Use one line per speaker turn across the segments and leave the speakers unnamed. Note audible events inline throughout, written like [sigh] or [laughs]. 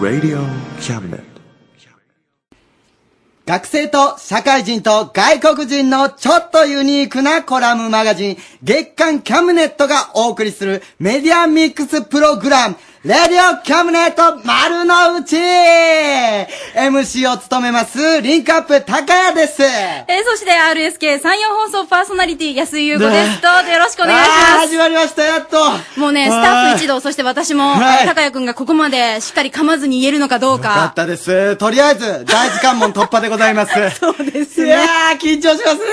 Radio Cabinet.
学生と社会人と外国人のちょっとユニークなコラムマガジン月刊キャムネットがお送りするメディアミックスプログラムレディオキャムネット丸の内 !MC を務めますリンクアップ高谷です
えー、そして RSK 山陽放送パーソナリティ安井優子です。どうぞよろしくお願いし
あー
ます。
始まりましたやっと
もうね、スタッフ一同、そして私も、
はい
えー高谷くんがここまでしっかり噛まずに言えるのかどう
よかっ
か。
たです。とりあえず、第一関門突破でございます。 [laughs] そうですね。いやー、緊張しますね。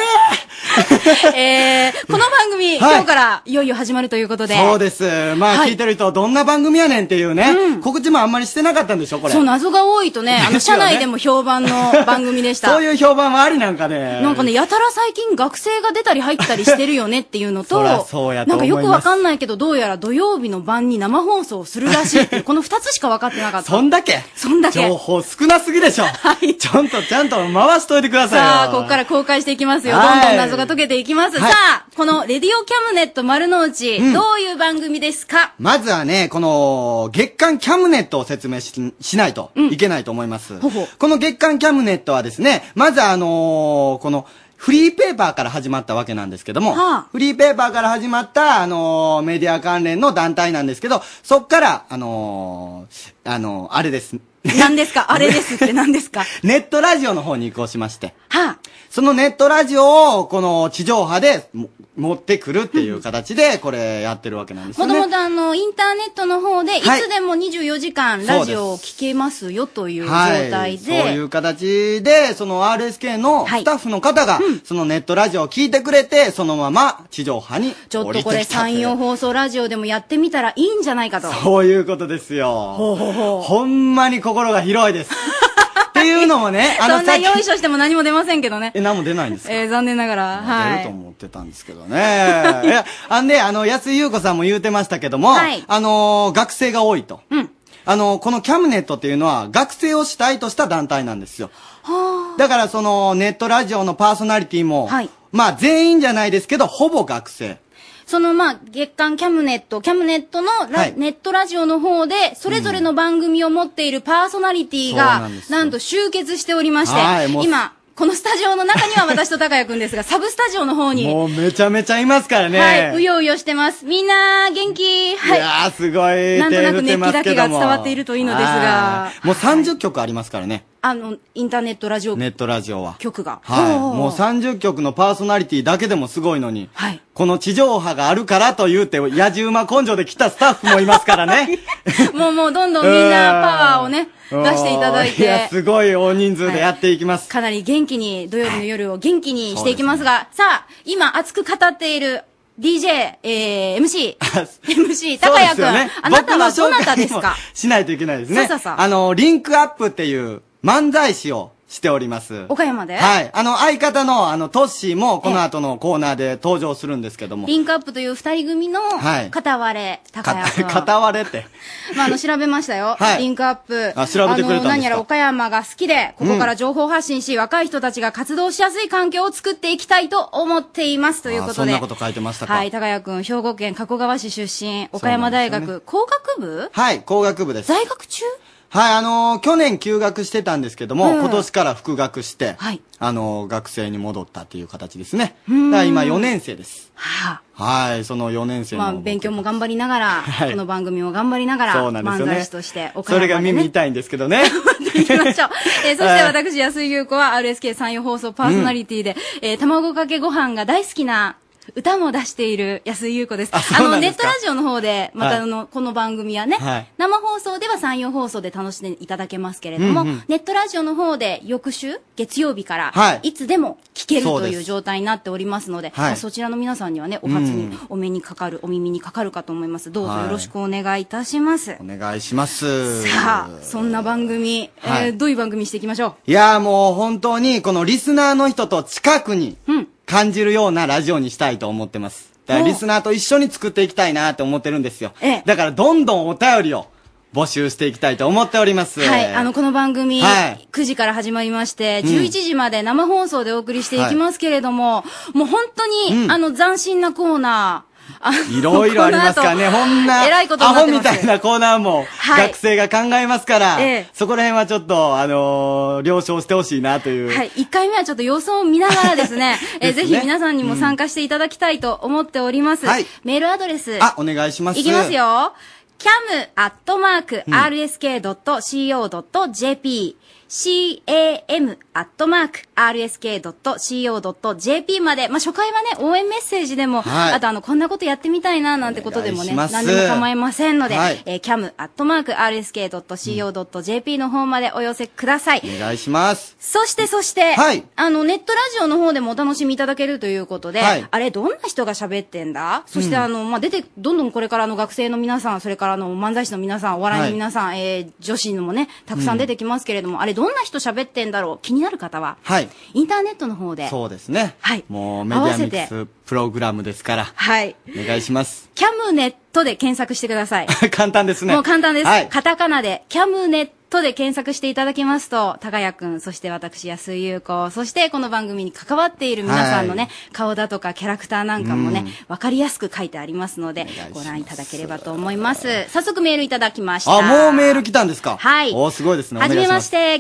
[laughs] えー、この番組、
はい
今日からいよいよ始まるということで。
そうです。まあ、
はい
聞いてる人、どんな番組やねんっていうね、告知もあんまりしてなかったんでしょ、これ。
そう、謎が多いとね、あの、
ですよ
社
ね
内でも評判の番組でし
[laughs]
た。
そういう評判もありなんかね。
なんかね、やたら最近学生が出たり入ったりしてるよねっていうのと、
そらそうやと
なん
思
か
います
よくわかんないけど、どうやら土曜日の晩に生放送をするらしいっていう、この二つしか分かってなかった。
そんだけ
そんだけ
情報少なすぎ
[laughs]
でしょ。はい。ちゃんと、ちゃんと回しといてくださいよ。
さあ、ここから公開していきますよ。ど
は
ん
い
どん謎が解けていきます。
はい
さあ、このレディオキャムネット丸の内、
うん
どういう番組ですか
まずはね、この、月刊キャムネットを説明ししないといけないと思います。
ほほ
この月刊キャムネットはですね、まずあのーこの、フリーペーパーから始まったわけなんですけども、
はあ
フリーペーパーから始まった、あのーメディア関連の団体なんですけど、そっから、あのーあのーあれ
[laughs]
です。
何ですかあれですって何ですか
ネットラジオの方に移行しまして、
はあ、
そのネットラジオを、この地上波でも持ってくるっていう形で、これやってるわけなんですよ
も
ね。
ともとあの、インターネットの方で、い
はい
つでも24時間ラジオを聞けますよという状態で、
はい、そういう形で、その RSK の
はい
スタッフの方が、そのネットラジオを聞いてくれて、そのまま地上波に
ちょ
降
っと
り
これ
てきたと
山 [laughs]
いう
陽放送ラジオでもやってみたらいいんじゃないかと。
そういうことですよ。ほんまに心が広い
[laughs]
です。っていうのもね、
そんな
さっき
用意書しても何も出ませんけどね。
え、何も出ないんですか
えー、残念ながら、
出
は
ると
い。
思ってたんですけどね。い
[laughs]
や、あんで、あの、安井優子さんも言うてましたけども、
はい
あのー学生が多いと。
うん
あのーこのキャムネットっていうのは、学生を主体とした団体なんですよ。だから、その、ネットラジオのパーソナリティも、
はい
まあ、全員じゃないですけど、ほぼ学生。
そのまあ、月間キャムネット、キャムネットのラ、
はい
ネットラジオの方で、それぞれの番組を持っているパーソナリティ
そうな
が
んで、すよ
なんと集結しておりまして、
はいもう
今、このスタジオの中には私と高谷くんで
[laughs]
すが、サブスタジオの方に、
もう、めちゃめちゃいますからね。
はい、うようよしてます。みんな、元気
い
はい。
やー、すごい。
なんとなく
手振ってますけども
熱気だけが伝わっているといいのですが
はいもう30曲ありますからね、
あの、インターネットラジオ
ネットラジオは。
局が。
はい。
おー
もう30曲のパーソナリティだけでもすごいのに。
はい
この地上波があるからと言うて、野じ馬根性で来たスタッフもいますからね。
もうもうどんどんみんなパワーをね、 [laughs] 出
うん
していただい
いや、
て、
すごい大人数でやっていきます。
かなり元気に、土曜日の夜を元気にしていきますが、さあ、今熱く語っている DJ、えー、MC、MC、高
[laughs] そう
谷
です
くん、
よね
あなたはどなたで
僕
す
の紹介
か
もしないといけないですね。
そうそうそう
あの、リンクアップっていう漫才師をしております。
岡山で
はい。あの、相方の、あの、トッシーも、この後のコーナーで登場するんですけども。
リンクアップという二人組の
はい、
片割れ、高谷くん。
[laughs] 片割れって。
まあ、あの、調べましたよ。
[laughs] はい
リンクアップ。
あ調べてくれたんですか
あの、何やら岡山が好きで、ここから情報発信し、若い人たちが活動しやすい環境を作っていきたいと思っています。ということで。
あそんなこと書いてましたか
はい、高谷くん、兵庫県加古川市出身、岡山大
そうなんですよ
学工学部
はい、工学部です。
在学中
はい、あのー去年休学してたんですけども、
うん
今年から復学して、
はい
あのー学生に戻ったっていう形ですね。だから今4年生です。
は
はい、その4年生
あ。
の。
まあ、勉強も頑張りながら、
はい
この番組も頑張りながら、
そうなんですよ
漫
ね。
才師として、岡
そ
山
れ
で、ね。
が耳痛いんですけどね。
行きましょう。えーそし
はい
て私、安井優子は RSK 山陽放送パーソナリティで、えー卵かけご飯が大好きな、歌も出している安井優子です。
あそう
の、
なん
ネ
で
ッ
す
ト
か
ラジオの方で、ま
は
た
い
あの、この番組はね、
はい
生放送では山陽放送で楽しんでいただけますけれども、
うんうん
ネットラジオの方で翌週、月曜日から、
はい
い、つでも聞ける
そう
と
です
いう状態になっておりますので、
はい
まあそちらの皆さんにはね、お初にお目にかかる、お耳にかかるかと思います。どうぞよろしくお願いいたします。
お願いします。
さあ、そんな番組、
はい
えーどういう番組していきましょ
いやーもう本当に、このリスナーの人と近くに
うん
感じるようなラジオにしたいと思ってます。だから
お
リスナーと一緒に作っていきたいなって思ってるんですよ
ええ。
だからどんどんお便りを募集していきたいと思っております。
う。はい、あの、この番組、
はい
9時から始まりまして、
うん
11時まで生放送でお送りしていきますけれども、もう本当に、
うん
あの、斬新なコーナー、
いろいろありますからね。
この後
ほんな、
えらいことにな
ア
っ
ホ
てま
み
す
たいなコーナーも、
はい
学生が考えますから、
ええ
そこら辺はちょっと、あのー了承してほしいなという。
はい、1回目はちょっと様子を見ながらです
[laughs]
ね、えー
ですね
ぜひ皆さんにも参加していただきたいと思っております。
はい
メールアドレス。
あ、お願いします。
いきます。よ。cam.rsk.co.jp、cam.rsk.co.jp まで、まあ、初回はね、応援メッセージでも、
はい
あとあの、こんなことやってみたいな、なんてことでもね、
お願いします
何でも構いませんので、
はい
えー、cam.rsk.co.jp の方までお寄せください。
お願いします。
そして、そして、
はい
あの、ネットラジオの方でもお楽しみいただけるということで、
はい
あれ、どんな人が喋ってんだそして、あの、まあ、出て、どんどんこれからの学生の皆さん、それからあの漫才師の皆さん、お笑いの皆さん、えー女子のもね、たくさん出てきますけれども、あれ、どんな人喋ってんだろう気になる方は、
はい。
インターネットの方で、
そうですね。
はい
もう、メディアミックスプログラムですから、
はい。
お願いします。
キャムネットで検索してください。
[laughs] 簡単ですね。
もう簡単です。
はい。
カタカナで、キャムネットで検索していただきますと、高谷くん、そして私、安井優子、そしてこの番組に関わっている皆さんのね、
は
顔だとかキャラクターなんかもね、わ、かりやすく書いてありますので
願いします、
ご覧いただければと思います。早速メールいただきました。
あ、もうメール来たんですか
はい。
おすごいですね。お
はじ
願いし
めま
ま
し
す。
て、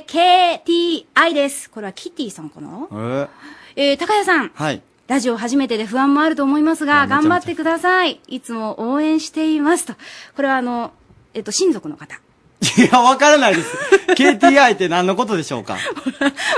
KTI です。これはキティさんかな
えー
えー、高谷さん。
はい。
ラジオ初めてで不安もあると思いますが、
いやめちゃめち
頑
ゃ
張ってください。いつも応援していますと。これはあの、えっと、親族の方。
いや、わからないです。KTI
[laughs]
って何のことでしょうか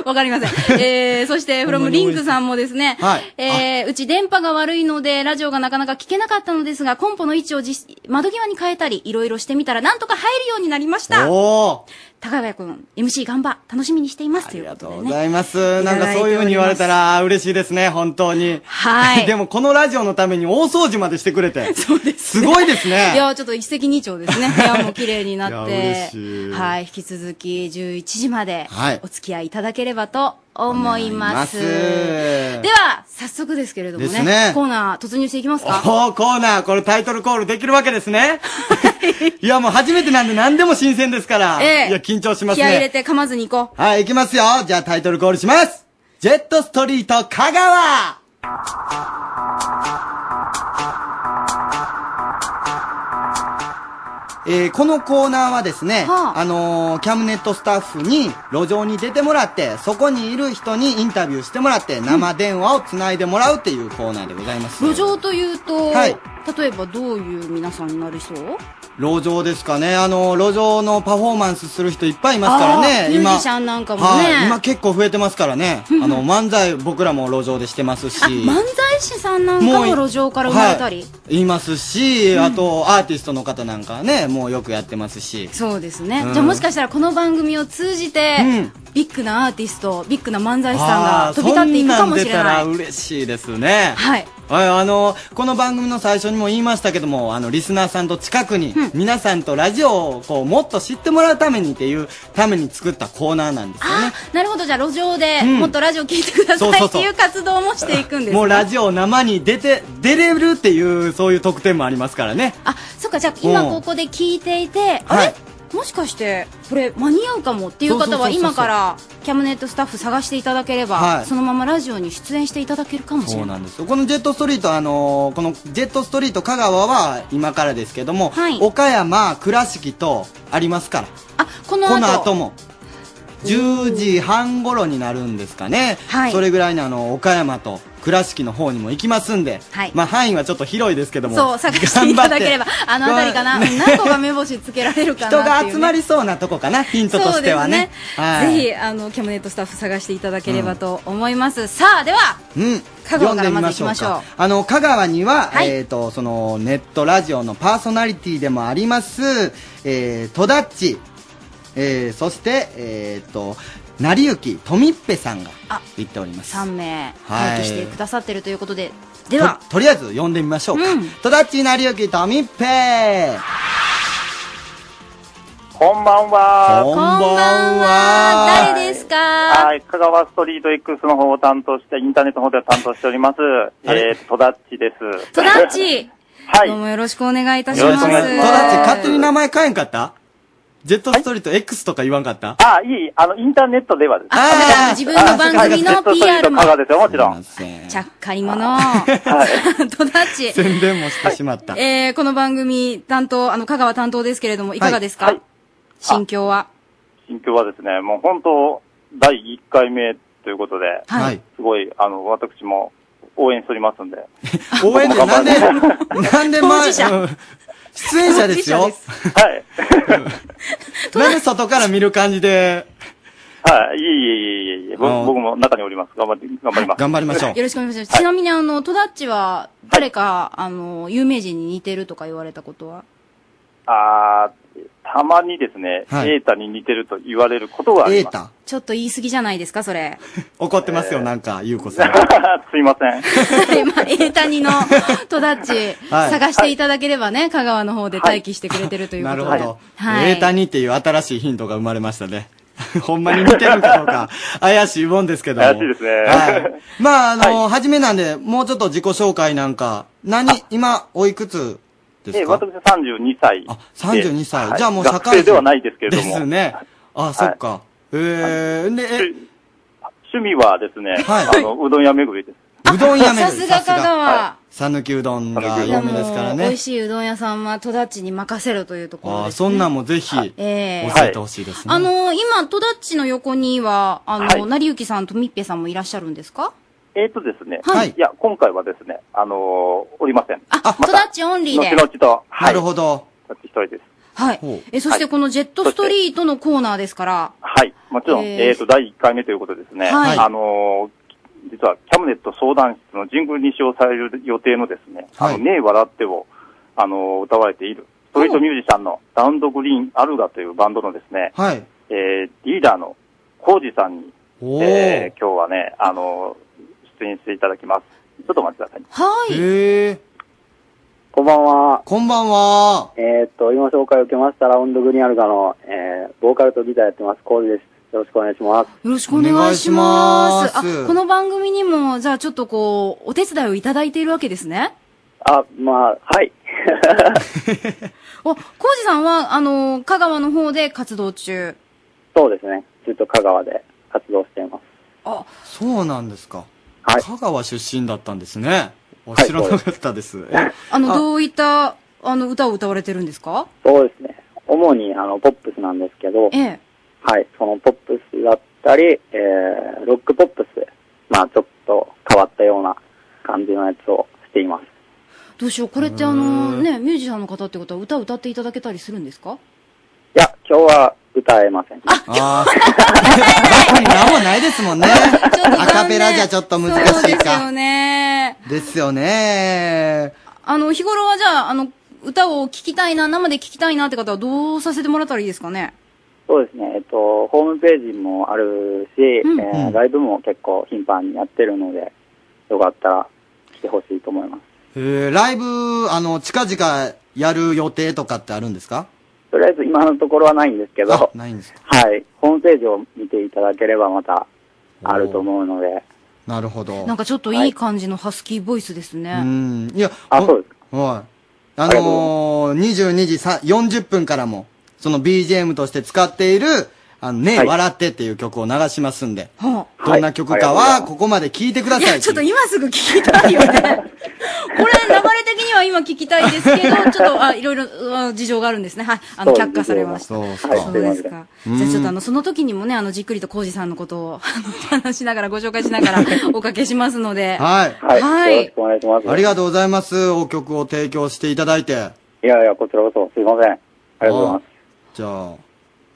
わかりません。えー、
[laughs]
そして、フロムリンクさんもですね、
はい
えー、うち電波が悪いので、ラジオがなかなか聞けなかったのですが、コンポの位置を実窓際に変えたり、いろいろしてみたら、なんとか入るようになりました。
おー
高谷くん、MC 頑張、楽しみにしています。ということ
ありが
で
とうござ
ね。
います。なんかそういうふうに言われたら嬉しいですね、本当に。
は
[laughs]
い
でもこのラジオのために大掃除までしてくれて。
[laughs] そうです
すごいですね。
いや、ちょっと一石二鳥で
[laughs]
すね。部屋も綺麗になっ
いや
て
嬉しい。
はい。引き続き11時まで
はい
お付き合いいただければと思います。
お願いします
では、早速ですけれども
です
ね。
ね
コーナー突入していきますか
おーコーナー、これタイトルコールできるわけですね。 [laughs] いや、もう初めてなんで何でも新鮮ですから。
ええ
いや、緊張します
気合い入れ
ね。
て噛まずに行こう。
はい、いきますよ。じゃあタイトルコールします。ジェットストリート香川えーこのコーナーはですね、
はあ
あのーキャムネットスタッフに路上に出てもらって、そこにいる人にインタビューしてもらって、生電話をつないでもらうっていうコーナーでございます。
路上というと、
はい
例えばどういう皆さんになりそう
路上ですかね。あの、路上のパフォーマンスする人いっぱいいますから
あ
ね。
ーミュージシャンなんかもね
はい今結構増えてますから
[laughs]
ね。あの、漫才僕らも路上でしてますし。
あ、漫才師さんなんかも
い
路上から生まれたり。
はい、いますし、あと、アーティストの方なんかはね、もうよくやってますし。
そうですね、
うん
じゃあもしかしたらこの番組を通じて、
うん
ビッグなアーティストビッグな漫才師さん
あー
が飛び立っていくかもしれない
そんん出たら嬉しいですね。
はい。
あの、この番組の最初にも言いましたけども、あの、リスナーさんと近くに、皆さんとラジオをこう、もっと知ってもらうためにっていうために作ったコーナーなんですよね
あ。ーなるほどじゃあ路上で
ん
もっとラジオ聞いてください、
そうそうそう
っていう活動もしていくんですね
もうラジオ生に出て、出れるっていう、そういう特典もありますからね。
あそっかじゃあ今
うん
ここで聞いていて、あれ、
はい
もしかしてこれ間に合うかもっていう方
そうそうそう
は
そう
今からキャムネットスタッフ探していただければ、
はい
そのままラジオに出演していただけるかもし
そ
れ
う
な
な
い
んですよこのジェットストリート、あのーこのジェットストリート香川は今からですけども、
はい
岡山、倉敷とありますから、
あこの後
この後も10時半頃になるんですかね、
はい
それぐらいにあの岡山と倉敷の方にも行きますんで、
はい
まあ、範囲はちょっと広いですけども
そう探していただけれ
頑張
ば
って
あの辺りかな、
ね
うん何個が目星つけられるかなって
人
いう
が
ね、
集まりそうなとこかなヒントとしてはね
そうですねぜひあのキャムネットスタッフ探していただければと思います、さあでは
うん、
香川
読
か
んで
ら
み
ま
ま
ず
し
行き
ょう
ましょう
かあの香川には、
はい
えー、とそのネットラジオのパーソナリティでもあります、えー、戸田っち、えー、そして、えー、と成幸富っぺさんが
あ
言っております
3名
はい
待機してくださってるということで、では
ととりあえず読んでみましょうか、
うん
戸田っち成幸富っぺ
こんばんは。
こ
こ
ん
ん
ば
ば
んは
んは誰ですかは、
はいい、香川ストリート X の方を担当して、インターネットの方では担当しております。
れ
えー、戸田っちです。
トラッチ
はい
どう。もよろしくお願いいたし
よ
ま
ろ
す
しくお願いし
戸
ます
田っち勝手に名前変えんかったジェットストリート X とか言わんかった
あ、いい、あの、インターネットではですね。
あ自分の番組の PR も
加。賀ですよ、もちろん。
ちゃっかり者。 [laughs] とだち。
宣伝もしてしまった。
えー、この番組担当、あの、香川担当ですけれども、いかがですか、
はいはい
心境は。
心境はですね、もう本当、第1回目ということで、
はい
はい。
すごい、あの、私も応援しておりますんで。
[laughs] 応援で、なんで、なんで
当
前、
事者
うん出演者です
当
よ
事。
はい。
なんで外から見る感じで、
はい。いえいえいえいえ、ぼ
うん
僕も中におります。頑張って、頑張ります。
頑張りましょう。
よろしくお願いします。ちなみに、あの、戸田っちは、誰か、あの、有名人に似てるとか言われたことは
あーたまにですね、
はい
エータに似てると言われることがあ
エ
り
ー
ます。
タ。
ちょっと言い過ぎじゃないですか、それ。
怒ってますよ、なんか、ゆうこさん。
[laughs] すいません。
まあ、英谷の戸田っち、
はい
探していただければね、香川の方で待機してくれてるというこ
な
と
るほ
で。
ど。
はい。
エータニっていう新しいヒントが生まれましたね。 [laughs] ほんまに似てるかどうか、怪しいもんですけども。
怪しいですね
はい。まあ、あの、初めなんで、もうちょっと自己紹介なんか、何、今、おいくつです
え、
か
私32歳で。
あ、32歳。
はい
じゃあもう社
学
会
生ではないですけれど
で
も。
すね。あ、そっか。えー、で、
趣味はですね、
はい
あの、うどん屋巡りです。
えうどん屋め
さすが香川。
さぬきうどんが
はい
や
有名ですから
もう美
ね
味。しいうどん屋さんは戸田っちに任せろというところです、
あーそ
ね。
んなんもぜひ、教え
ええ
てほしいですね。
あの、今、戸田っちの横には、あの、
はい
成幸さんとみっぺさんもいらっしゃるんですか
えーとですね、
はい
いや、今回はですね、あのーおりません。
あ、戸田っちオンリー
後
で。
々と、は、
ないるほど。
私一人です。
はい
ほう。
え、そしてこのジェットストリートのコーナーですから、
はい、もちろん、
えー
えーと、第1回目ということですね、
はい
あのー実はキャムネット相談室の神宮に使用される予定のですね、
はい
あのねえ笑ってを、あのー歌われている、ストリートミュージシャンのダウンドグリーン・アルガというバンドのですね、
はい。
えーリーダーのコウジさんに、
おー。
えー今日はね、あのー出演していただきます。ちょっとお待ちください。
はい。
へえ。
こんばんは。
こんばんは。
えー、っと、今紹介を受けましたラウンドグリーンアルガの、えー、ボーカルとギターやってます、コールです。よろしくお願いします。
よろしくお願いします。
お願いします
あ、この番組にも、じゃあちょっとこう、お手伝いをいただいているわけですね。
あ、まあ、はい。
お、コウジさんは、あの、香川の方で活動中。
そうですね。ずっと香川で活動しています。
あ、
そうなんですか。
はい
香川出身だったんですね。お
はい
知らなかったです。え
あの、どういった、あの、歌を歌われてるんですか
そうですね。主に、あの、ポップスなんですけど、
ええ。
はい。そのポップスだったり、えー、ロックポップス。まあ、ちょっと変わったような感じのやつをしています。
どうしよう、これってあの、ね、ミュージシャンの方ってことは歌を歌っていただけたりするんですか
いや、今日は歌えません。
ああ。中に何もないです
[laughs]
もんね。
アカペラじゃちょっと難
そう
しい
ですよ
か。
ね。
ですよね。
あの、日頃はじゃあ、あの、歌を聴きたいな、生で聴きたいなって方はどうさせてもらったらいいですかね
そうですね、えっと、ホームページもあるし、
うん
えー
うん
ライブも結構頻繁にやってるので、よかったら来てほしいと思います。
えー、ライブ、あの、近々やる予定とかってあるんですか
とりあえず今のところはないんですけど、
あ
は、
ないんですか。
い、ホームページを見ていただければまたあると思うので、
なるほど。
なんかちょっといい感じのハスキーボイスです
う
ね。
ん。いや、
あ
ほ
そうで
はい。あ
りがとう
のー、22時さ40分からも、その BGM として使っている、あのね、
はい
笑ってっていう曲を流しますんで、
はあ
どんな曲か
はいありが
は、
とうございます
ここまで聞いてくだ
い
さ
や、
い。
ちょっと今すぐ聞きたいよね。これ、流れ的には今聞きたいですけど、ちょっと、あ、いろいろ、あ事情があるんですね。はい。あの、
そう
却下されました。
そう
はい
そうです
すい
か。じゃあちょっとあの、その時にもね、あの、じっくりと浩二さんのことを、 [laughs] あの、話しながら、ご紹介しながら、おかけしますので。
はい。
はい、
はい
よろしくお願いします。
ありがとうございます。お曲を提供していただいて。あ
いやいや、こちらこそすいません。ありがとうございます。
じゃあ、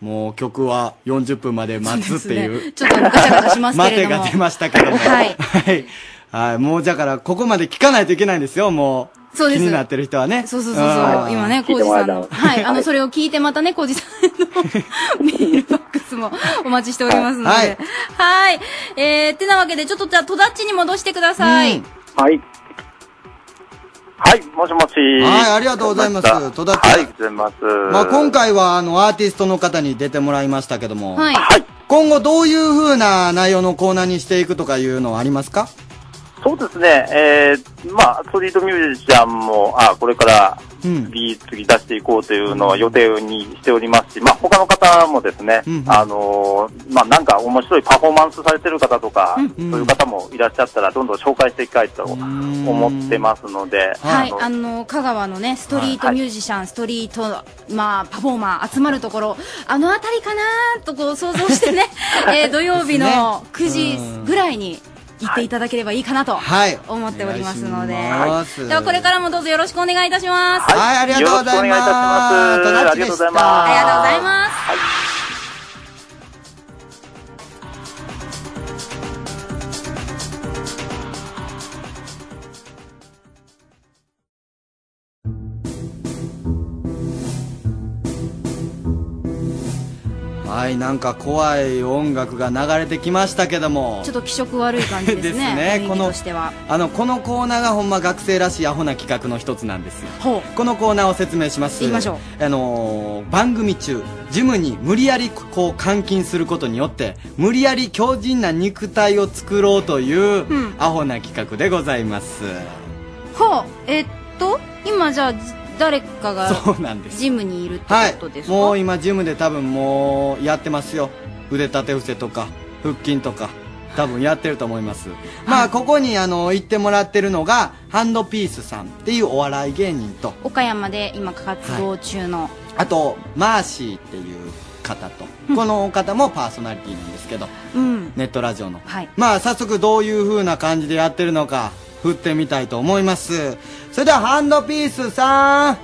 もう曲は40分まで待つって
そうです
いう。
ねちょっとあのガチャガチャしますけ
待
れ
て
ども。
が出ましたけども。
はい
はい。はい。もうだから、ここまで聞かないといけないんですよ、もう。
そうです
気になってる人はね。
そうそうそうそう、
ん
今ね、
聞
浩
いて
二
もら
さ
え
ん
た
の。はい、あの、それを聞いてまたね、浩二さん
[laughs]
のメールファックスもお待ちしておりますので。は
はいい。
えー、ってなわけで、ちょっとじゃあ、戸田っちに戻してください。
うん
はい、
はい、もしもし。
はいありがとうございます戸田
はい、
君
ありがとうございます。
まあ、今、回は、あの、アーティストの方に出てもらいましたけども。
はい。
はい、
今後どういう風な内容のコーナーにしていくとかいうのはありますか
そうですね、えーまあ、ストリートミュージシャンも、あこれから、
うん
次、次出していこうというのは予定にしておりますし、まあ、他の方もですね、
うんうん
あのーまあ、なんか面白いパフォーマンスされてる方とか、
うん
そういう方もいらっしゃったら、どんどん紹介していきたいと思ってますので、
はい、
あ
あ
の
の香川のねストリートミュージシャン、ストリート、まあ、パフォーマー集まるところあの辺りかなとこう想像して
[laughs]
ね、えー土曜日の9時ぐらいに行っていただければいいかなと
はい
思っておりますので、
お願いします
ではこれからもどうぞよろしくお願いいたします。
はい、ありがとうございま
よろしくお
す。
願いいたします
戸田っちで
ありがと
した
うございます
ありがとうございます。
はい、なんか怖い音楽が流れてきましたけども
ちょっ。と気色悪い感じですね。
[laughs] ですね
雰囲気
この
としては。
あの、このコーナーがほんま学生らしいアホな企画の一つなんですよ。
ほ
このコーナーを説明します
言いましょ
あのー番組中ジムに無理やりこう監禁することによって無理やり強靭な肉体を作ろうという、
うん
アホな企画でございます
う。ほう。えっと、今じゃあ、じ誰かが
そうなんです
ジムにいるって
はい
ことですか、
もう今ジムで多分もうやってますよ腕立て伏せとか腹筋とか多分やってると思い
[laughs]
ますまあここにあの行ってもらってるのがハンドピースさんっていうお笑い芸人と
岡山で今活動中の、
あとマーシーっていう方とこの方もパーソナリティなんですけど
うん。
ネットラジオの、
はい
まあ早速どういう風な感じでやってるのか振ってみたいと思いますそれではハンドピースさん
は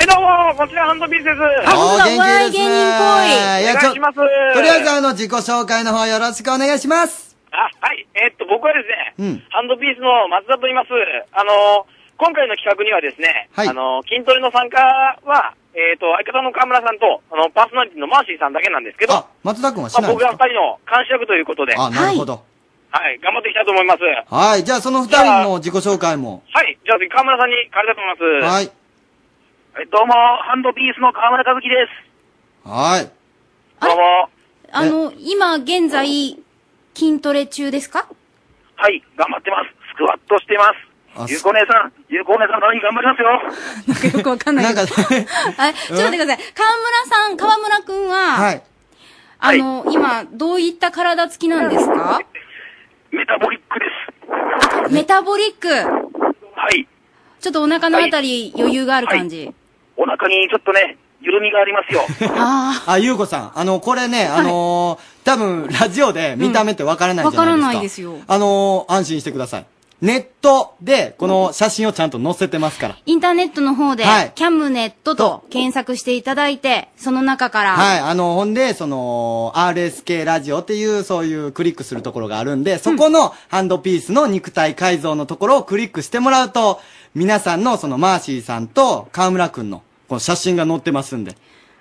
い、どうも、こちらハンドピースです。
お
あ
ー
本当だ
元気ですね
お笑い芸人
お
っ
いや
願いし
ちょ
ます。
とりあえずあの自己紹介の方よろしくお願いします
あ、はい、えーっと、僕はですね、
うん
ハンドピースの松田と言います。あのー、今回の企画にはですね、
はい
あのー、筋トレの参加は、えーっと、相方の河村さんと、あの、パーソナリティのマーシーさんだけなんですけど、
あ松田君はしな
まあ、
いん
僕
で
ら
す
二
か
人の監視役ということで、
あ
は
なるほど
い、頑張っていきたいと思います。は
はいじゃあその二人の自己紹介も
い、じゃあ次、河村さんに借りたいと思います。
はい
はいどうも、ハンドピースの河村和樹です。
はい
あ
どうも、
あの、今現在、筋トレ中ですか
はい、頑張ってます。スクワットして
あ
ます。ゆうこ姉さん、ゆうこ姉さん、何頑張りますよ。
なんかよくわかんない
なん
け
か
[laughs] ど。あちょっと待ってください。河村さん、河村くんは、
はい
あの、今、どういった体つきなんですか
メタボリックです。
メタボリック。
はい。
ちょっとお腹のあたり余裕がある感じ。
お腹にちょっとね、緩みがありますよ。
あ
あ、ゆうこさん、あの、これね、あのー多分、ラジオで見た目ってわからないじゃないですか。
うんわからないですよ
あのー安心してください。ネットで、この写真をちゃんと載せてますから。
インターネットの方で、
はい
キャムネットと検索していただいて、その中から、
はい、あの、ほんで、その、RSK ラジオっていう、そういうクリックするところがあるんで、そこのハンドピースの肉体改造のところをクリックしてもらうと、皆さんの、その、マーシーさんと河村くんの、この写真が載ってますんで、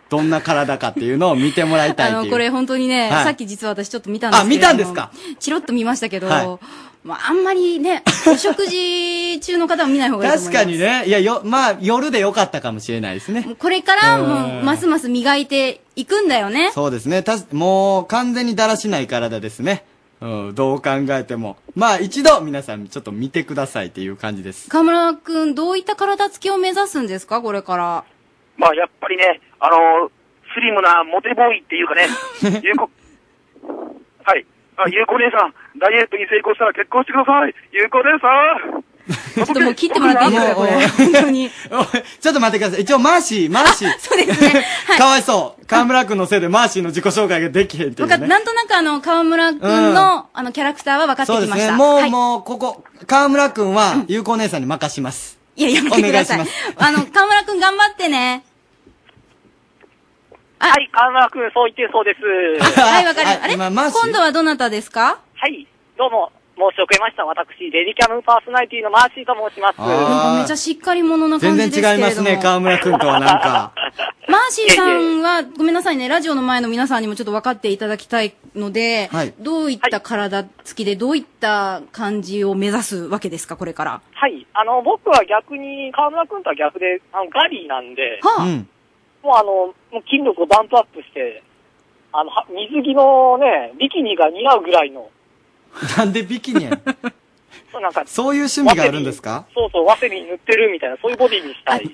どんな体かっていうのを見てもらいたい
あ
っていう。
の、これ本当にね、
はい
さっき実は私ちょっと見たんですけれども
あ見たんですか
チロッと見ましたけど、
は
まあ、あんま
[laughs]
りね、お食事中の方は見ない方がいいと思いま
確
す。
かに。ね。いや、よ、まあ、夜でよかったかもしれないですね。
これからも
うん
う、ますます磨いていくんだよね。
そうですね。たし、もう、完全にだらしない体ですね。うん、どう考えても。まあ、一度、皆さん、ちょっと見てくださいっていう感じです。
河村くん、どういった体つきを目指すんですかこれから。
まあ、やっぱりね、あのースリムなモテボーイっていうかね、ゆうこ、はい。あ、ゆうこ姉さん、ダイエットに成功したら結婚してください。ゆうこ姉さん。
ちょっともう切ってもらっていいですかこ
もう
れ。本当に。
[laughs] おいちょっと待ってください。一応、マーシー、マーシー。
そうですね。はい。
かわいそう。河村くんのせいでマーシーの自己紹介ができへんってい
わ
う、
かっ
ね。
なんとなくあの、河村くんの、あの、キャラクターは分かって
そう
き
です
ました。
ね。もう、
はい
もう、ここ、河村くんは、ゆうこお姉さんに任します。
いや、やめてくださ
お
い。
願いし
あの、河村くん頑張ってね。
はい、河村くん、そう言ってそうです。
[laughs] はい、わかりました。あれ
今、マーシー。
今度はどなたですか
はい、どうも、申し遅れました。私、レディキャムパーソナリティのマーシーと申します。
あー
なんかめちゃしっかり者な感
全
じですけれども。
然違いますね、河村くんとはなんか。
マーシーさんは、ごめんなさいね、ラジオの前の皆さんにもちょっと分かっていただきたいので、
はい
どういった体つきで、どういった感じを目指すわけですか、これから。は
はい。あの、僕は逆に、河村くんとは逆で、あの、ガリーなんで、
あ、
うん。
もうあの、もう筋力をバンプアップして、あの、は水着のね、ビキニが似合うぐらいの、
なんでビキニやねん
[laughs] そうなんか、
そういう趣味があるんですか
そうそう、ワセリン塗ってるみたいな、そういうボディに
[laughs]
したい。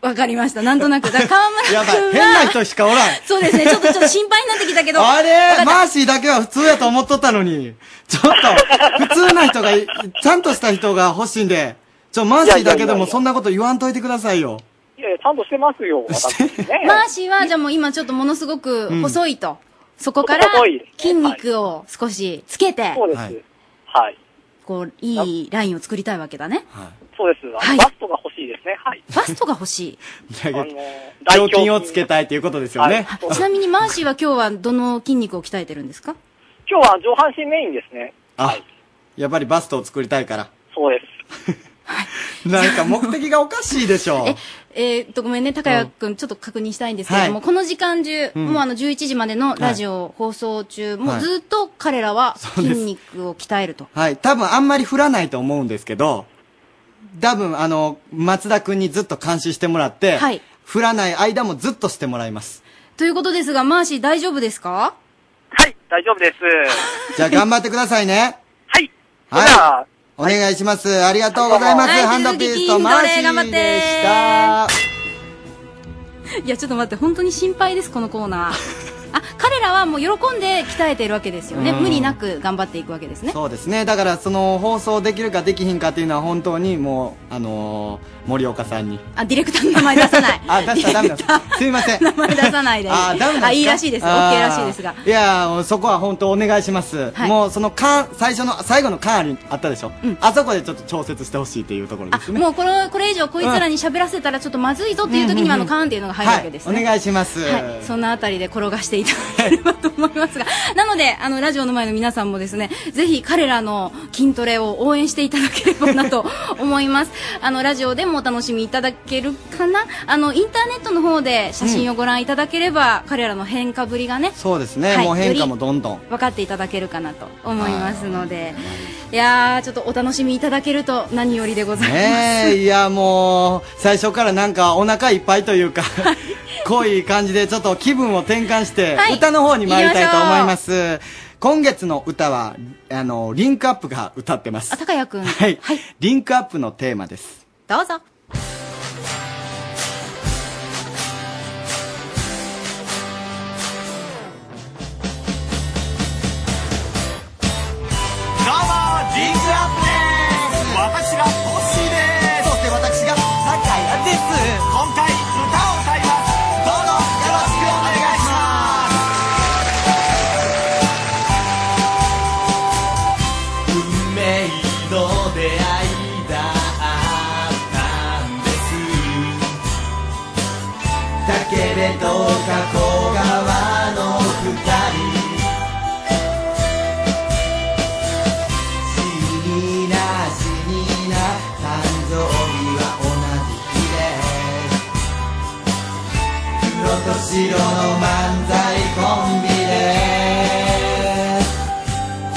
わかりました。なんとなく。だから川村
やばい。
君
変な
は、
人しかおらん。
そうですね。ちょっと、ちょっと心配になってきたけど。
あ
わか
れ
った
マーシーだけは普通やと思っとったのに。ちょっと、普通な人がい、ちゃんとした人が欲しいんで。ちょ、マーシーだけでもそんなこと言わんといてくださいよ。
いやいや、ちゃんとしてま
[laughs]
すよ、私ね。
マーシーは、じゃあもう今ちょっとものすごく細いと。そこから
細いですね
筋肉を少しつけて、
そうです。
は
はいい。
こう、いいラインを作りたいわけだね。
そうです。あの
はい
バストが欲しいですね。はい。
バストが欲しい。
だけ
あの
ど、
大
胸筋をつけたいということですよね。
はい
ちなみにマーシーは今日はどの筋肉を鍛えてるんですか
今日は上半身メインですね。
あ、やっぱりバストを作りたいから。
そうです。
なんか目的がおかしいでしょ。
えーっと、ごめんね、高谷くん、ちょっと確認したいんですけれども、
はい
この時間中、
ん
もうあの、11時までのラジオ放送中、もうずっと彼らは
そうです
筋肉を鍛えると。
はい。多分あんまり振らないと思うんですけど、多分あの、松田くんにずっと監視してもらって、
はい
振らない間もずっとしてもらいます。
ということですが、マーシー大丈夫ですか
はい、大丈夫
[laughs]
です。
じゃあ頑張ってくださいね。
はい。
はい
じゃあ、
お願いします。ありがとうございます。
はい
ハンドピースとマーシ
頑張
ー
っ
で
て
した。
いや、ちょっと待って、本当に心配です、このコー
[laughs]
ナー。あ、彼らはもう喜んで鍛えているわけですよね。
うん
無理なく頑張っていくわけですね。
そうですね。だからその放送できるかできひんかっていうのは本当にもう、あのー、森岡さんに。
あ、ディレクターの名前出さない。
[laughs] あ、出したらダメなんです。すいません。
名前出さないで。
あー、ダメなんですか
あ、いいらしいです。オ
あ
ッケーらしいですが。
いやー、そこは本当お願いします。
はい
もうその缶、最初の、最後の缶ありあったでしょ、あそこでちょっと調節してほしいっていうところで
あ
すね。
もうこのこれ以上こいつらに喋らせたらちょっとまずいぞっていう時にはあのカーンっていうのが入るわけですね、
はい、お願いします。
はい、そのあたりで転がしていただければと思い
[laughs]
ますが、なので、あの、ラジオの前の皆さんもですね、ぜひ彼らの筋トレを応援していただければなと思い
[laughs]
ます。あの、ラジオでもお楽しみいただけるかなあの、インターネットの方で写真をご覧いただければ、彼らの変化ぶりがね、
そうですね、
はい
もう変化も
より
どんどん。
分かっていただけるかなと思いますので、いやー、ちょっとお楽しみいただけると何よりでございます。
ねえ、いやもう、最初からなんかお腹いっぱいというか、濃い感じでちょっと気分を転換して
は、い
歌の方に参りたいと思います。今月の歌は、あの、リンクアップが歌ってます。
あ、高谷くん。
はい。リンクアップのテーマです。 [laughs]
どうぞ。
どうもリンクアップです私が欲しいですそして私が酒井です今回歌を歌いますどうぞよろしくお願いします運命の出会いだったんですだけれど加古川の二人「死にな死にな誕生日は同じ日で」「黒と白の漫才コンビで」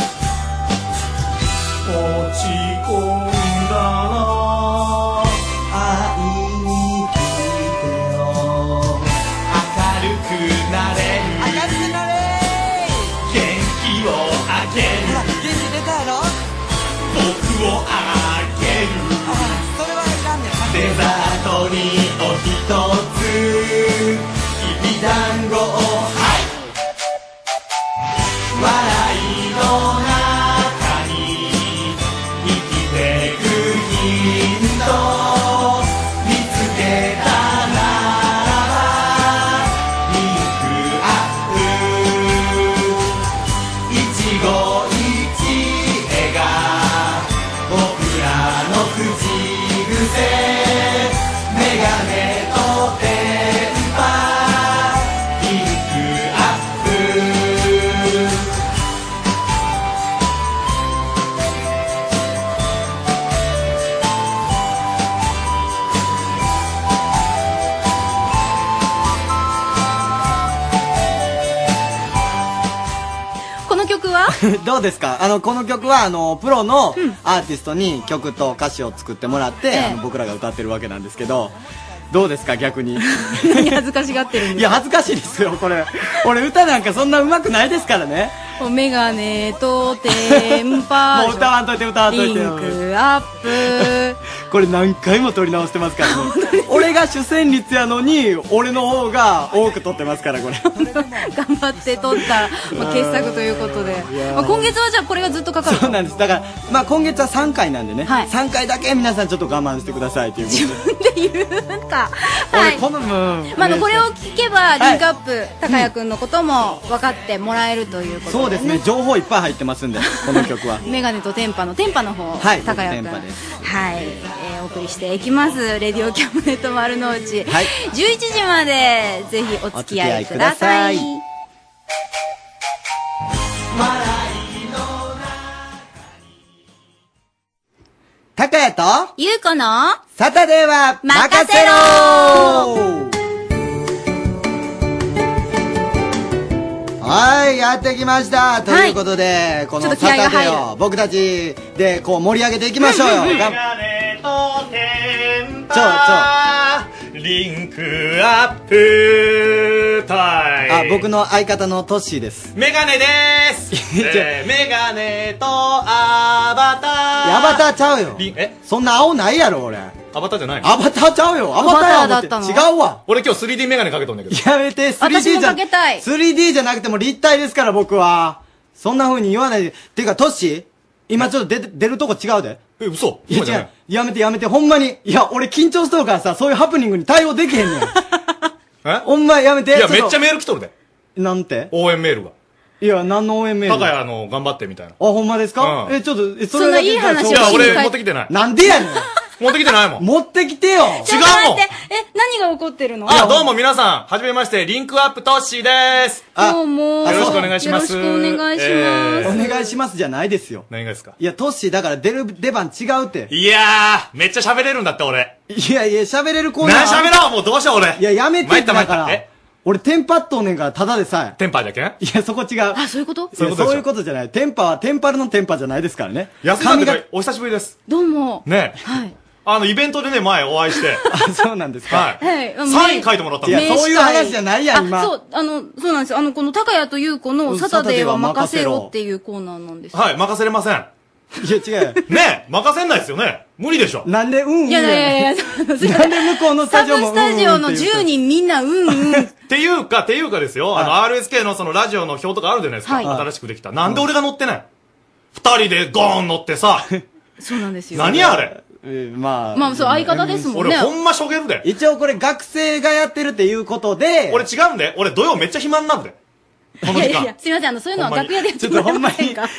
「落ち込んだな愛についてよ」「明るくなれる」「元気をあげる」僕をあげるデザートにおひとつきびだんごをはい笑いの中に生きてくヒント見つけたならばリンクアップ一期一会が僕らの口癖メガネと電波ピンクアップ
この曲
[laughs]
は
どうですかあの、この曲は、あの、プロのアーティストに曲と歌詞を作ってもらって、
ええ
あの僕らが歌ってるわけなんですけど、どうですか逆に。
何恥ずかしがってるん
い
です
や、
か
恥ずかしいですよ、これ。俺、歌なんかそんな上手くないですからね。
おメガネとテンパ
もう歌わんといて歌わんといて
リンクアップ
これ何回も撮り直してますからね俺が主旋律やのに俺の方が多く撮ってます
[laughs]
からこれ
頑張って撮った、まあ、傑作ということで、まあ、今月はじゃあこれがずっとかかる
そうなんですだから、まあ、今月は3回なんでね、3回だけ皆さんちょっと我慢してくださいということで
なんかは
俺
い
好む、
まあ、あのこれを聞けばリンクアップ、高谷君のことも分かってもらえるということで、ね、
そうですね情報いっぱい入ってますんでこの曲
[laughs]
は
メガネとテンパのテンパの方、
はい
高谷君
僕テンパです
はい、えーお送りしていきます「レディオキャムネット丸の内」11時までぜひお付き合いくださ
お
い
付き合いください
高谷と、
ゆうこの、
サタデーは、任せろはい、やってきましたということで、こ
ちょ
の
っと気
サ
合
タ
が
デ
入る
ーを僕たちでこう盛り上げていきましょうよ
メ
が
ガネとテン
ちょ
パリンクアップタイ
あ僕の相方のトッシーです
メガネでー
[laughs]
す、
いや
えーメガネとアバター
アバターちゃうよ
え
そんな青ないやろ俺
アバターじゃないの
アバターちゃうよアバターや思って
アバターだった
違うわ
俺今日 3D メガネかけとんだけど
やめて 3D じゃ
私もかけたい
3D じゃなくても立体ですから僕はそんな風に言わないでていうかトッシー今ちょっと出て出るとこ違うで
え嘘
いや
今じゃ
違
な
う
い
やめてやめてほんまにいや俺緊張しとるからさそういうハプニングに対応できへんねん
[laughs] え
ほんまやめて
いや
ょ
めっ
と
ちゃメール来とるで
なんて
応援メールが
いや何の応援メール
高谷の頑張ってみたいな
あほんまですか、
うん
えちょっとえ
そんないい
だけじゃあち
話
ょっと
を聞きに帰いや俺持ってきてない
なんでやねん
持ってきてないもん
持ってきてよ
ちょっと待ってえ何が起こってるの
あ、どうも皆さん、はじめまして、リンクアップトッシーです。
どうも
よろしくお願いします。
よろしくお願いします、
お願いしますじゃないですよ
何がですか
いやトッシーだから出る出番違うって
いやー、めっちゃ喋れるんだって、俺。
いやいや喋れるコーナ
何
ー
喋ろうもうどうしよう、俺。
いややめて
参った参
だか
っ
ら
た。え
俺テンパっとんねんからただでさえ
テンパーじゃけん
いやそこ違う
あそういうこと
いや
そう
そう
い
いううことじゃないテンパはテンパルのテンパじゃないですからね
安田さん
髪が
ってお久しぶりです。
どうも
ね
はい
あの、イベントでね、前お会いして。
[laughs] あ、そうなんです
かはい。
はい、
サイン書いてもらったの
名刺
いやそういう話じゃないやん今
あそう、あの、そうなんですよ。あの、この高谷と優子
う
の
ん
サタデーは任
サ
せ
タデーは任せ
ろ
ろ
っていうコーナーなんですよ。
はい、任せれません。
いや、違う
ねえ、任せんないですよね。無理でしょ。
なんで、うん、
いやいやいや、
なんで向こうのスタジオも
サブスタジオの10人みんなうんうん。
っていうか、っていうかですよ、あの、RSK のそのラジオの表とかあるじゃないですか。
はい
新しくできた。なんで俺が乗ってない二人でゴーン乗ってさ、
そうなんですよ。
何あれ
えーまあ
まあそう相方ですもん
俺
ね
ほんましょげるで。
一応これ学生がやってるっていうことで。
俺違うんで。俺土曜めっちゃ暇になんで。この時
いやい
間
や。、すいません、あの、そういうのは
ほんまに
楽屋でやって
ちょっとほんまに、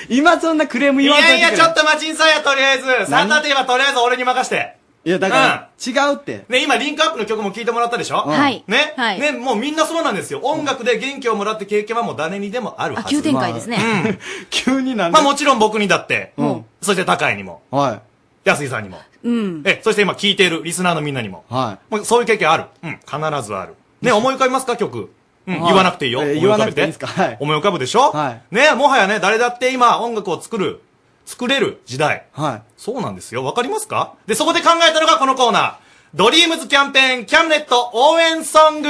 今そんなクレーム
い
言わんとい
や
てく
い
れ
や、ちょっと待ちんさいや、とりあえず。サ
何
ンタティはとりあえず俺に任して。
いや、だから、違うって。
ね、今、リンクアップの曲も聴いてもらったでしょ
うんはい
ね、
はい
ね、もうみんなそうなんですよ。音楽で元気をもらって経験はもう誰にでもあるはず。
急展開ですね。
うん。
[laughs] 急になん
まあもちろん僕にだって、
うん
そして高井にも、
は
安井さんにも、
い。うん。
え、そして今聴いているリスナーのみんなにも、
い。はい。
もうそういう経験ある。うん、必ずある。ね、思い浮かびますか曲。うん、
はい
言わなくていいよ。
えー
思い
言
浮
わ
か
な
べ
くていいん
て
です。かはい。
思い浮かぶでしょ
は
ね、もはやね、誰だって今音楽を作る、作れる時代。
はい。
そうなんですよ。わかりますかで、そこで考えたのがこのコーナー。ドリームズキャンペーン、キャンネット応援ソング
ち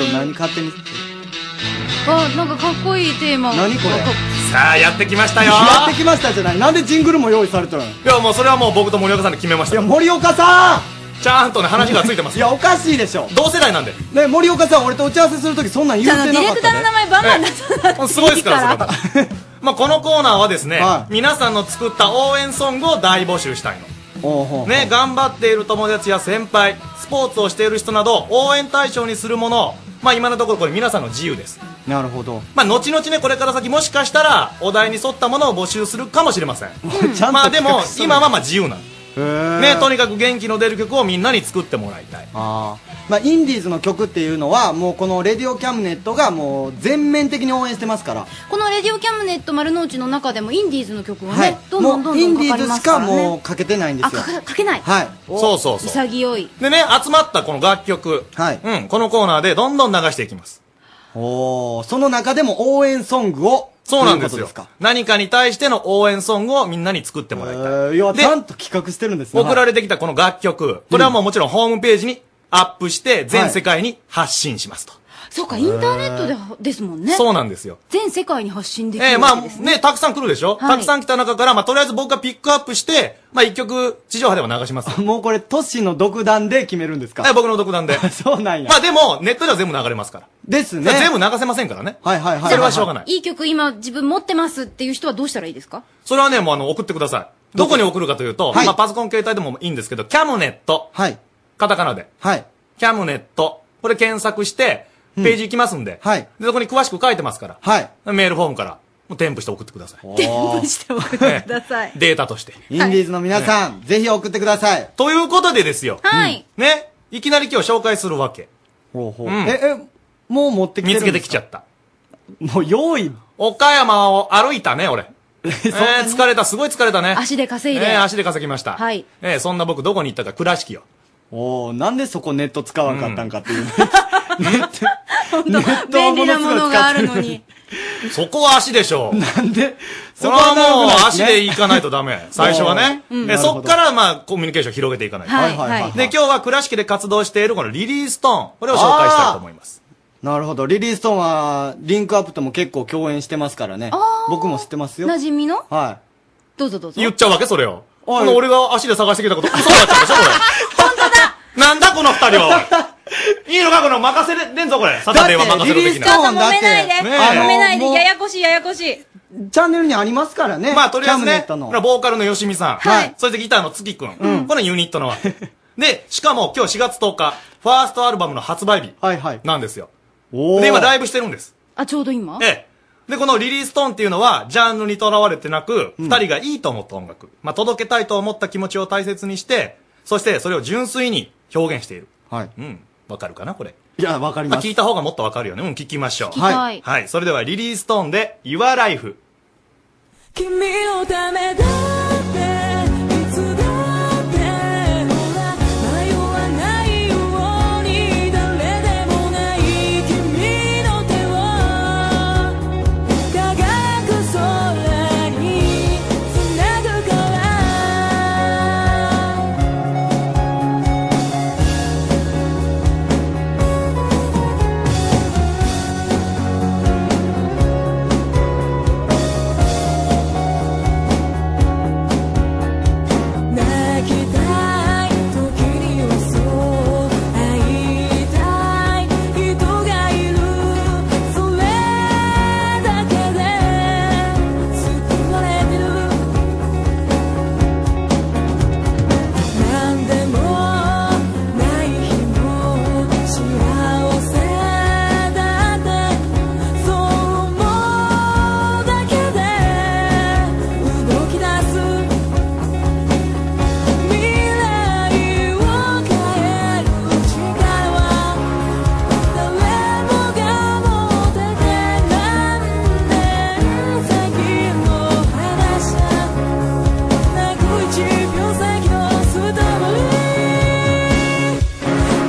ょ、何勝手に。
あ、なんかかっこいいテーマを。
何これ
さあ、やってきましたよ。
やってきましたじゃない。なんでジングルも用意されてるの
いや、もうそれはもう僕と森岡さんで決めました。いや、
森岡さん
ちゃんとね、話がついてます。
いや、おかしいでしょ。
同世代なんで。
ね、森岡さん、俺と打ち合わせするときそんなん言うてなかったね。
前バンバン出さなく
もうすごいですから、その方。まあ、このコーナーはですね、皆さんの作った応援ソングを大募集したいの。
おうほう
ね、頑張っている友達や先輩、スポーツをしている人など、応援対象にするものを、まあ今のところこれ皆さんの自由です。
なるほど。
まあ後々ね、これから先もしかしたら、お題に沿ったものを募集するかもしれません。
ちゃんと
まあでも
企画し、とる
今はまあ自由な
へー
の。ね、とにかく元気の出る曲をみんなに作ってもらいたい。
あーまあ、インディーズの曲っていうのはもうこの「レディオキャムネット」がもう全面的に応援してますから
このレディオキャムネット丸の内の中でもインディーズの曲はね、
はい
どんどん
も
ど
うイ
ん
ン
ど
デ
ん
ィ
か
ー
かり
ズ
ま
し
すから
か
ね。
もうかけてないんですよ
あ、かかけない。
はい
お
そうそうそう
潔い。
でね、集まったこの楽曲、うん、このコーナーでどんどん流していきます。
おーその中でも応援ソングを
そうなんですよ
といこと
何かに対しての応援ソングをみんなに作ってもらいたい。
かいやちゃんと企画してるんですね
送られてきたこの楽曲、これはもうもちろんホームページにアップして全世界に発信しますと。
そうか、インターネットでですもんね。
そうなんですよ。
全世界に発信できる
ええま
わけ
あ
ですね。
ね、たくさん来るでしょ、
はい
たくさん来た中から、まあとりあえず僕がピックアップして、まあ一曲、地上波では流します。
[laughs] もうこれ、トッシーの独断で決めるんですか
え僕の独断で。
[laughs] そうなんや。
まあでも、ネットでは全部流れますから。
ですね。
全部流せませんからね。
はいはいはい。
それはしょうがない。
いい曲今自分持ってますっていう人はどうしたらいいですか
それはね、もうあの、送ってください。どこに送るかというと、まあパソコン携帯でもいいんですけど、キャムネット。
はい。
カタカナで。
はい。
キャムネット。これ検索して、ページ行きますんで。はい。で、そこに詳しく書いてますから。
はい。
メールフォームから、もう添付して送ってください。
添付
して送って
く
ださい。
データとして。
インディーズの皆さん、ぜひ送ってください。
ということでですよ。
はい。
ね。いきなり今日紹介するわけ。
ほうほう。
うん
え、え、もう持ってきて
見
る
つけ
ん
て
です
き
か
ちゃった。
もう用意。
岡山を歩いた
[laughs]
ね、俺。えー疲れた、すごい疲れたね。
足で稼いで
えー足で稼ぎました。
はい。
えーそんな僕どこに行ったか、倉敷よ。
おおなんでそこネット使わなかったんかっていう。
便利なものがあるのに。
そこは足でしょう。なんでそ
そ
こ
こは
はも
長
う
くないです
足
ね
で行かないとダメ。最初はね。
うん
で
なるほ
そ
ど
っからまあコミュニケーションを広げていかないと。
はいはいはいはい
で、今日は倉敷で活動しているこのリリーストーン。これを紹介したいと思います。
なるほど。リリーストーンは、リンクアップとも結構共演してますからね。僕も知ってますよ。
馴染みの
は
どうぞどうぞ。
言っちゃうわけ、それを。
はい
この俺が足で探してきた
[laughs]
こと、嘘になっちゃうでしょ、これ。本当だなんだこの二人は。おいいいのか、この任せれんぞ、これ。サタデーは任せる的な。
ちょっと揉めないで。
ねえ
揉めないで。ややこしい、ややこしい。
い。チャンネルにありますからね。
まあ、とりあえず
キャムネ
ね
ッ、トの。
ボーカルのよしみさん。はい。そしてギターの月くん。このユニット
[laughs]
の。で、しかも今日4月10日、ファーストアルバムの発売日。なんですよ。
おー
で、今ライブしてるんです。
あ、ちょうど今
ええ。で、このリリーストーンっていうのは、ジャンルにとらわれてなく、二人がいいと思った音楽。まあ、届けたいと思った気持ちを大切にして、そしてそれを純粋に表現している。
はい。
うん。わかるかな、これ。
いや、わかり
まあ、
ます
聞。いた方がもっとわかるよね。うん、聞きましょう。
聞きたいはい
はい。それではリリーストーンで、Your Life。
君のためだっていつだってほら迷わないように誰でもない君の手を高く空につなぐから泣きたい時にはそう会いたい人がいるそれだけで救われてる何でもない日も幸せだってそう思うだけで動き出す未来を変える力は誰もが持っててなんで先の話じゃなく1秒先のストーリー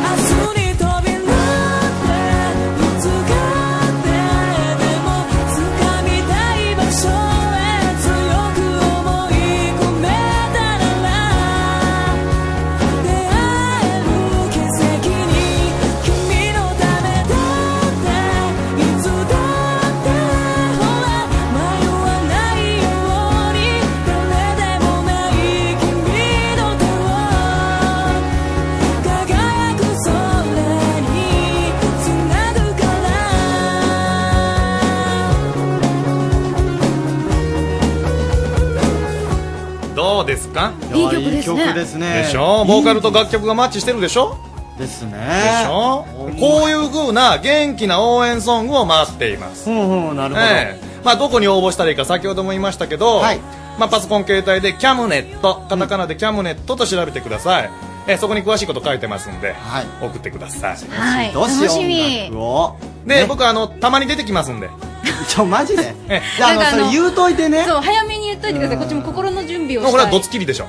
明日に飛び乗ってぶつかってでも掴みたい場所へ強く思い込めたなら出会える奇跡に君のためだっていつだってほら迷わないように誰でもない君の手を輝く空につなぐから
どうですか
いやいい曲ですねいい曲ですね
でしょボーカルと楽曲がマッチしてるでしょ
ですね。
でしょこういう風な元気な応援ソングを待っています。
うんうん、なるほど。
ええまあ、どこに応募したらいいか先ほども言いましたけど、まあ、パソコン携帯でキャムネットカタカナでキャムネットと調べてください、ええそこに詳しいこと書いてますんで、送ってください
はい。
どう
楽
しよう
しみ。
お
で、僕あのたまに出てきますんで
ちょ、マジで
え
じゃあ、あの、
なんかあ
そ
の
れ言うといてね。
そう、早めに言っといてください。こっちも心の準備
え
を
もうこれは
した
ド
い。
ッキリでしょ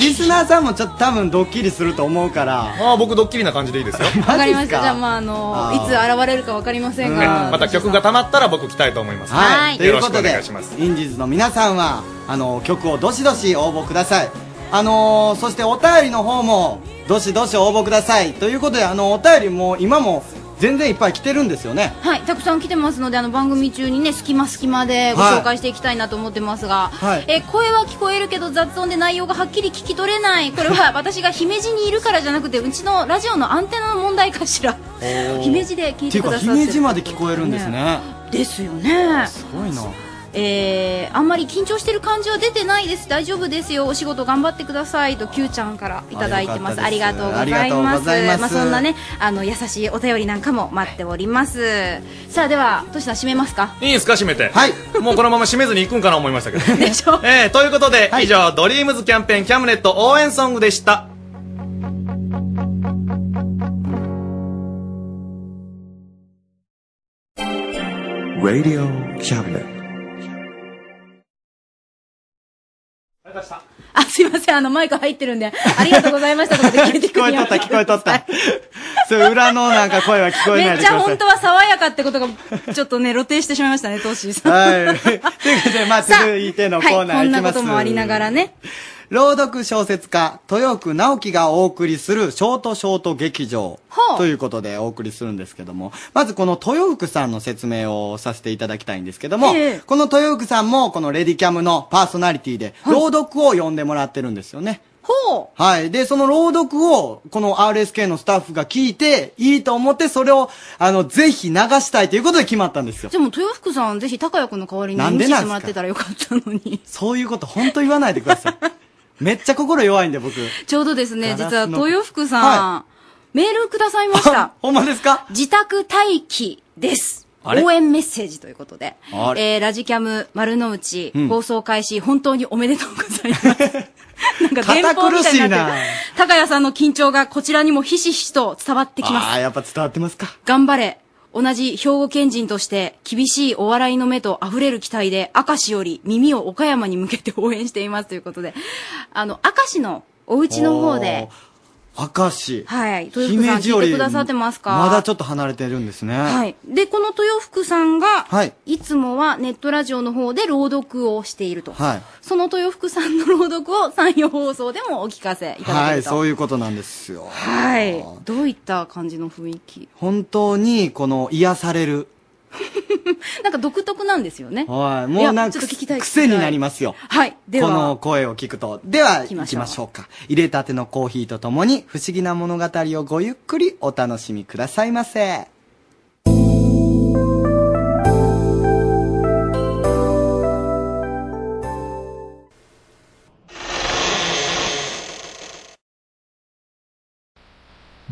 リスナーさんもちょっと多分ドッキリすると思うから。
ああ僕ドッキリな感じでいいです
[laughs]
よ
わかりました。じゃあ、まあ、あの、
あ
い
ー
つ現れるかわかりません
ええ
が。
また曲がたまったら僕来たいと思います
はい、とい
よ
う
ろ
こ
しく
と
お
で
願いします
インディーズの皆さんはあの曲をどしどし応募くださいあのーそしてお便りの方もどしどし応募くださいということであのお便りも今も全然いっぱい来てるんですよね。
はい、たくさん来てますので、あの番組中にね、隙間隙間でご紹介していきたいなと思ってますが、
はい
えー声は聞こえるけど雑音で内容がはっきり聞き取れない。これは私が姫路にいるからじゃなくて、うちのラジオのアンテナの問題かしら。姫路で聞いてくださってる
っていうか姫路まで聞こえるんですね。
ですよね。
すごいな。
えー、あんまり緊張してる感じは出てないです大丈夫ですよお仕事頑張ってくださいと Q ちゃんからいただいてますあ
あ
り
よ
が
か
とうご
ったです
ざいま
あ
す
りがとうございます
あそんなねあの優しいお便りなんかも待っております、さあではとしさん締めますか
いいですか、締めて。はい。もうこのまま締めずに行くんかな思いましたけど。
でしょ
えー、ということで、以上、ドリームズキャンペーンキャムネット応援ソングでした。
Radio Cabinet.
あすいませんあのマイク入ってるんでありがとうございましたとかで [laughs] 聞いて
聞
く
こ
る
え
よ
とった、聞こえとった。それ裏のなんか声は [laughs] 聞こえ
め
ない
っ
で
ち
ください。
ゃ本当は爽やかってことがちょっとね露呈してしまいましたねトシさん
はい。ということで、まあ、続いてのコーナ
こ
ー
ん
いき
なこ
ます。
ともありながらね
朗読小説家、豊奥直樹がお送りするショートショート劇場
ほう
ということでお送りするんですけども、まずこの豊福さんの説明をさせていただきたいんですけども、
ええ
この豊福さんもこのレディキャムのパーソナリティで朗読を読んでもらってるんですよね。
ほ
はい。で、その朗読を、この RSK のスタッフが聞いて、いいと思って、それを、あの、ぜひ流したいということで決まったんですよ
じ。ゃあもう豊福さんぜひ高谷君の代わりに
なん
MC
で
し
なん
てもら
すか
ってたらよかった
そういうこと本当言わないでくだ
[laughs]
さい。めっちゃ心弱いんで、僕。
ちょうどですね、
ガ
実
ラ
は
スの
豊福さん、メールくださいました。
[laughs] ほんまですか
自宅待機です。
あれ
応援メッセージということで
あ、れ
えー、ラジキャム丸の内、
うん
放送開始、本当におめでとうござい
[laughs]
ます。なんか電
堅
報み
苦
たい
し
に
い
なっ
な
てる。。高谷さんの緊張がこちらにもひしひしと伝わってきます
あ。あ、やっぱ伝わってますか。
頑張れ。同じ兵庫県人として、厳しいお笑いの目と溢れる期待で、明石より耳を岡山に向けて応援していますということで、あの、明石のお家の方で、
明石。
はい、豊福さん聞いてくださってますか
まだちょっと離れてるんですね。
は。い。で、この豊福さんが、
はい。
いつもはネットラジオの方で朗読をしていると。
はい。
その豊福さんの朗読を山陽放送でもお聞かせいただ
は
け
い、
ると。
そういうことなんですよ。
はい。どういった感じの雰囲気
本当に、この、癒される。
なんか独特なんですよね。
はい。もうなん
いやち
か、
ょっと聞きたい
癖になりますよ。
はい。で
この
は、
声を聞くと。では、
行きま
行
し
き
ょう
ましょうか。入れたてのコーヒーとともに、不思議な物語をごゆっくりお楽しみくださいませ。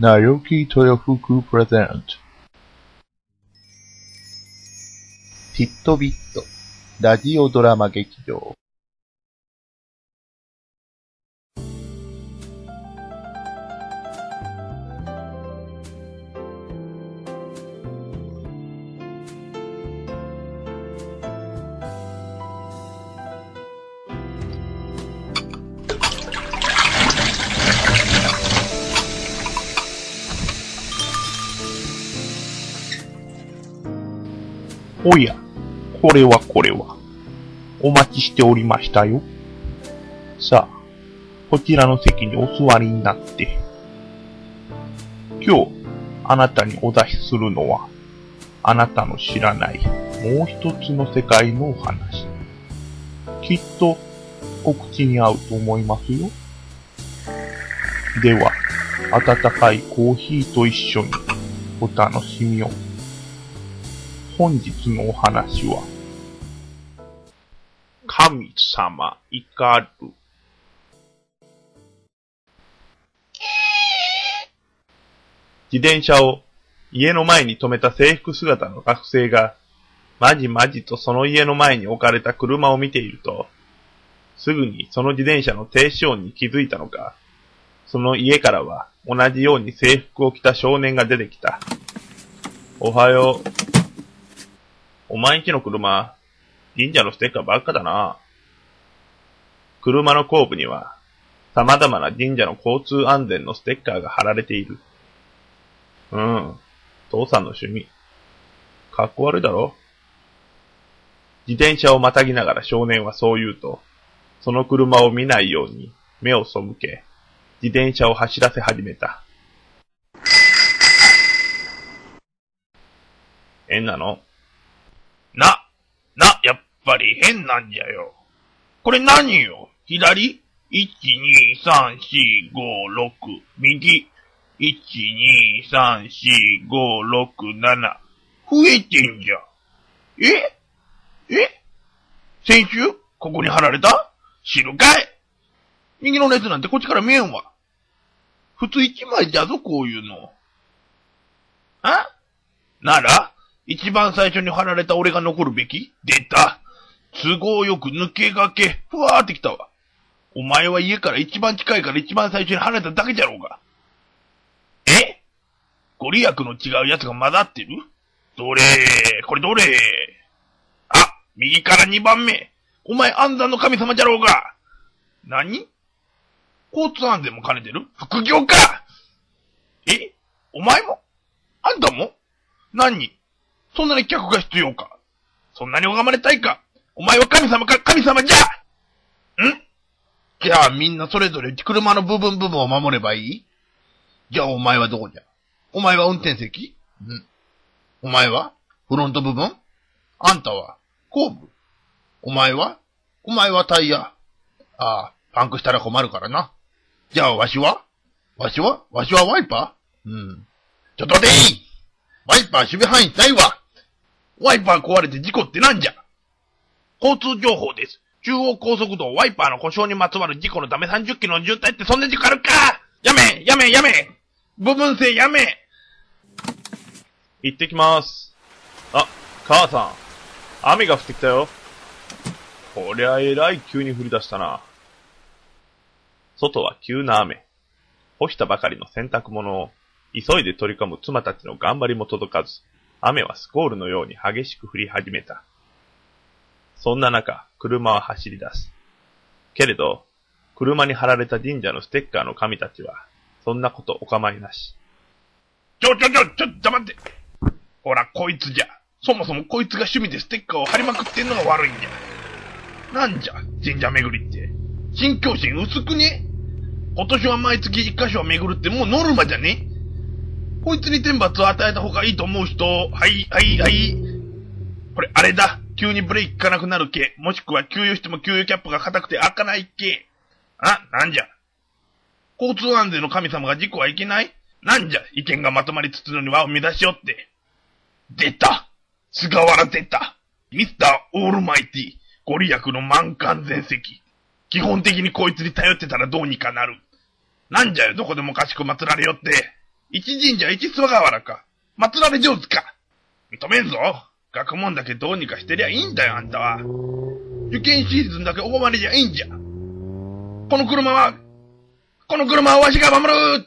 Naoki Toyofuku present ティットビットラジオドラマ劇場おや、これはこれは。お待ちしておりましたよ。さあ、こちらの席にお座りになって。今日、あなたにお出しするのは、あなたの知らないもう一つの世界のお話。きっと、お口に合うと思いますよ。では、温かいコーヒーと一緒にお楽しみを。本日のお話は、神様怒る。自転車を家の前に止めた制服姿の学生が、まじまじとその家の前に置かれた車を見ていると、すぐにその自転車の停止音に気づいたのか、その家からは同じように制服を着た少年が出てきた。おはよう。お前んちの車、神社のステッカーばっかだな。車の後部には、様々な神社の交通安全のステッカーが貼られている。うん。父さんの趣味。かっこ悪いだろ自転車をまたぎながら少年はそう言うと、その車を見ないように目を背け、自転車を走らせ始めた。
変なのな、な、やっぱり変なんじゃよ。これ何よ左 ?1,2,3,4,5,6 右 ?1,2,3,4,5,6,7 増えてんじゃん。ええ先週ここに貼られた知るかい右の列なんてこっちから見えんわ。普通一枚じゃぞ、こういうの。あなら、一番最初に貼られた俺が残るべき出た。都合よく抜けがけ、ふわーってきたわ。お前は家から一番近いから一番最初に貼られただけじゃろうが。えご利益の違うやつが混ざってるどれこれどれあ、右から二番目。お前暗算の神様じゃろうが。何交通安全も兼ねてる副業かえお前もあんたも何そんなに客が必要かそんなに拝まれたいかお前は神様か神様じゃんじゃあみんなそれぞれ車の部分部分を守ればいいじゃあお前はどこじゃお前は運転席んお前はフロント部分あんたは後部お前はお前はタイヤ。ああ、パンクしたら困るからな。じゃあ、わしはわしはわしはワイパーうん。ちょっとでいいワイパー守備範囲ないわワイパー壊れて事故ってなんじゃ交通情報です。中央高速道ワイパーの故障にまつわる事故のため30キロの渋滞ってそんな事故あるかやめやめやめ部分制やめ行ってきます。あ、母さん。雨が降ってきたよ。こりゃえらい急に降り出したな。外は急な雨。干したばかりの洗濯物を急いで取り込む妻たちの頑張りも届かず、雨はスコールのように激しく降り始めた。そんな中、車は走り出す。けれど、車に貼られた神社のステッカーの神たちは、そんなことお構いなし。ちょちょちょ、ちょ、黙って。ほら、こいつじゃ。そもそもこいつが趣味でステッカーを貼りまくってんのが悪いんじゃ。なんじゃ、神社巡りって。信教心薄くね今年は毎月一箇所を巡るってもうノルマじゃねこいつに天罰を与えた方がいいと思う人、はい、はい、はい。これ、あれだ。急にブレーキ効かなくなる系。もしくは給油しても給油キャップが硬くて開かない系。あ、なんじゃ。交通安全の神様が事故はいけないなんじゃ、意見がまとまりつつのに輪を乱しよって。出た菅原出たミスターオールマイティご利益の満貫全席基本的にこいつに頼ってたらどうにかなる。なんじゃよ、どこでもかしこ祀られよって。一神社一諏訪河原か。祀られ上手か。認めんぞ。学問だけどうにかしてりゃいいんだよ、あんたは。受験シーズンだけお困りじゃいいんじゃ。この車は、この車はわしが守る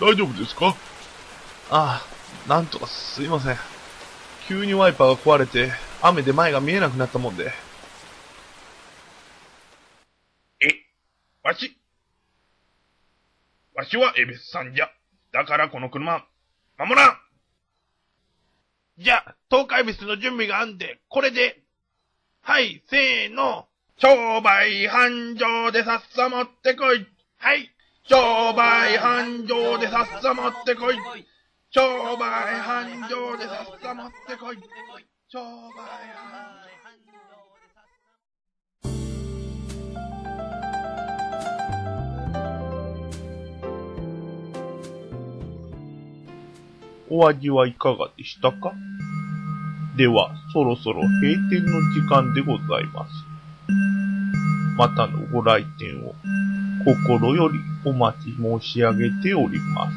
大丈夫ですかああ、なんとかすいません。急にワイパーが壊れて、雨で前が見えなくなったもんで。え、わし、わしはエベスさんじゃ。だからこの車、守らんじゃあ、東海ビスの準備があんで、これで。はい、せーの。商売繁盛でさっさ持ってこい。はい。商売繁盛でさっさ持ってこい。商売繁盛でさっさ持ってこい。商売繁盛。お味はいかがでしたかでは、そろそろ閉店の時間でございます。またのご来店を心よりお待ち申し上げております。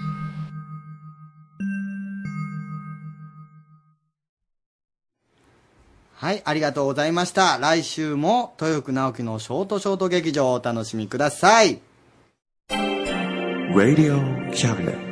はい、ありがとうございました。来週も、豊福直樹のショートショート劇場をお楽しみください。
Radio Cabinet.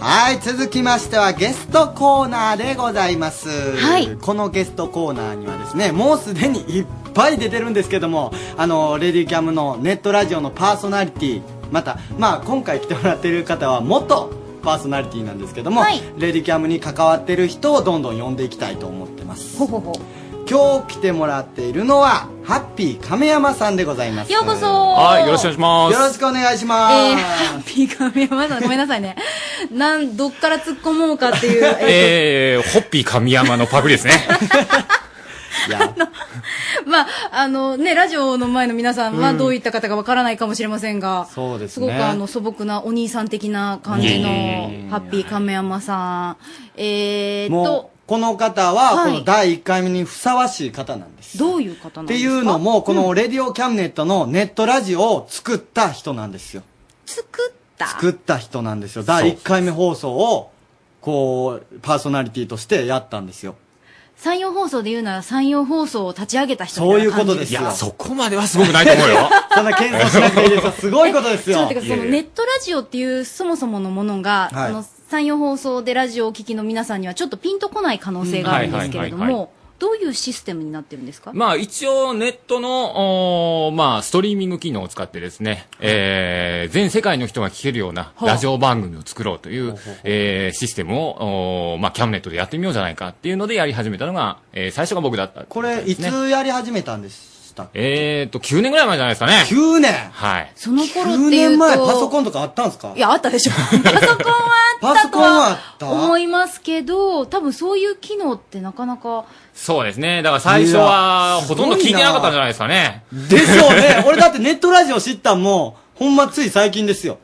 はい、続きましてはゲストコーナーでございます。
はい
このゲストコーナーにはですね、もうすでにいっぱい出てるんですけども、あの、レディキャムのネットラジオのパーソナリティ、また、まあ今回来てもらってる方は元パーソナリティなんですけども、
はい
レディキャムに関わってる人をどんどん呼んでいきたいと思ってます。
ほほほ。
今今日来てもらっているのは、ハッピー亀山さんでございます。
ようこそ
はいよろしくお願いします
よろしくお願いします。
えー、ハッピー亀山さん、ごめんなさいね。なん、どっから突っ込もうかっていう。え
えー、ホッピー神山のパクリですね。
ー [laughs] まあ、あのね、ラジオの前の皆さんは
うん
どういった方かわからないかもしれませんが、
そうですす
ご
ね。
くあの素朴なお兄さん的な感じの
いえいえいえいえ
ハッピー亀山さん。えーっと
も、う、この方は、
は
こ
い
の第1回目にふさわしい方なんです。
どういう方なん
っ
で
て
す
い
か
うのも、このレディオキャンネットのネットラジオを作った人なんですよ。作った人なんですよ。第1回目放送を、こう、パーソナリティとしてやったんです
[laughs]
よ。
山陽放送で言うなら山陽放送を立ち上げた人み
そう
た
い
い
う
な
こ
感じ
とですよ。
いやそこまではすごくないと思うよ。
[laughs] そんな謙遜しなくていいですよ。すごいことです
そう
よ。
てかそのネットラジオっていうそもそものものが、
はい
その山陽放送でラジオをお聞きの皆さんにはちょっとピンとこない可能性があるんですけれど
うんはいはいはいは
も、どういうシステムになってるんですか、
[laughs] まあ一応ネットの、おーまあストリーミング機能を使ってですね、えー、全世界の人が聞けるような
ほう
ラジオ番組を作ろうという、えー、システムを、おーまあキャムネットでやってみようじゃないかっていうのでやり始めたのが、えー、最初が僕だった。
これ、いつやり始めたんでしたっけ
えーと、9年ぐらい前じゃないですかね。
9年
はい。
その頃っていうと
?9 年前パソコンとかあったんですか
[laughs] いや、あった
[laughs]
でしょ。
パソコンはあった
思いますけど、多分そういう機能ってなかなか、
そうですね。だから最初
い
は
や
ほとんど聞いてなかったんじゃないですかね。
でしょうね。俺だってネットラジオ知ったんも、ほんまつい最近ですよ。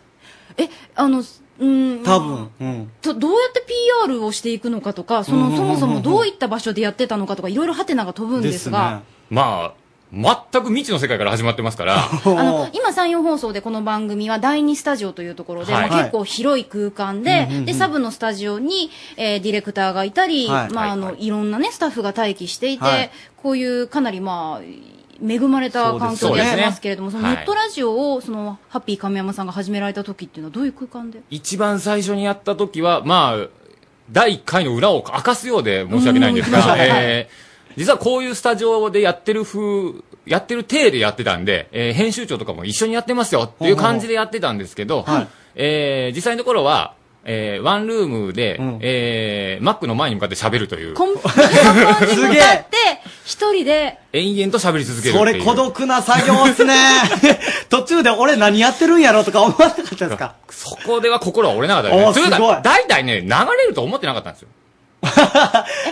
あの、うん、
多分。うん。
とどうやって PR をしていくのかとか、その、
うんうん
そ
うんう
も
ん
そもどういった場所でやってたのかとか、いろいろハテナが飛ぶんですが、
まあ、全く未知の世界から始まってます [laughs] から。
あの、今、山陽放送でこの番組は第2スタジオというところで、
はい
まあ結構広い空間で、
はいうんうんうん
で、サブのスタジオに、えーディレクターがいたり、
はい
まあ、あの、いろんなね、スタッフが待機していて、
はい
こういうかなりまあ、恵まれた環境でやってますけれども、
そ
そう
です
の
ね
ネットラジオを、その、ハッピー亀山さんが始められた時っていうのはどういう空間で
一番最初にやった時は、まあ、第1回の裏を明かすようで申し訳ないんですが、
うん
えー実はこういうスタジオでやってる風、やってる体でやってたんで、えー編集長とかも一緒にやってますよっていう感じでやってたんですけど、えー実際のところは、えーワンルームで、えーマックの前に向かって喋るという、
コンパ
すげ
だっ
え
て、一人で、
延々と喋り続けるっ
そ
て
れ
いう。
孤独な作業っす
[laughs]
ね。途中で俺何やってるんやろとか思わなかったですか
そこでは心は折れなかった
おー
という
すごい
か、代々ね、流れると思ってなかったんですよ。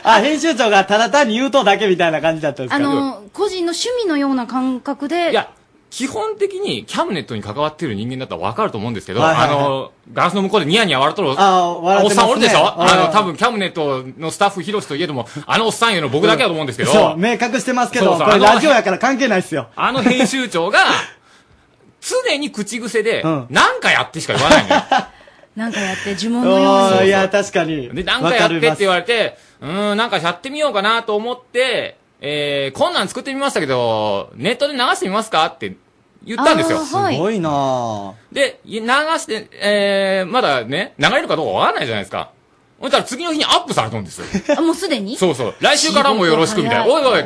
あ、編集長がただ単に言うとだけみたいな感じだったんです
あ
か
の、個人の趣味のような感覚で、
いや、基本的にキャムネットに関わってる人間だったらわかると思うんですけど、
はいはいはい
あの、ガラスの向こうでニヤニヤ笑っとるお
あ笑っ
おってさ
ますね
んおるでしょ、
うん
あの、多分キャムネットのスタッフ広しといえども、あのおっさんよりも僕だけだと思うんですけど、
そう、明確してますけど、
そうそう
これ
あの
ラジオやから関係ないっすよ。
あの編集長が、常に口癖で、なんかやってしか言わない
[laughs]
のよ。
なんかやって呪文のよう
お
に。
ーいや、確かに。
で、なんかやってって言われて、うーん、なんかやってみようかなと思って、えー、こんなん作ってみましたけど、ネットで流してみますかって言ったんですよ。
あーはいすごいなぁ。
で、い流して、えー、まだね、流れるかどうかわからないじゃないですか。ほんたら次の日にアップされたんですよ。 [laughs]
あもうすでに
そうそう。来週からもよろしくみたいな。
仕事
お
早
いお
い
い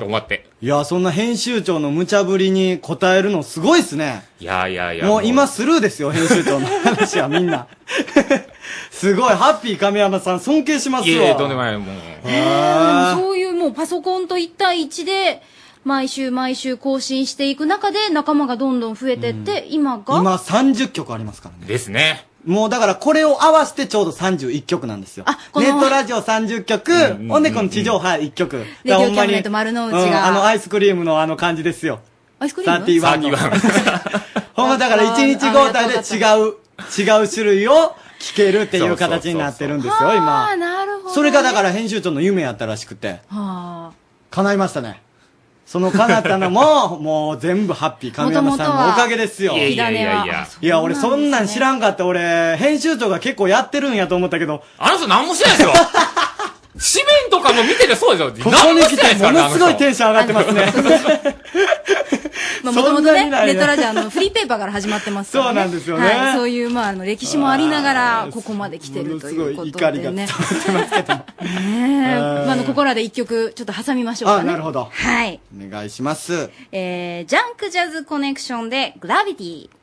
と思って。
いや、そんな編集長の無茶ぶりに答えるのすごいっすね。
いやいやいや。
もう今スルーですよ、編集長の [laughs] 話はみん
[laughs]
な。すごい、ハッピー亀山さん尊敬します
いえいえ、
わ。
とんでもない、もう。
うん
あ
そういうもうパソコンと一対一で、毎週毎週更新していく中で仲間がどんどん増えてって、今
ー
が、
今30曲ありますからね。
ですね。
もうだからこれを合わせてちょうど31曲なんですよ。ネットラジオ30曲、ほんでこの地上波1曲。
レディ
だ
オ
からほんま
キャ
に
ビネット丸の内が
うんあのアイスクリームのあの感じですよ。
アイスクリーム
31の。ほんまだから1日交代で違う、違う種類を聞けるっていう形になってるんですよ、今
あ。あ、なるほど、ね。
それがだから編集長の夢やったらしくて、
は
叶いましたね。その叶ったのも、もう全部ハッピー神山さんのおかげですよ。
元々はいやいやいやいや
いや
そ
いや、俺そんなん知らんかった。俺、編集長が結構やってるんやと思ったけど、
あの人何もしてないですよ紙面とかも見ててそうです
[laughs]
よ。
ここ
何
に
も
来
してない
て
ですか
も
らね、
のすごいテンション上がってますね。
あ。まあ、もともと
そ
ね、
んな未来
ネットラジオあの、フリーペーパーから始まってますから、ね。
そうなんですよね
はい。そういう、まあ、あの、歴史もありながら、ここまで来てるということで、ね。
ものす
ごい怒りがねえ。
うん
まあ、あの、ここらで一曲、ちょっと挟みましょうかね。
あなるほど
はい。
お願いします。
えー、ジャンクジャズコネクションで、グラビティ。
「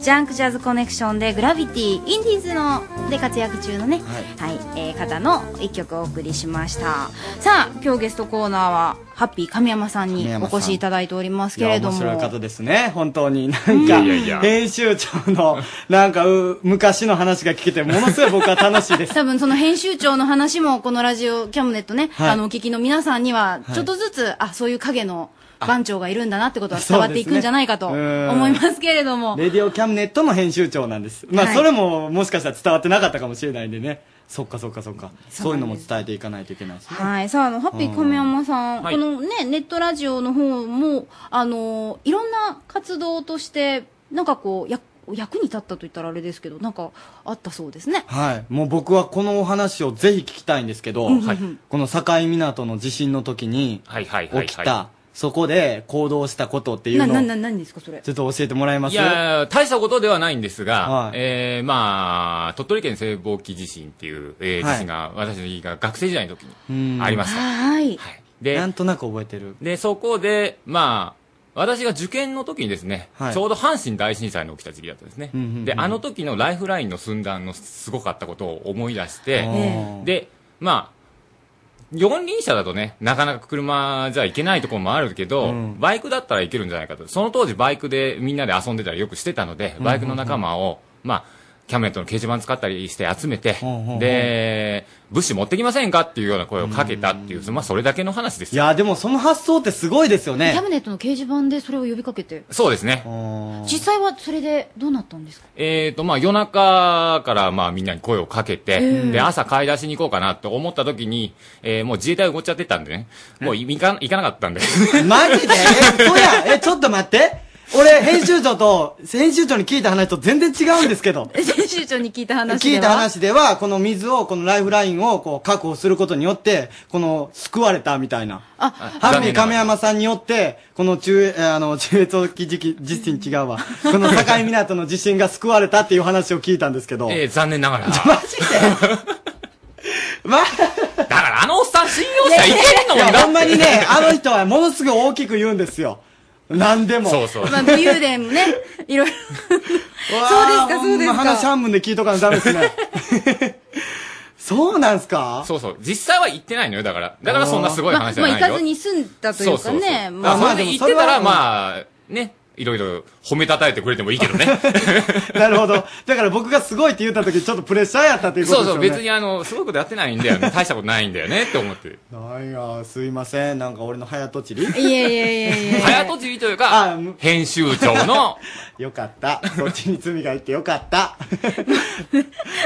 ジャンクジャズコネクションでグラビティインディーズので活躍中のね、はいえー方の一曲をお送りしましたさあ今日ゲストコーナーはハッピー神山さんに
神山
お
さん
越しいただいております
い
け
や
れども
面白い方ですね、本当に。なんか、
いやいやいや
編集長の、なんか、う昔の話が聞けて、ものすごい僕は楽しいです。
多分その編集長の話もこのラジオキャムネットね、
はい
あのお聞きの皆さんには
はい
ちょっとずつ、あそういう影の番長がいるんだなってことは伝わっていくんじゃないかと
そうですねうん
思いますけれども、
レディオキャムネットの編集長なんです。まあ、
はい
それも、もしかしたら伝わってなかったかもしれないんでね。そっかそっかそっか。そういうのも伝えていかないといけないですね。
はい、さああのハッピー亀山さん、
うんはい
このねネットラジオの方もあのいろんな活動としてなんかこうや役に立ったと言ったらあれですけどなんかあったそうですね。
はい。もう僕はこのお話をぜひ聞きたいんですけど、
うんうんうん
この境港の地震の時に
はいはいはいはい
起きた、そこで行動したことっていう
な
の
な
を、
な何ですかそれ
ちょっと教えてもらえます
いやー大したことではないんですが、えーまあ、鳥取県西部沖地震っていう、えー
はい
地震が、私が学生時代の時に
うん
ありました。
はい。
で
なんとなく覚えてる。
で、そこで、まあ、私が受験の時にですね、
はい
ちょうど阪神大震災の起きた時期だったんですね。
うんうんうん
で、あの時のライフラインの寸断のすごかったことを思い出して
え、
で、まあ、四輪車だとね、なかなか車じゃ行けないところもあるけど、バイクだったらいけるんじゃないかと。その当時バイクでみんなで遊んでたりよくしてたので、バイクの仲間を、まあ、キャメットの掲示板使ったりして集めて、
ほう
で、物資持ってきませんかっていうような声をかけたっていう、まあそれだけの話です
いやーでもその発想ってすごいですよ
キャ
ね。
ムネットの掲示板でそれを呼びかけて
そうですね。
実際はそれでどうなったんですか
えっ、と、まあ、夜中から、まあ、みんなに声をかけて、
うん
で、朝買い出しに行こうかなって思った時に、えーもう自衛隊動っちゃってたんでね、もうい行か行かなかったんで。
マジ
[laughs]
でえ、嘘やえ、ちょっと待って。俺、編集長と、編集長に聞いた話と全然違うんですけ
[laughs]
ど。
編集長に聞いた話では
聞いた話では、この水を、このライフラインをこう確保することによって、この救われたみたいな。ハッピー亀山さんによって、この中、え [laughs] ーあの、中越沖地震地震違うわ。この境港の地震が救われたっていう話を聞いたんですけど。
[laughs] えー残念な
[laughs]
がら。だから、あのおっさん信用したらいけんのも
いやほんま
[laughs]
にね、あの人はものすごい大きく言うんですよ。何でも。そうそう
まあ、武
[laughs]
勇伝も
[laughs]
ね、いろいろ。そうですか、そうです
話
か。
半分で聞いとかのダメですね。 [laughs] そうなんすか
そうそう。実際は行ってないのよ、だから。だからそんなすごい話じゃ
まあ、
ない
ま
よ。
あ行かずに済んだというかね。
まあ、それで行ってたら、まあ、ね、いろいろ褒めたたえてくれてもいいけどね。
なるほど。だから僕がすごいって言った時ちょっとプレッシャーやったということ
そう
です
そ
よ
う、
ね。
別にあの、すごいことやってないんだよね。大したことないんだよね、って思って。
なんや、すいません。なんか俺の早とちりい
いやいやいやいや
早とちりというか、編集長の、
[laughs] よかった。そっちに罪がいってよかった。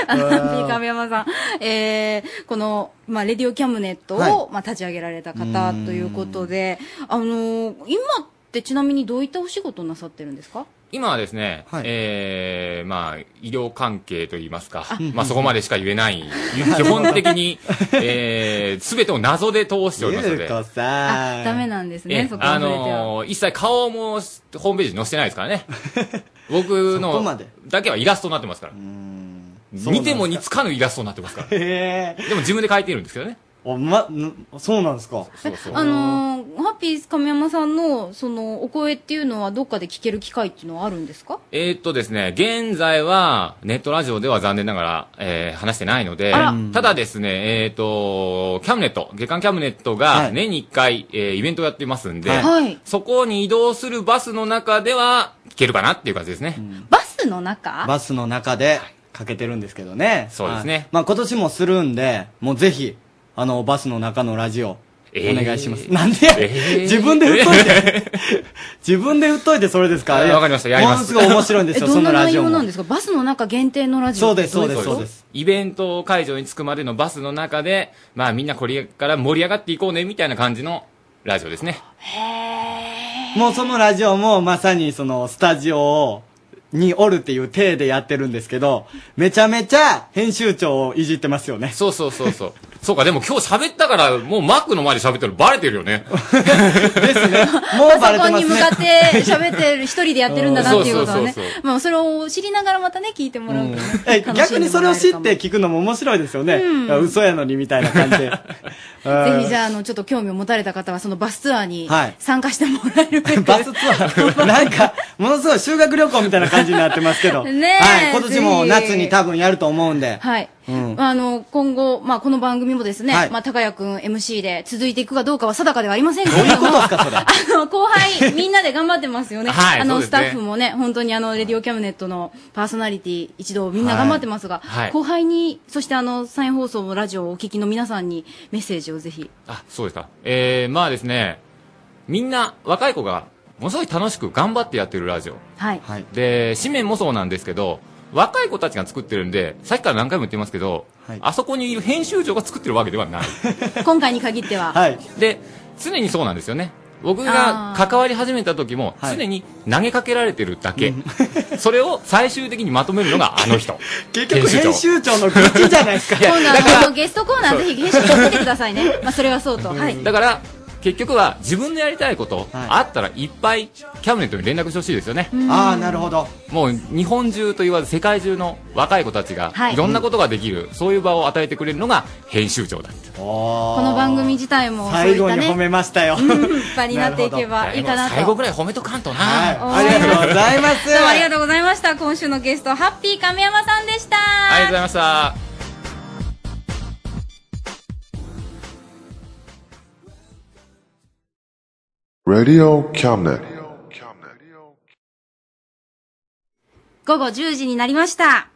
あの、
うん
ハッピー亀山さん。えー、この、まあ、レディオキャムネットを、
は
まあ、立ち上げられた方ということで、あのー今ってちなみにどういったお仕事をなさってるんですか
今はですね、えーまあ、医療関係といいますか
あ、
まあそこまでしか言え
[laughs]
ない、基本的に、えー、すべてを謎で通しておりますので。
さ
ダメなんです
え
ね、
え
そこ
あ
に触れては。
のー一切顔もホームページに載せてないですか
[laughs]
らね。僕
そこ
の
まで、
だけはイラストになってますから。
そうなんですか
見ても似つかぬイラストになってますから。
へ
でも自分で描いてるんですけどね。
おま、んそうなんですか
そうそう。
あのーハッピー亀山さんの、その、お声っていうのは、どっかで聞ける機会っていうのはあるんですか
えーっとですね、現在は、ネットラジオでは残念ながら、えー話してないので、
あら
ただですね、えーっと、キャムネット、月間キャムネットが年に1回、えーイベントをやってますんで、
はい
そこに移動するバスの中では、聞けるかなっていう感じですね。
バスの中
バスの中でかけてるんですけどね。
そうですね
はいまあ今年もするんで、もうぜひ、あの、バスの中のラジオ、
えー
お願いします。なんでや、
えー
自分で振っといて。 [laughs] 自分で振っといてそれですか
えーわかりましたやります
ものすごい面白いんです
[laughs] え、
よ、
ど
そ
ん
の
な
ラ
内
ジオ
容
も。
なんですかバスの中限定のラジオ
そうですそうです
どいこと
そうです。
イベント会場に着くまでのバスの中で、まあみんなこれから盛り上がっていこうね、みたいな感じのラジオですね。
もうそのラジオもまさにそのスタジオを、におるっていう体でやってるんですけど、めちゃめちゃ編集長をいじってますよね。
そうそうそうそう。そうか、でも今日喋ったから、もうマックの前で喋ってるのバレてるよね。
も
パソコンに向かって喋ってる、一人でやってるんだなっていうことを
[laughs]
ね
そうそうそう。
まあ、それを知りながらまたね、聞いてもらうとね。
え逆にそれを知って聞くのも面白いですよね。
うん
いや嘘やのにみたいな感
[laughs]
じで。
ぜひじ
ゃ
ゃあ、あの、ちょっと興味を持たれた方は、そのバスツアーに
はい
参加してもらえるべく。
バスツアー、 [laughs] なんか、ものすごい修学旅行みたいな感じになってますけど。
[laughs] ねえ
はい。今年も
ぜ
夏
ひ
に多分やると思うんで。
はい。
うん。
まあ、あの、今後、まあ、この番組もですね、
はい
まあ、高谷くん MC で続いていくかどうかは定かではありませんけれども、 [laughs] あの、後輩、みんなで頑張ってますよね。
はい
あ
そう
の、
で
ス
すね
タッフもね、本当にあの、レディオキャムネットのパーソナリティ一同みんな頑張ってますが、
はいはい
後輩に、そしてあの、サイン放送もラジオをお聞きの皆さんにメッセージをぜひ。
あ、そうですか。えー、まあですね、みんな、若い子が、ものすごい楽しく頑張ってやってるラジオ。
はい。
で、紙面もそうなんですけど、若い子たちが作ってるんで、さっきから何回も言ってますけど、あそこにいる編集長が作ってるわけではない。
今回に限って
[laughs]
は。
はい。
で、常にそうなんですよね。僕が関わり始めた時も、常に投げかけられてるだけ。 [laughs] それを最終的にまとめるのがあの人。
[laughs] 結局編集長の愚痴じゃないですか。
今度
だから
あの、ゲストコーナーぜひ編集しててくださいね。まあ、それはそうと。はい。
だから、結局は自分のやりたいこと、あったらいっぱいキャブネットに連絡してほしいですよね
うん。あーなる
ほど。
もう日本中と言わず世界中の若い子たちが
はい
いろんなことができる、そういう場を与えてくれるのが編集長だって。
この番組自体も、そう
最
いっ
後
た
に褒
ね、
めましたよ。 [laughs]
場になっていけばいいかなと。
最後ぐらい褒めとかんとな。
ありがとうございます。
どうもありがとうございました。今週のゲスト、ハッピー亀山さんでした。
ありがとうございました。
Radio Cabinet.
午後10時になりました。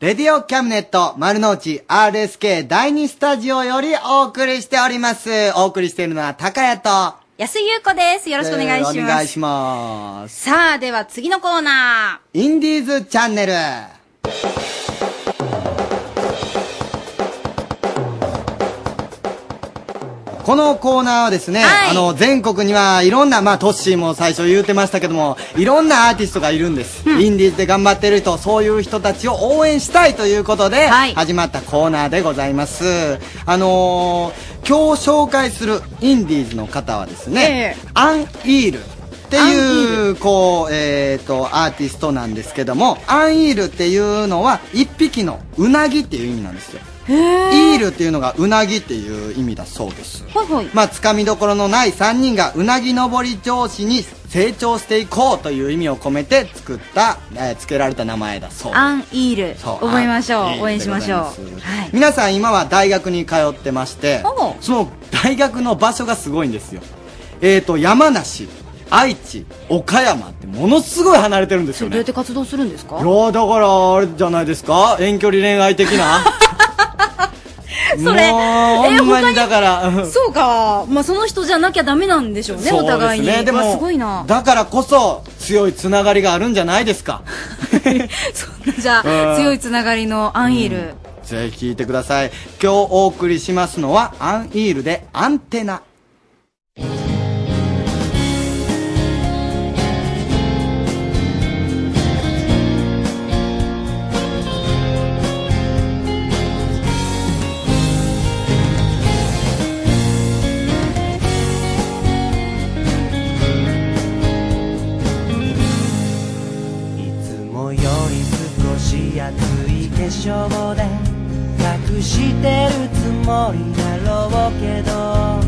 レディオキャムネット丸の内 RSK 第2スタジオよりお送りしております。お送りしているのは高谷と。よ
安井優子です。よろしくお願いし
お
ま
願
す
い。します。
さあ、では次のコーナ
インディーズチャンネル。このコーナーはですね、あの、全国にはいろんな、まあ、トッシーも最初言うてましたけども、いろんなアーティストがいるんです。インディーズで頑張ってる人、そういう人たちを応援したいということで、始まったコーナーでございます。あのー今日紹介するインディーズの方はですね、アン・イール。っていう、こう、えっ、と、アーティストなんですけども、アンイールっていうのは、一匹のうなぎっていう意味なんですよ。イールっていうのがうなぎっていう意味だそうです。
ー。ほいほい。
まあ、つかみどころのない3人がうなぎ登り上司に成長していこうという意味を込めて作った、えー付けられた名前だそうです。
アン・イール。
そう
覚えましょ
アンイール
う。応援しましょう。
でございま
はい。
皆さん今は大学に通ってましてその大学の場所がすごいんですよえっ、ー、と山梨愛知岡山ってものすごい離れてるんですよね
どうやって活動するんですか
いやだからあれじゃないですか遠距離恋愛的な
[laughs] それ
もう
え
ほんまにだからうん
そうか。まあ、その人じゃなきゃダメなんでしょうね、
そう
お互いに。
ですねで
わあ
も
すごいな。
だからこそ強いつながりがあるんじゃないです [laughs] か
じゃ
う
あ、
ん
強いつながりのアン・イール。
ぜひ聞いてください今日お送りしますのはアンイールでアンテナ
いつもより少し暑い化粧で隠してるつもりだろうけど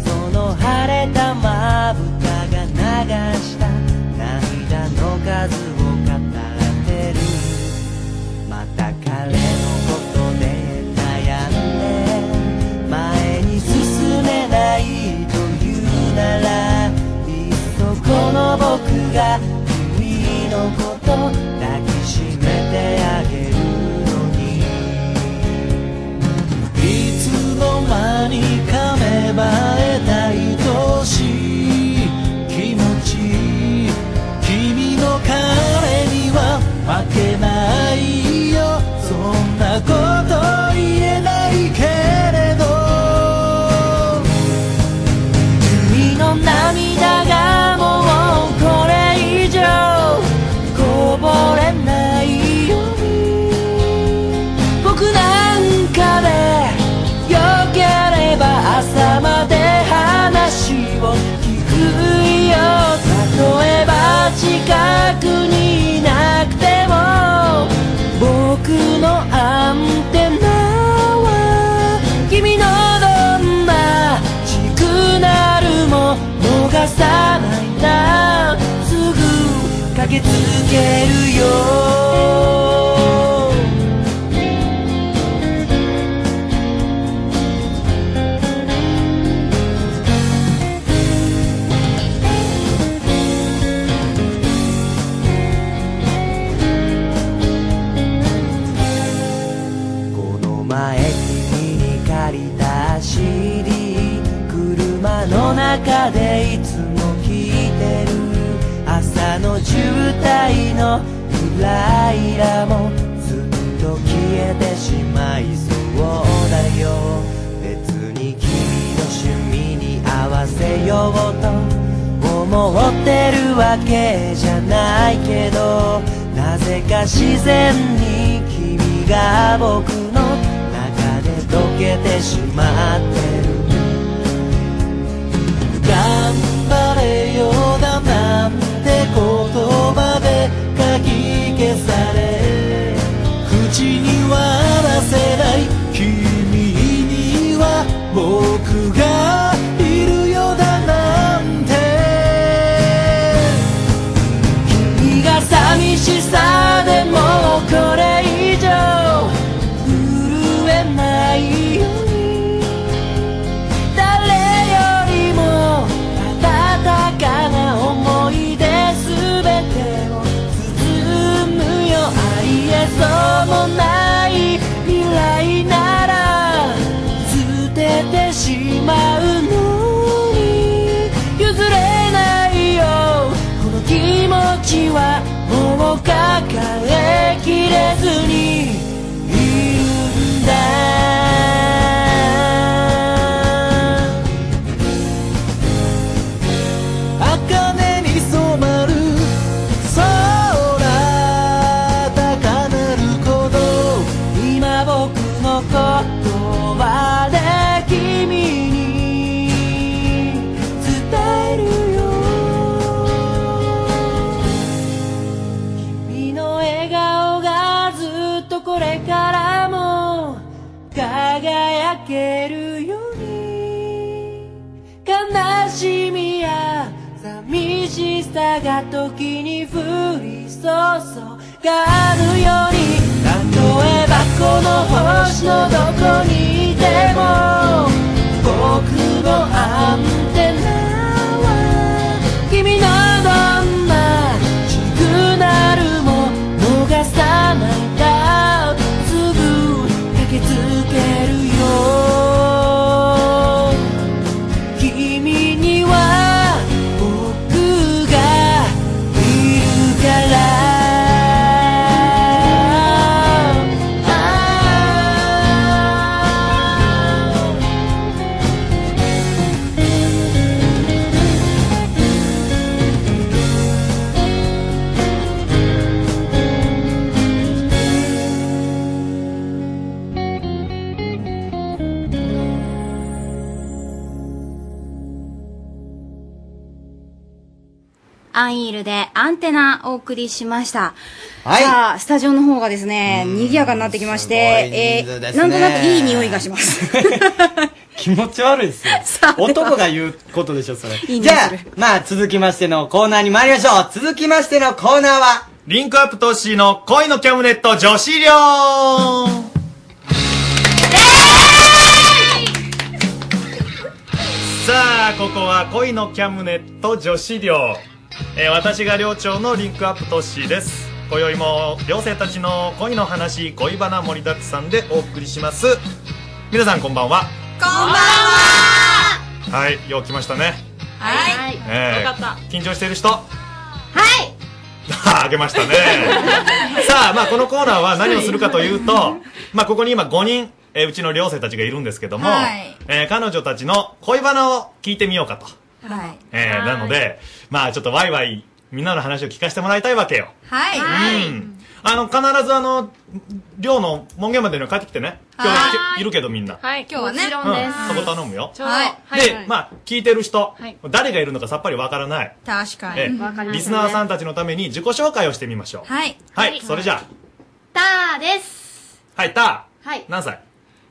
その腫れたまぶたが流した涙の数を語ってるまた彼のことで悩んで前に進めないというならいっそこの僕が君のこと抱きしめてあげるのにいつの間にか芽生えた愛しい気持ち君の彼には負けないよそんなこと言えないけれど君の涙がもうこれ以上こぼれないように僕なんかで余計
なくても僕のアンテナは君のどんなちくなるも逃さないなすぐ駆けつけるよ
前君に借りた CD 車の中でいつも聴いてる朝の渋滞のイライラもずっと消えてしまいそうだよ別に君の趣味に合わせようと思ってるわけじゃないけどなぜか自然に君が僕の中で溶けてしまってる頑張れよだなんて言葉でかき消され口には出せない君には僕がいるよだなんて君が寂しさでもうこれ以上震えないように誰よりも温かな思い出全てを包むよありえそうもない未来なら捨ててしまうのに譲れないよこの気持ちはもう抱えきれずにいるんだ茜に染まる空高鳴る鼓動今僕の言葉で君に伝えるよ君の笑顔がずっとこれからも輝けるように悲しみや寂しさが時に降り注がるように例えばこの星のどこにいても僕のアンテナは君のどんなちくなるも逃さないんだすぐ駆けつけるよ君には僕がいるから
アンイールでアンテナお送りしました。
はい
さあ、スタジオの方がですね、賑やかになってきまして、
すごい人数
え
ですね
ー、なんとなくいい匂いがします。
気持ち悪いです [laughs] よ。男が言うことでしょ、それ。
いいね
じゃあ、まあ、続きましてのコーナーに参りましょう。続きましてのコーナーは、
リンクアップトッシーの恋のキャムネット女子寮さあここは恋のキャムネット女子寮、えー私が寮長のリンクアップトッシーです今宵も寮生たちの恋の話恋バナ盛りだくさんでお送りします皆さんこんばんはこんばんははいよう来ましたね
はい
えー
よかった
緊張してる人はいあげました
[laughs]
ねさあ、まあ、このコーナーは何をするかというと、まあ、ここに今5人、えーうちの寮生たちがいるんですけども、
はい
えー彼女たちの恋バナを聞いてみようかと。
はい
えーなので、まあ、ちょっとワイワイ、みんなの話を聞かせてもらいたいわけよ。
はい
うん。あの、必ずあの、寮の門限までには帰ってきてね。今日はきいるけどみんな。
はい、今日はね。もち
うん、そこ頼むよ。
はい。
で、まあ、聞いてる人、
はい
誰がいるのかさっぱりわからない。
確か
え
に。わかり
え、
ま
リ
す
ス
ね
ナーさんたちのために自己紹介をしてみましょう。
はい。
はい、それじゃあ、
ターです。
はい、タ
はい
ー、。何歳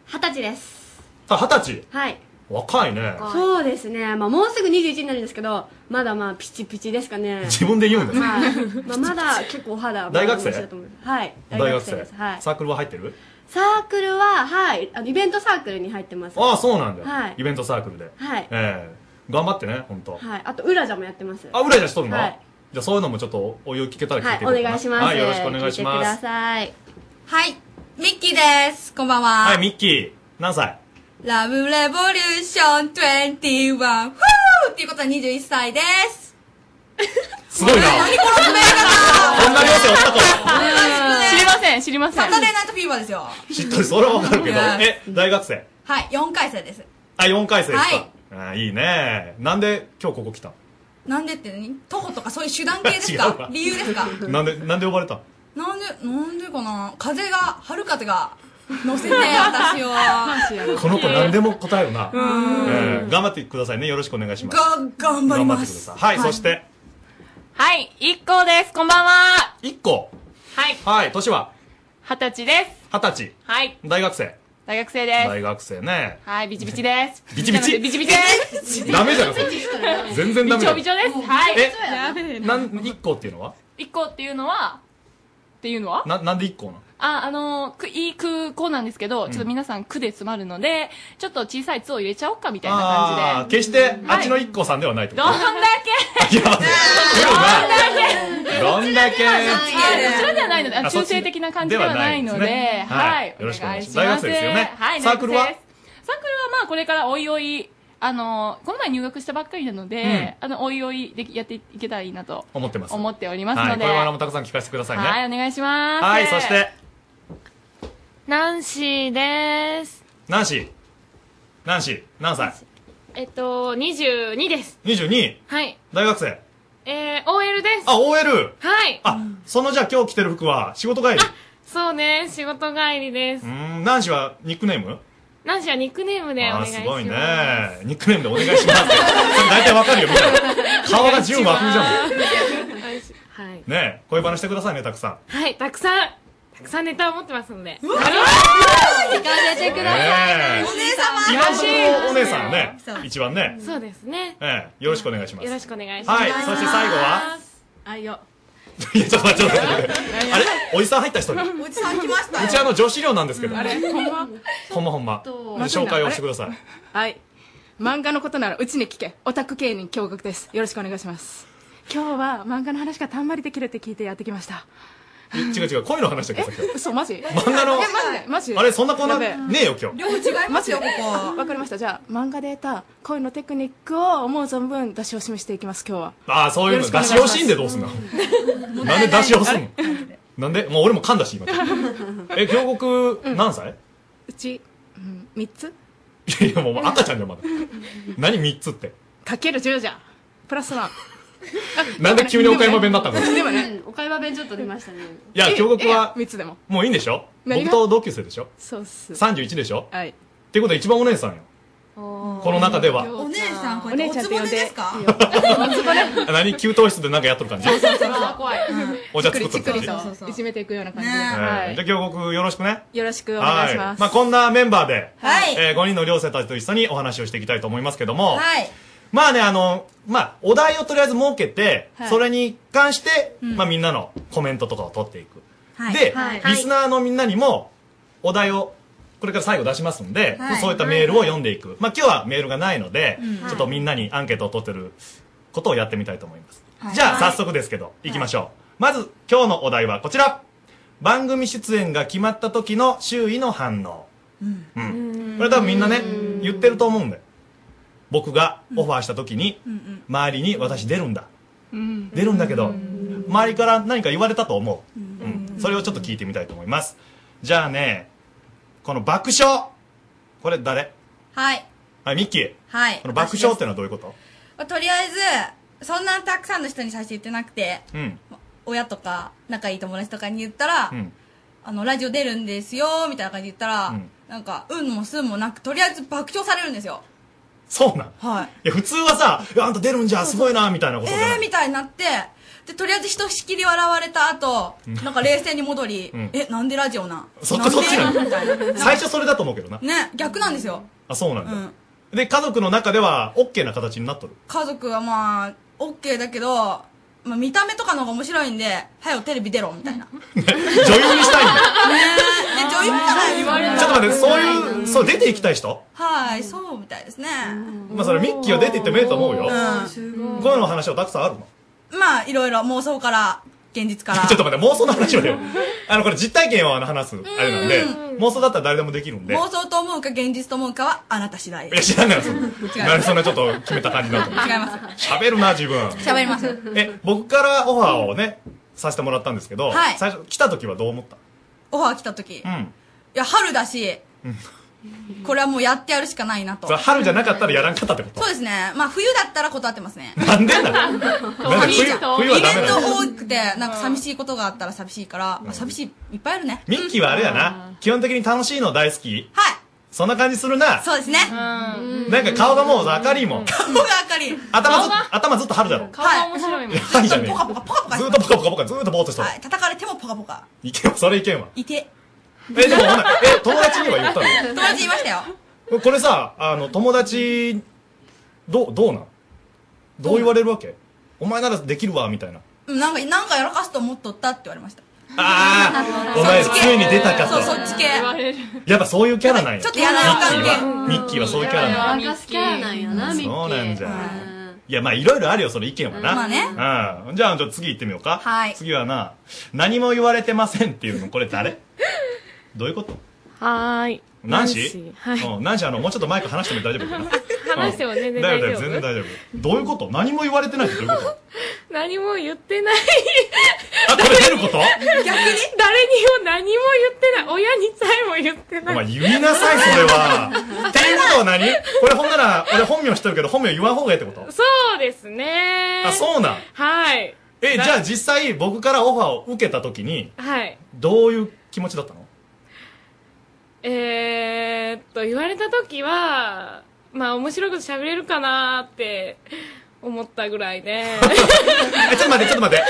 二十歳です。
あ、二十歳
はい。
若いね。
そうですね。まあもうすぐ21になるんですけど、まだまあピチピチですか
[laughs]
ね。
自分で言うん
[laughs]
だ
はいまあまだ結構お肌は
大学生
まだまだだと思いますはい。
大学生
です。はい。
サークルは入ってる
サークルは、はい。あのイベントサークルに入ってます。
ああ、そうなんだ。
はい
イ。ベントサークルで。
はい。
ええ頑張ってね、ほんと。
はい。あと、裏じゃもやってます。
あ、裏じゃしとるの、
はい。
じゃあそういうのもちょっとお湯聞けたら聞い
は
て
い。
みようかな
お願いします。
はい、よろしくお願いしま
聞て
す
く。ださい。
はい。ミッキーです。こんばんは。
はい、ミッキー、何歳
ラブレボリューション21。ふぅっていうことは21歳です。
すごいな。
何この滑り方
こんな両生おったと。
知りません、知りません。サタデーナイトフィーバーですよ。
知っとる、それはわかるけど。
うん
え、大学生
はい、4回生です。
あ、4回生ですか。
は
あいいね。なんで今日ここ来た
なんでって何徒歩とかそういう手段系です
[laughs] 違う
か
わ
理由ですか
なんで、なんで呼ばれた
なんで、なんでかな風が、春風が、乗 [laughs] せて、私を。
この子何でも答えるな。
うーん
ええ頑張ってくださいね。よろしくお願いします。
が、頑張り
頑張
ま
ってくだ
す。
さい。はい、
はい
そして、
はい、一行です。こんばんは。
1個。
はい、
はい、年は
二十歳です。
二十
はい、
歳。大学生。
大学生です。
大学生ね。
はい、ビチビチです。
ビチビチ
ビチビチです。
ダメじゃんそれ全然ダメ
ビチ
じゃ
ョ
ん
ビチョです。はい。
え
やべえな
なん、1個っていうのは
一行っていうのは、っていうのは
な、なんで1個なの
あ、あのー、く、いい空港なんですけど、ちょっと皆さん、くで詰まるので、ちょっと小さいつを入れちゃおうかみたいな
ああ
感
ー、
じで。
決してあっちの1個さんではないってこと
どんだけどんだけ
どんだけ
はいこちらではないので、あ
あそっ
中
ち
性的な感じではないので、
ではない
は
ですねはい
い、
よろしくお願いします
お願
大学生ですよね
はい、
サークルは
大学生ですサークルはまあ、これからおいおい、あの、この前入学したばっかりなので、あの、おいおいでやっていけたらいいなと
思ってます。
思っておりますので、
はい、これ
は
からもたくさん聞かせてくださいね。
い、お願いします。
はい、そし、て、
ナンシーです。
ナンシー。ナンシー、何歳
えっと、22です。
?22、
はい。
大学生。
えー、OL です。
あ、OL!
はい。
あ、そのじゃあ今日着てる服は仕事帰り
そうね、仕事帰りです
う。ーん、ナンシーはニックネーム
ナンシーはニックネームでお願
あ、
いしますす。
ごいね。ニックネームでお願いし [laughs] ます。それ大体わかるよ、みたいな。顔が純和風じゃん。
はい。
ねえ、恋話してくださいね、たくさん。
はい、たくさん、たくさんネタを持ってますので。
聞かせてくだ
さいね
お姉
今
様
のところお姉さんね
そ、う
一番ね。
そうですね。
ええ、よろしくお願いします。
よろしくお願いします。
はい、そして最後は
あ、よ。
[laughs] いや、ちょっと待って、ちょっと待って。あ
[laughs]
れおじさん入った一人。う
おじさん来ましたよ。
ちあの女子寮なんですけど。
あれほんま
ほんまほんま。
と
紹介をしてください。
はい漫画のことならうちに聞けオタク芸人京極ですよろしくお願いします今日は漫画の話がたんまりできるって聞いてやってきました
い違う違う、恋の話だけどさっき
嘘マジ
漫画の
えマジでマジで
あれそんなコーナー
やべえ
ねえよ今日
マジでわかりましたじゃあ漫画で得た恋のテクニックを思う存分出し惜しみしていきます今日は
ああ、そういうの、
よろ
出
し
し
くお
惜
願いします
しんでどうすんのなんで出し惜しんのなんでもう俺も噛んだし、今。え、京極、何歳 [laughs]
うち、うん、3つ
いやいや、もう赤ちゃんじゃんまだ。何3つって。
かける10じゃんプラスな
なんで急に岡山弁になったの
でもね
お会話弁ちょっと出ましたね。
いや、京極は、
3つでも
もういいんでしょ
何
僕
が
と同級生でしょ
そうっす
?31 でしょ
はい
ってことは一番お姉
[laughs]
さんよ。
こ
の中では
お姉さんこ
れ
姉ちゃんって呼んでですか
あ何給湯室でなんかやっとる感じ
そうそうそうそう怖い
[laughs] お茶作っとる
じく
感
り
じ。
じく
は
りといじめていくような感じ
いじゃ
で
あ京極よろしくね。
いよろしくお願いします
まあこんなメンバーで、
はい
えー、5人の寮生たちと一緒にお話をしていきたいと思いますけども、
はい
まあね、あの、まあ、お題をとりあえず設けて、
はい
それに関して、
うん
まあみんなのコメントとかを取っていく。
はい
で、
はい
リスナーのみんなにも、お題を、これから最後出しますんで、
はい
そういったメールを読んでいく。まあ今日はメールがないので、
うん
ちょっとみんなにアンケートを取ってることをやってみたいと思います。
はい
じゃあ
はい
早速ですけど、行きましょう。まず今日のお題はこちら。番組出演が決まった時の周囲の反応。うん。これ多分みんなね、言ってると思うんだよ。僕がオファーした時に、周りに私出るんだ。
うん
出るんだけど、周りから何か言われたと思う。うん。それをちょっと聞いてみたいと思います。じゃあね、この爆笑。これ誰
はい。
あ、ミッキー。
はい。
この爆笑ってのはどういうこと
とりあえず、そんなたくさんの人に最初言ってなくて、
うん。
親とか仲いい友達とかに言ったら、あのラジオ出るんですよみたいな感じで言ったら、
うん
なんか運もすんもなくとりあえず爆笑されるんですよ
そうなんい
はい
や普通はさいやあんた出るんじゃすごいなみたいなことじゃ
え
な
ー、
い
みたいになってでとりあえずひとしきり笑われた後
うん
なんか冷静に戻り、
うん
えなんでラジオなん
そっかそっちなん
でみたいな
最初それだと思うけどな
ね逆なんですよ
あそうなんだ、
うん
で家族の中では OK な形になっとる
家族はまあ OK だけど、まあ、見た目とかの方が面白いんで「はよテレビ出ろ」みたいな
[laughs] 女優にしたいんだ
ねえで女優じゃないですか
ちょっと待ってそういうそう出ていきたい人
はいそうみたいですね
まあそれミッキーは出ていってもええと思うよ、
うん
こういうの話はたくさんあるの
まあいろいろ妄想から現実か
[laughs]
ら
ちょっと待って妄想の話はねあのこれ実体験をあの話すあれなんで妄想だったら誰でもできるんで
妄想と思うか現実と思うかはあなた次第
いや知らんがなその
違い
なん
ま
ですそんなちょっと決めた感じになと思
違いま [laughs]
喋るな自分
す喋ります
え僕からオファーをねさせてもらったんですけど、
はい
最初来た時はどう思った
オファー来た時い
うん
や春だし
うん
これはもうやってやるしかないなと
それ春じゃなかったらやらんかったってこ
そうですねまあ冬だったら断ってますね
となん
[laughs]
でなのなんで
イ
冬
ベント
冬はダメなの
多くてなんか寂しいことがあったら寂しいから、まあ、寂しいいっぱいあるね
ミッキーはあれやな基本的に楽しいの大好き
はい
そんな感じするな
そうですね [laughs]
なんか顔がもう明るいもん
顔が明るい
頭ず頭ずっと春だろ
顔が面白い
いやはいじゃねえよずっとポカポカポカずっとぼーっとしとる
叩かれてもポカポカ
いけんそれいけんわ
いて
えでもほなえ友達には言ったの
友達言いましたよ
これさあの友達どうどうなんどう言われるわけお前ならできるわみたいな
うんなんかなんかやらかすと思っとったって言われました
ああ [laughs] お前ついに出たか
そう
と
そっち系
やっぱそういうキャラなんや
ちょっと嫌な予感
ミッキー
で
はミッキーはそういうキャラなんや
ミッキーなんやな、ミッキー。
そうなんじゃいやまあいろいろあるよその意見はな
まあね
うんじゃあちょっと次行ってみようか
はい
次はな何も言われてませんっていうのこれ誰どういうこと
はーい。
ナンシー
ナンシーはい。
うんナンシーあのもうちょっとマイク離しても大丈夫かな
話しても全然
だよ
大丈
だ
夫。
よ全然大丈夫どういうこと何も言われてないってどういう
[laughs]
こと
何も言ってない。
あこれ出ること
誰にも何も言ってない。親にさえも言って
お
ない。
前言いなさいそれはっていうことは何これほんなら俺本名してるけど本名言わん方がいいってこと
そうですね。
あそうなん
はい。
えじゃあ実際僕からオファーを受けた時に
はい。
どういう気持ちだったの
えー、っと、言われた時は、まあ面白いこと喋れるかなーって思ったぐらいで。
[laughs] えちょっと待ってちょっと待って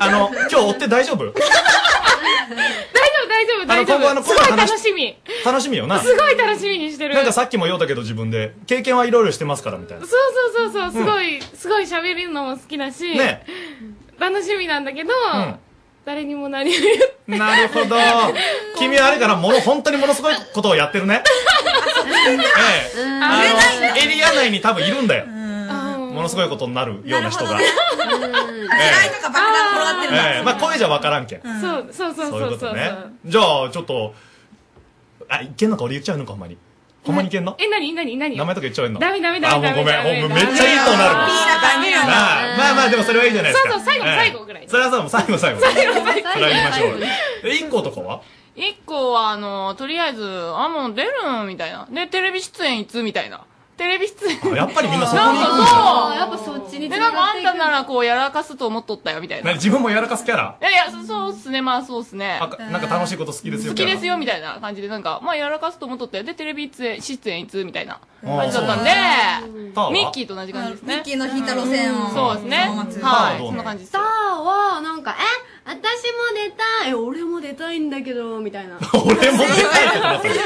あの今日追って大丈夫
大丈夫、大丈夫、大
あの今後あ
丈
の
夫。すごい
今後話
楽
し
しみ。
楽しみよな
すごい楽しみにしてる。
なんかさっきも言おうたけど自分で経験はいろいろしてますからみたい
そ
な
うそうそうそう、
うん
すごい、すごい喋るのも好きだし、
ね
楽しみなんだけど、
ん
誰にも何も言って [laughs]
なるほど君はあれからもの本当にものすごいことをやってるねええあのエリア内に多分いるんだよものすごいことになるような人がえ
なんか爆弾転がって
え
るな
ええまあ声じゃ分からんけん
そうそう
そ
そう
う
そ
いう
う
こ
そ
と
う。
ねじゃあちょっとあいけんのか俺言っちゃうのかほんまにほんまにいけんの
え、なになになに
名前とか言っちゃうの
ダメダメダメダ
あ、
メ
もうごめ
ダメ
ん。ほんま
ダ
め
メ
っちゃいい人になるもん。
ダメよ
なあまあまあ、でもそれはいいじゃないですか。
そうそう最後
ええ
最後ぐらい
それはそう、最後最後。
最後最後
それは言いましょ
最
う
後
よ。え、インコとかは
一個は、あの、とりあえず、あ、もう出るんみたいな。で、テレビ出演いつみたいな。テレビ出演。
あやっぱりみんなそこ
な
に
ん
行くん
か
だ。
そう。
やっぱそっちに
で、なんかあんたならこう、やらかすと思っとったよ、みたいな。
何自分もやらかすキャラ
いやいや、そそうっすね、まあそうっすね。
あなんか楽しいこと好きですよ
好
キ
き
ャラ
ですよ、みたいな感じで、なんか、まあやらかすと思っとったよ。で、テレビ出演、出演いつみたいな感じだったんで
ターは、
ミッキーと同じ感じですね。ミッキー
の引いた路線を
そうですね。
ターは
はい。
どう
そんな感じです
さ。あは、なんか、え、私も出たい、え、俺も出たいんだけど、みたい
[laughs]
な。
俺も出たいってなってる
[laughs]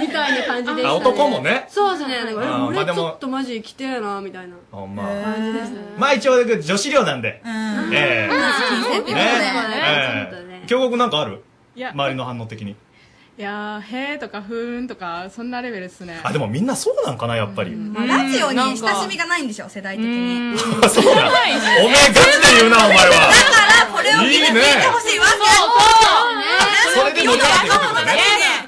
みたいな感じでした、ね。
あ男もね
そうですね。なんか
あーまあ
俺、
でも
ちょっとマジ生きてえな、みたいな
ほんま。
感じでしたね。
まあ一応、女子寮なんで。ええ。
うん
ね
ちょっと
ええ。京極なんかある
いや
周りの反応的に。
いやー、へーとか、ふーんとか、そんなレベルですね。
あ、でもみんなそうなんかな、やっぱり。
まあラジオに親しみがないんでしょ世代的にだ
あ
[laughs]
そうなん。おめえガチで言うな、お前は。
からこれをみんな聞いてほしいわけ
そうそうそれでも
みんな
だって
そうだね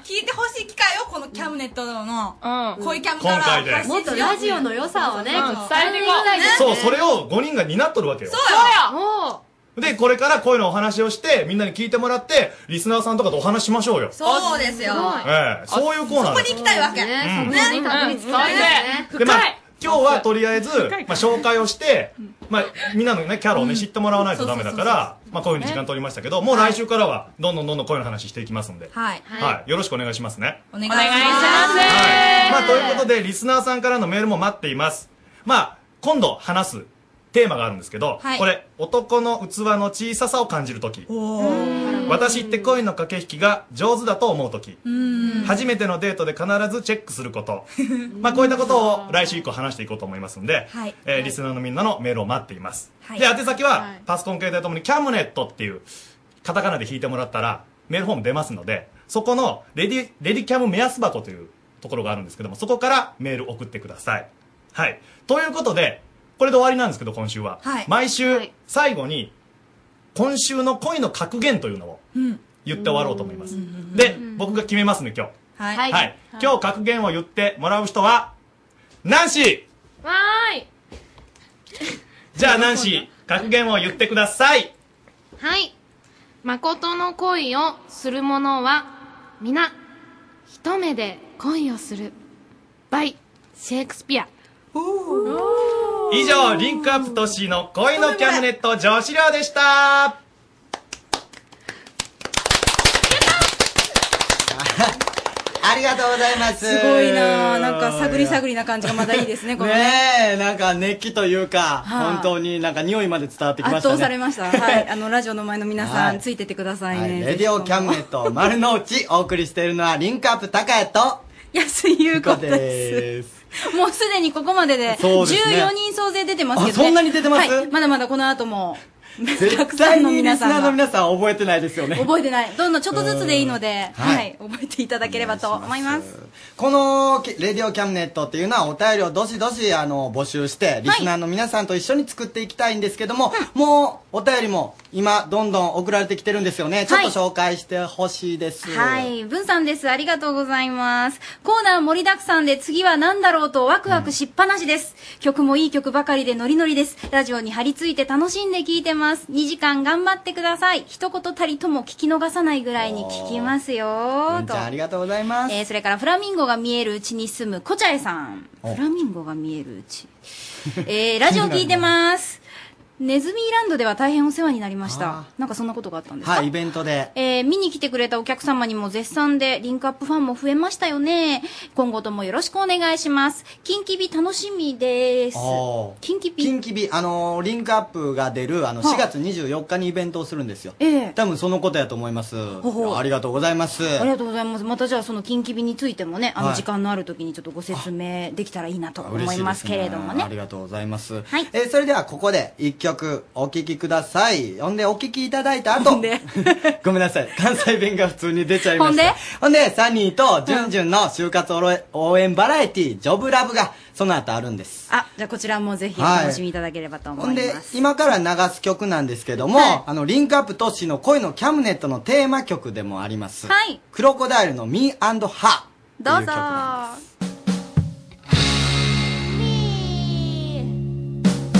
聞いてほしい機会をこのキャムネットの恋キャムから
今回で
発信しよ
も
う
っとラジオの良さをね
そうそうそう
伝えていこう
ね
[laughs] そう、それを5人が担っとるわけよ。
そうよもう
で、これからこういうのお話をして、みんなに聞いてもらって、リスナーさんとかとお話しましょうよ。
そうですよ
ええそういうコーナー
そこに行きたいわけ
ね
うん
そこにたどり着きたいですね
で、まあ、今日はとりあえず
深いから、
まあ、紹介をして、まあ、みんなのね、キャラをね、知ってもらわないとダメだから、まあ、こういうふうに時間取りましたけど、もう来週からは、どんどんどんどんこういうの話していきますんで。
はい。
はい。よろしくお願いしますね。
お願いし
ま
ま
あ、ということで、リスナーさんからのメールも待っています。まあ、今度話すテーマがあるんですけど、
はい
これ、男の器の小ささを感じるとき。私って恋の駆け引きが上手だと思うとき。
うん。
初めてのデートで必ずチェックする
[laughs]
こと。まあ、こういったことを来週以降話していこうと思いますんで、
はい
えーリスナーのみんなのメールを待っています。
はい
で、宛先は、パソコン携帯ともにキャムネットっていう、カタカナで引いてもらったら、メールフォーム出ますので、そこのレディ、レディキャム目安箱というところがあるんですけども、そこからメール送ってください。はい。ということで、これで終わりなんですけど、今週は。
はい
毎週、最後に、今週の恋の格言というのを
うん。
言って終わろうと思います。で、僕が決めますね、今日。
はい。
はい、今日格言を言ってもらう人は、ナンシー
わーい。
じゃあナンシー、格言を言ってください
はい。誠の恋をする者は、皆、一目で恋をする。バイ、シェイクスピア。
以上、リンクアップ都市の恋のキャムネット女子寮でした
ありがとうございます。
すごいなぁ。なんか探り探りな感じがまたいいですね、このね。
ねえ、なんか熱気というか、
はあ
本当になんか匂いまで伝わってきま
圧
したね。
倒されました。はい。あの、ラジオの前の皆さ
は
ん、
い
ついてってください
はい
ね。
レディオキャムネット丸の内お送りしているのはリンクアップ高谷と
安井優
子です。
もうすでにここまでで、
そうですね
14人総勢出てますけどね。
あそんなに出てます
はい。まだまだこの後も、たく
絶
さ
対
んの
にリ
皆
スナー
さ
の
ん
皆
が
さん覚えてないですよね。
覚えてない。どんどんちょっとずつでいいので、
うんはい
はい。覚えていただければと思います。
このけレディオキャムネットっていうのはお便りをどしどしあの募集してリスナーの皆さんと一緒に作っていきたいんですけども、もうお便りも今どんどん送られてきてるんですよね。ちょっと紹介してほしいです。
はい。文さんです。ありがとうございます。コーナー盛りだくさんで次は何だろうとワクワクしっぱなしです。曲もいい曲ばかりでノリノリです。ラジオに張り付いて楽しんで聴いてます。2時間頑張ってください。一言たりとも聞き逃さないぐらいに聞きますよ。
文ち
と
ゃん。ありがとうございます。
えーそれからフラミンゴが見えるうちに住むコチャエさん。
お
フラミンゴが見えるうち。えーラジオ聞いてます。ネズミーランドでは大変お世話になりました。なんかそんなことがあったんですか
はい、イベントで。
えー見に来てくれたお客様にも絶賛で、リンクアップファンも増えましたよね。今後ともよろしくお願いします。近畿日楽しみです。
おー
近畿日
近畿日、あのーリンクアップが出る、あの、
はい
4月24日にイベントをするんですよ。
ええ
多分そのことやと思います。
ほう
ありがとうございます。
ありがとうございます。またじゃあその近畿日についてもね、あ
は
の
い
時間のある時にちょっとご説明できたらいいなと思
嬉し
い
で
ますけれどもね。
ありがとうございます。えーそれではここで一曲お聴きください。ほんでお聴きいただいた後。 [laughs] ごめんなさい。関西弁が普通に出ちゃいました。ほんでサニーとジュンジュンの就活応援応援バラエティジョブラブがその後あるんです。
あ、じゃあこちらもぜひお
はい
楽しみいただければと思
ほ
い
ん
ます。
で、今から流す曲なんですけども、あの、リンクアップ都市の恋のキャムネットのテーマ曲でもあります。
はい。
クロコダイルの Me and Her。
どうぞ。
[laughs]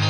「君と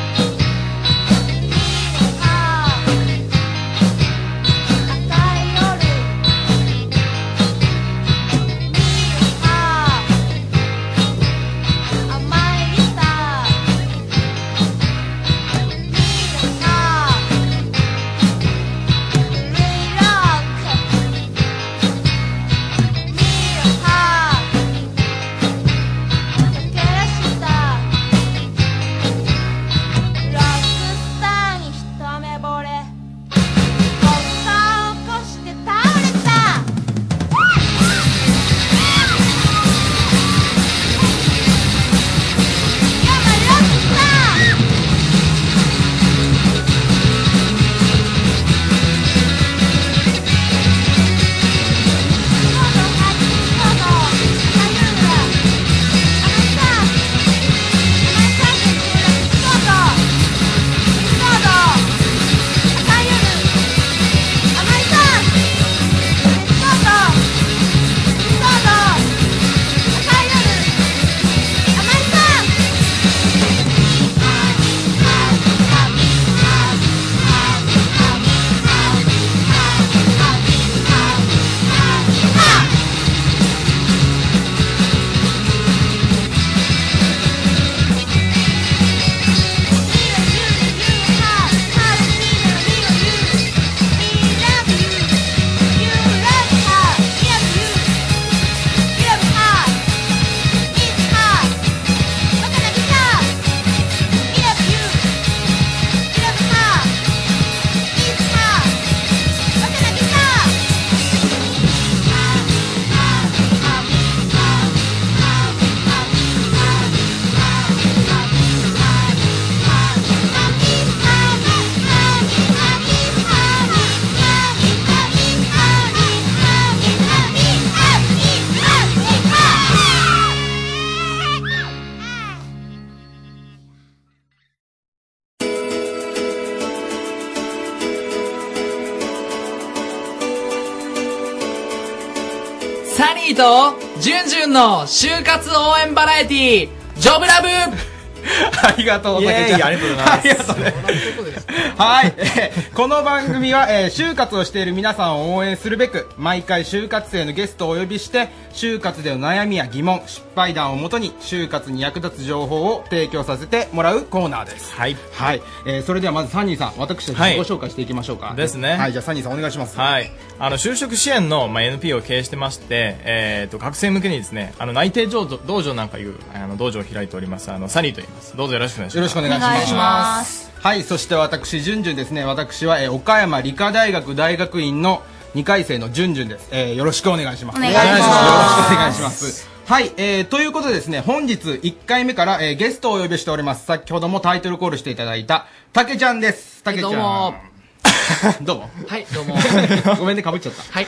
サニーとジュンジュンの就活応援バラエティジョブラ
[laughs]
ブ
ありがとう、
イエーイ
竹ちゃん
ありがとうございます
ありがとうねはい、えーこの番組は、えー就活をしている皆さんを応援するべく、毎回就活生のゲストをお呼びして、就活での悩みや疑問、失敗談をもとに、就活に役立つ情報を提供させてもらうコーナーです。はい。はい。えーそれではまずサニーさん、私たち
はい
自己紹介していきましょうか。
ですね。
はい、じゃあサニーさんお願いします。
はい。あの、就職支援の、まあ、NP を経営してまして、えっ、と、学生向けにですね、あの、内定道場道場なんかいう、あの、道場を開いております、あの、サニーと言います。どうぞよろしくお願いします。
よろしくお願いしますお願いします。はい、そして私、じゅんじゅんですね。私は、えー岡山理科大学大学院の2回生のじゅんじゅんです。えーよろしくお願いします。
お願いします
よろしくお願いします。はい、えーということでですね、本日1回目から、えーゲストをお呼びしております。先ほどもタイトルコールしていただいた、たけちゃんです。たけちゃん。
どうも
どうも。 [laughs]
はい、どうも。
ごめんね、かぶっちゃった。
はい。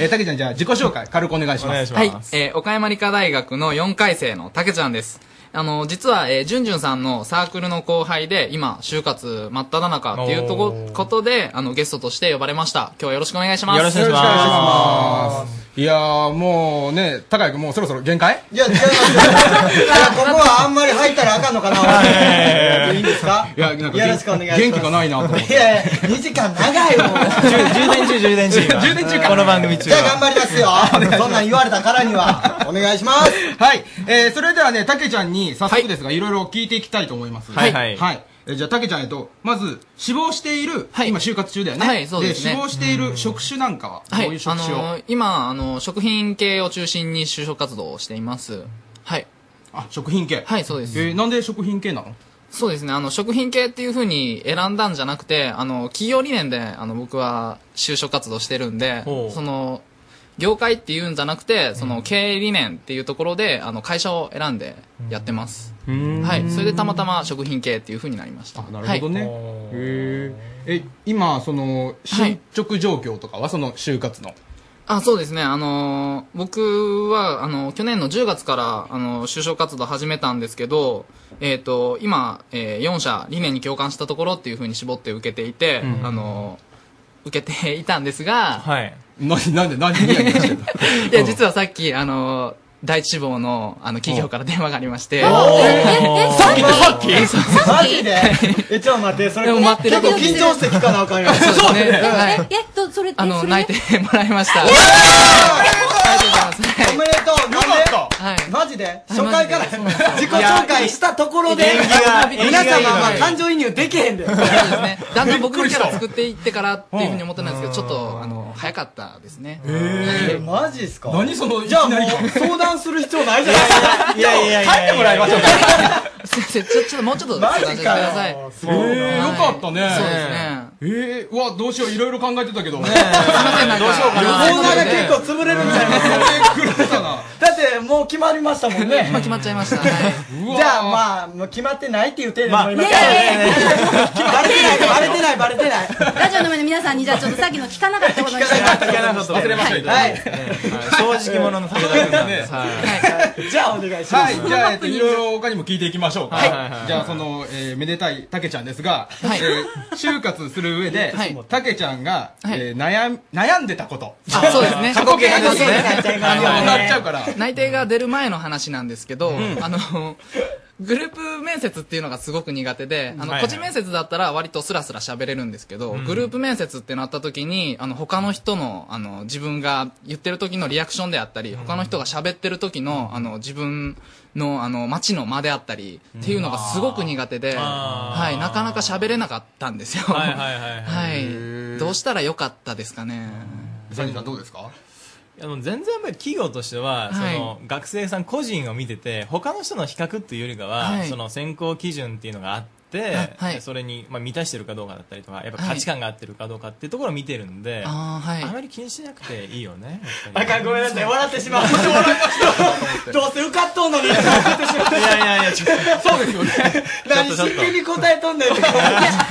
えー、たけちゃん、じゃあ自己紹介、軽くお願いします。
はい、えー岡山理科大学の4回生のたけちゃんです。あの、実は、えー、じゅんじゅんさんのサークルの後輩で、今、就活真っ只中っていうとこ、ことで、あの、ゲストとして呼ばれました。今日はよろしくお願いします。
よろしくお願いします。いやーもうね、高井君もうそろそろ限界 [laughs] いや、違いますここはあんまり入ったらあかんのかな俺いいんですかいや、なんか
よろしくお願いします
元気がないなと思って。
いやいや、2時間長いもん。
充電中、充電中。充電中か。この番組
じゃあ頑張りますよ。そんなん言われたからには。お願いします。
はい。えー、それではね、たけちゃんに早速ですが、いろいろ聞いていきたいと思います。
はいはい
はい。えーじゃあ、たけちゃん、えっと、まず、死亡している、今、就活中だよね。
はいそうですね
死亡している職種なんかは、
はい、
どういう職種を、
あのー今、あのー食品系を中心に就職活動をしています。はい。
あ、食品系
はい、そうです。
えーなんで食品系なの
そうですね、あの、食品系っていう風に選んだんじゃなくて、あの、企業理念で、あの、僕は就職活動してるんで、その、業界っていうんじゃなくて、その、経営理念っていうところで、あの、会社を選んでやってます。はい。それでたまたま食品系っていう風になりました。
なるほどね。
はい
へえ。え、今、その、進捗状況とかは、その、就活の。
あそうですね、あのー僕はあの去年の10月からあの就職活動始めたんですけど、えー、と今、え4社理念に共感したところっていうふうに絞って受けていて、
うん
あのー受けていたんですが、
はい。な、なんで、なんで、ニヤニヤしてんの
いや実はさっき、あのー第一志望のあの企業から電話がありまして。
さっきさっ
え
マジでえ、ちょ、待って、それ
でも待ってる
結構緊張して聞かなあかんやん。
そうねはい
え、えっと、それ
あの、泣いてもらいました。
おめでとうなんでマジで初回から自己紹介したところで
いや縁起が
皆
縁起がいい
様
のよ
は感情移入で
[laughs]
きへんで
だんだん僕のキャラ作っていってからっていうふうに思ってたんですけど、ちょっと、あの、早かったですね。
えーマジっすか
何その
じゃあもう相談する必要ないじゃないですか
いやいやいやいや帰ってもらいましょ [laughs] う
か
先生、ちょ、ちょっともうちょっと
マジ
相談してください。
えー、よかったね。
そうです
ね。えー、うわ、どうしよう、いろいろ考えてたけど。ね
どう
[laughs]
しようかな
コーナーが結構潰れるみたいな
[laughs]
だってもう決まりましたもんね
決まっちゃいま
[laughs]
した
じゃあまあもう決まってないっていう手でもう今
まあ
決まってない
ね
[laughs] バレてないバレてないバレてない
ラジオの前の皆さんにじゃあちょっとさっきの聞かなかったことにして
忘れました
はい
正直者の武田君なんです。
じゃあお願いします
はい、じゃあ、えっと、いろいろ他にも聞いていきましょうか。
はい
はいじゃあ、その、えー、めでたいたけちゃんですが、えー就活する上で
はい、
たけちゃんが、えー悩ん悩んでたこと。
あそうですね。
過去形ですね。
はい
はいなっちゃうから。
内定が出る前の話なんですけど、あの、グループ面接っていうのがすごく苦手で、あ
は
の、
い
個人面接だったら割とスラスラ喋れるんですけど、グループ面接ってなった時に、あの、他の人の、あの、自分が言ってる時のリアクションであったり、他の人が喋ってる時の、あの、自分の、あの、街の間であったり、っていうのがすごく苦手で、はい、なかなか喋れなかったんですよ。
はいはいはいはい
はい。どうしたらよかったですかね。
ザニーさんどうですか
あの全然やっぱり企業としては、
はい
その学生さん個人を見てて他の人の比較っていうよりかは、
はい
その選考基準っていうのがあって、それに、まあ、満たしてるかどうかだったりとかやっぱ価値観が合ってるかどうかっていうところを見てるんで、
あーはい
まり気にしなくていいよね
あかんごめんなさい笑ってしまう笑いましたどうせ受かっとんのに [laughs] 笑ってしまう
いやいやいやちょっと
そうですよね何真剣に答えとんだよ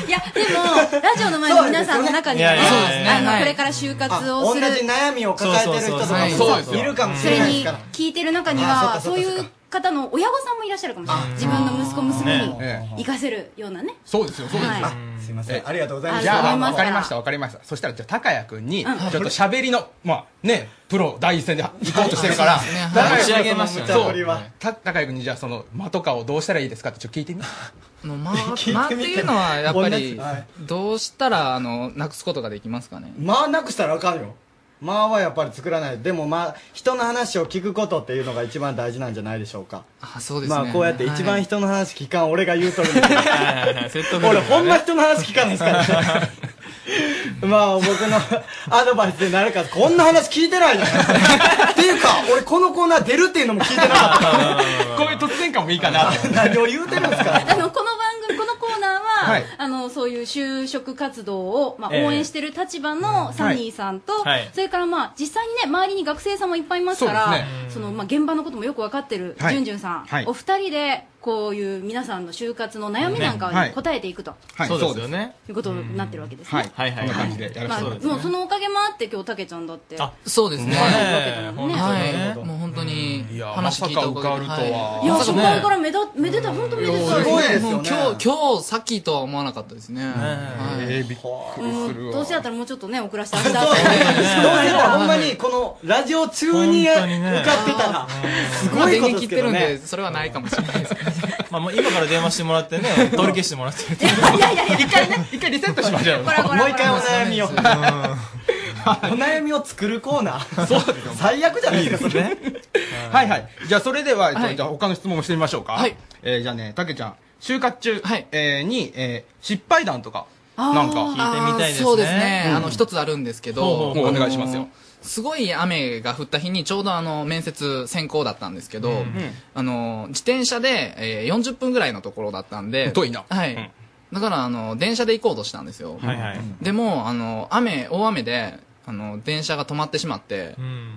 いや、でも、ラジオの前の皆さんの中にはね、
そうですよねいやいやいや
あの、
はい
これから就活
あ
を
同
す
じ
る。
悩みを抱えてる人とかもいるかもし
そ
れ
れ
ないで
に
すから
聞いてる中に
あ
は
そっかそっかそっか
そういう方の親御さんもいらっしゃるかもしれない自分の息子娘に行かせるようなね
そうですよ、そうですよ。
はい
すみません、ありがとうご
ざいます
じゃ
あ
あ、
りがとう
わ
ござ
か
い
り
ま
ま
し
したた、わかりました。そしたら、じゃあ、高谷君に、ちょ
う
っ
ん
と喋りの、まあ、ね、プロ第一線で行こうとしてるから
そうですね、
高
はい
谷君の
持ち上げましたね
そう
これは
た高谷君に、じゃあ、その、間とかをどうしたらいいですかって、ちょっと聞いてみ
の間間っていうのはやっぱりどうしたらあのなくすことができますかね
まあなくしたらあかんよまあはやっぱり作らないでもまあ人の話を聞くことっていうのが一番大事なんじゃないでしょうか
あそうですね
まあこうやって一
は
番
い
人の話聞かん俺が言うとるんで
[laughs]
説
力がね
俺ほんま人の話聞かないですから
[laughs]
ねまあ僕のアドバイスでなるかこんな話聞いてないじゃないっていうか俺このコーナー出るっていうのも聞いてなかった
[laughs] こういう突然感もいいかな
[laughs]
何を言うてるんですか
あのこの番組このコーナーは、
はい
あのそういう就職活動を、まあ、
ええ
応援してる立場のサニーさんと、
はいはい
それから、まあ、実際にね周りに学生さんもいっぱいいますからそ
そうですね
の、まあ、現場のこともよく分かってる、
はい
じゅんじゅんさん、
はい
お二人でこういう皆さんの就活の悩みなん
ねは
か
い
に答えていくと、
そうですよね。
いうことになってるわけです
は
ね
い。、はい、はい、こんな感じでやら
ま
せ
あ、
て
もう
もらいます。
そのおかげもあって今日たけちゃんだって
そうですね
ね
本当にはいもう本当に話聞いたおかげで
まさか受かるとはい
いや初回から
ね
めだめでた本当めでたい
もう今日今日さっきとは思わなかったですねはい
えびっくりす
どうせだったらもうちょっとね遅らせてあげ
どう
た
[laughs]
せ
ら
ほんまにこのラジオ中に向かってたらすごいことで
まあ電源切
すけど
ってる
ね
んでそれはないかもしれないです
まあもう今から電話してもらってね、取り消してもらって。
一回ね、一回リセットしましょう。
[laughs] もう一回お悩みを。お悩みを作るコーナ
[laughs]
ー。そう最悪じゃないですか、それ。
はいはい。じゃあ、それでは、えっと
はい
じゃあ、他の質問もしてみましょうか。はい。えーじゃあね、たけちゃん、就活中、えーに、えー失敗談とか、なんか、
あーそうですね。あの、
一
一つあるんですけ
ほ
ど、
うほうほう
あの
お願いしますよ。
すごい雨が降った日にちょうどあの面接選考だったんですけど、あの自転車で、えー40分ぐらいのところだったんで
遠いな
はい、だからあの電車で行こうとしたんですよ、
はいはい
でもあの雨大雨であの電車が止まってしまって、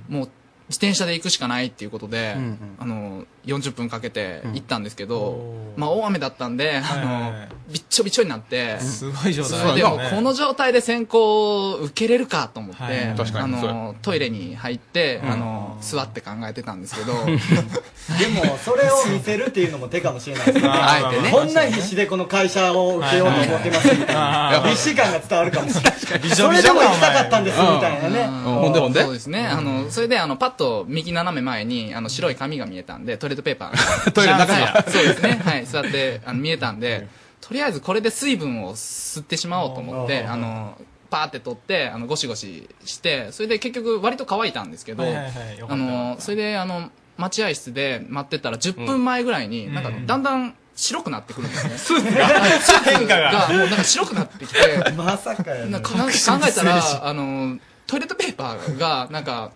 もう自転車で行くしかないっていうことで、
うんうん
あの40分かけて行ったんですけど、まあ、大雨だったんで、あのびっちょびちょになって
すごい状態
そうで
そう
も
だね
この状態で選考を受けれるかと思って、
はい確か
あ
にそう
のトイレに入って、
うん
あの座って考えてたんですけ
[laughs]
ど
でも、それを見せるっていうのも手かもしれないですね。
あーあえてね
こんな必死でこの会社を受けようと思ってますみたい
はいはい
な。
はい
必死感が伝わるかもしれない。
びしょ
そ
びしょ
れでも行きたかったんです、みたいなね。
うんそうですね、あのそれであのパッと右斜め前にあの白い紙が見えたんでトイレットペーパー [laughs] トイレの中そうですねはい座ってあの見えたんでとりあえずこれで水分を吸ってしまおうと思ってあのパーって取ってあのゴシゴシしてそれで結局割と乾いたんですけど、
はいはいはいよか
あ
ったよか
のそれであの待合室で待ってたら10分前ぐらいに、なんかだんだん白くなってくるんです
[laughs]
ね。スーツ
が
変化がもうなんか白くなってきて、
まさかや
な
な。
んか考えたら、あの、トイレットペーパーが、なんか、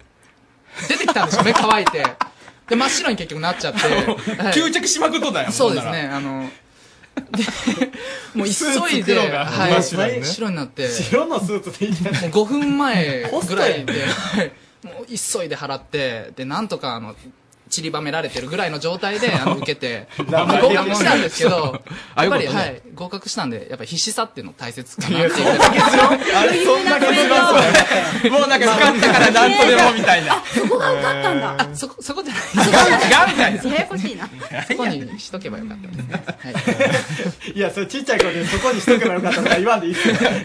出てきたんですよね、乾いて。で、真っ白に結局なっちゃって。
吸着しまくっとだよ
そうです
ほんな
ね、あの、でもう
[laughs]
スー
急い
ツ
で、
黒が
はい
真っ白にね
真っ白になって、
白のスーツでいいんじゃない
5分前ぐらいで、はいもう急いで払って、で、なんとか、あの、散りばめられてるぐらいの状態で、あの、受けて、まあ合格したんですけど、
あ
やっぱ
よかったね
り、はい、合格したんで、やっぱ必死さっていうの大切かなっていう。
あれそんな結論それもうなんか受かったからなんとでもみたいな。
そこが受かったんだ
そこそこじゃない
違うみたいな。
ややこしいな
そこにしとけばよかった。
いや、それちっちゃい子でそこにしとけばよかったとか言わんでいいで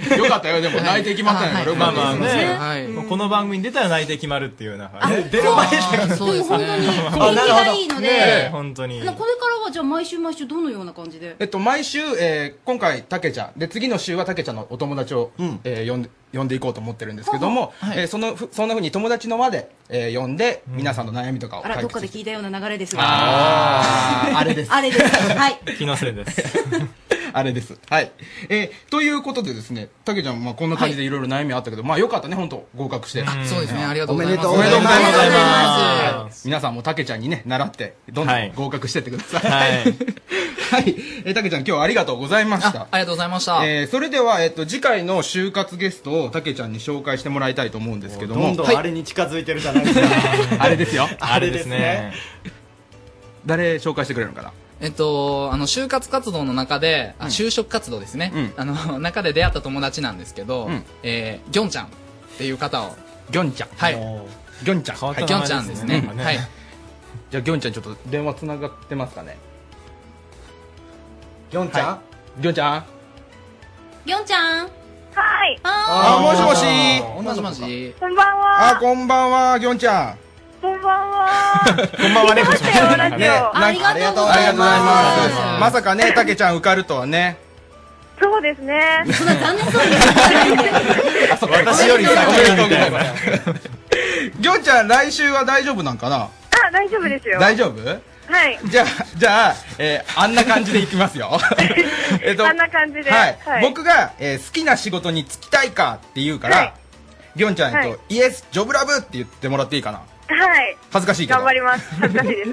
すよ。
よかったよ、でも泣いてきましたね。
まあまあ
ね。
ね、もうこの番組に出たら内定決まるっていうような。
出る前
だそうですね本当に
あ
人気がいいので
ね本当に。
なこれからはじゃあ毎週毎週どのような感じで
えっと、毎週、えー今回、たけちゃん。で、次の週はたけちゃんのお友達を、えー呼んで、呼んでいこうと思ってるんですけども、えーそのふ、そんなふうに友達の輪で、えー呼んで、皆さんの悩みとかを
あ
解
らどっか
決
で聞いたような流れですが
あーあれです
あれですはい
気のせいです。 [laughs] あれです。はい。えーということでですね、たけちゃん、まあ、こんな感じでいろいろ悩みあったけど、まあ、よかったね、本当合格して。
そうですねありがとうご
お
ざ
め
いま
ですとうございます。
ありがとうございます
はい皆さんもたけちゃんにね、習って、どんどん合格してってください。 [laughs] はい。えーたけちゃん、今日はありがとうございました。
ありがとうございました。
えーそれでは、えっと、次回の就活ゲストをたけちゃんに紹介してもらいたいと思うんですけど
ど
も。
んど
はい
んあれに近づいてるじゃないですか。
[laughs] あれですよ。
あれですね。
[laughs] 誰紹介してくれるのかな
えっと、あの、就活活動の中で、あ就職活動ですね。あの、中で出会った友達なんですけど、
うん
えー、ギョンちゃんっていう方を。
ギョンちゃん。
はい。
ギョンちゃん。
はい、ギョンちゃんですね。はい。
じゃあギョンちゃんちょっと電話つながってますかね
ギョンちゃん、
ギョンちゃん
ギョンちゃん
はい。
あもしもし
もしもし
こんばん
あ
は。
こんばんはギョンちゃん
こんばんは。
[laughs] こんばん
[laughs]
はね。
ラジオありがとうございます
ありがとうございますまさかね、たけちゃん受かるとはね。
そうですね。
そんな残念そう
私より先みたいな。 [laughs] ぎょんちゃん、来週は大丈夫なんかな
あ、大丈夫ですよ。
大丈夫
はい。
じゃあ、じゃあ、えーあんな感じでいきます
[laughs]
よ。えっ
あんな感じで。
はい、僕が、えー好きな仕事に就きたいかって言うから、ぎょんちゃんと、
はい
イエス、ジョブラブって言ってもらってい
[laughs]
いかな。
はい。
恥ずかしいけど
頑張ります。恥ずかしいです。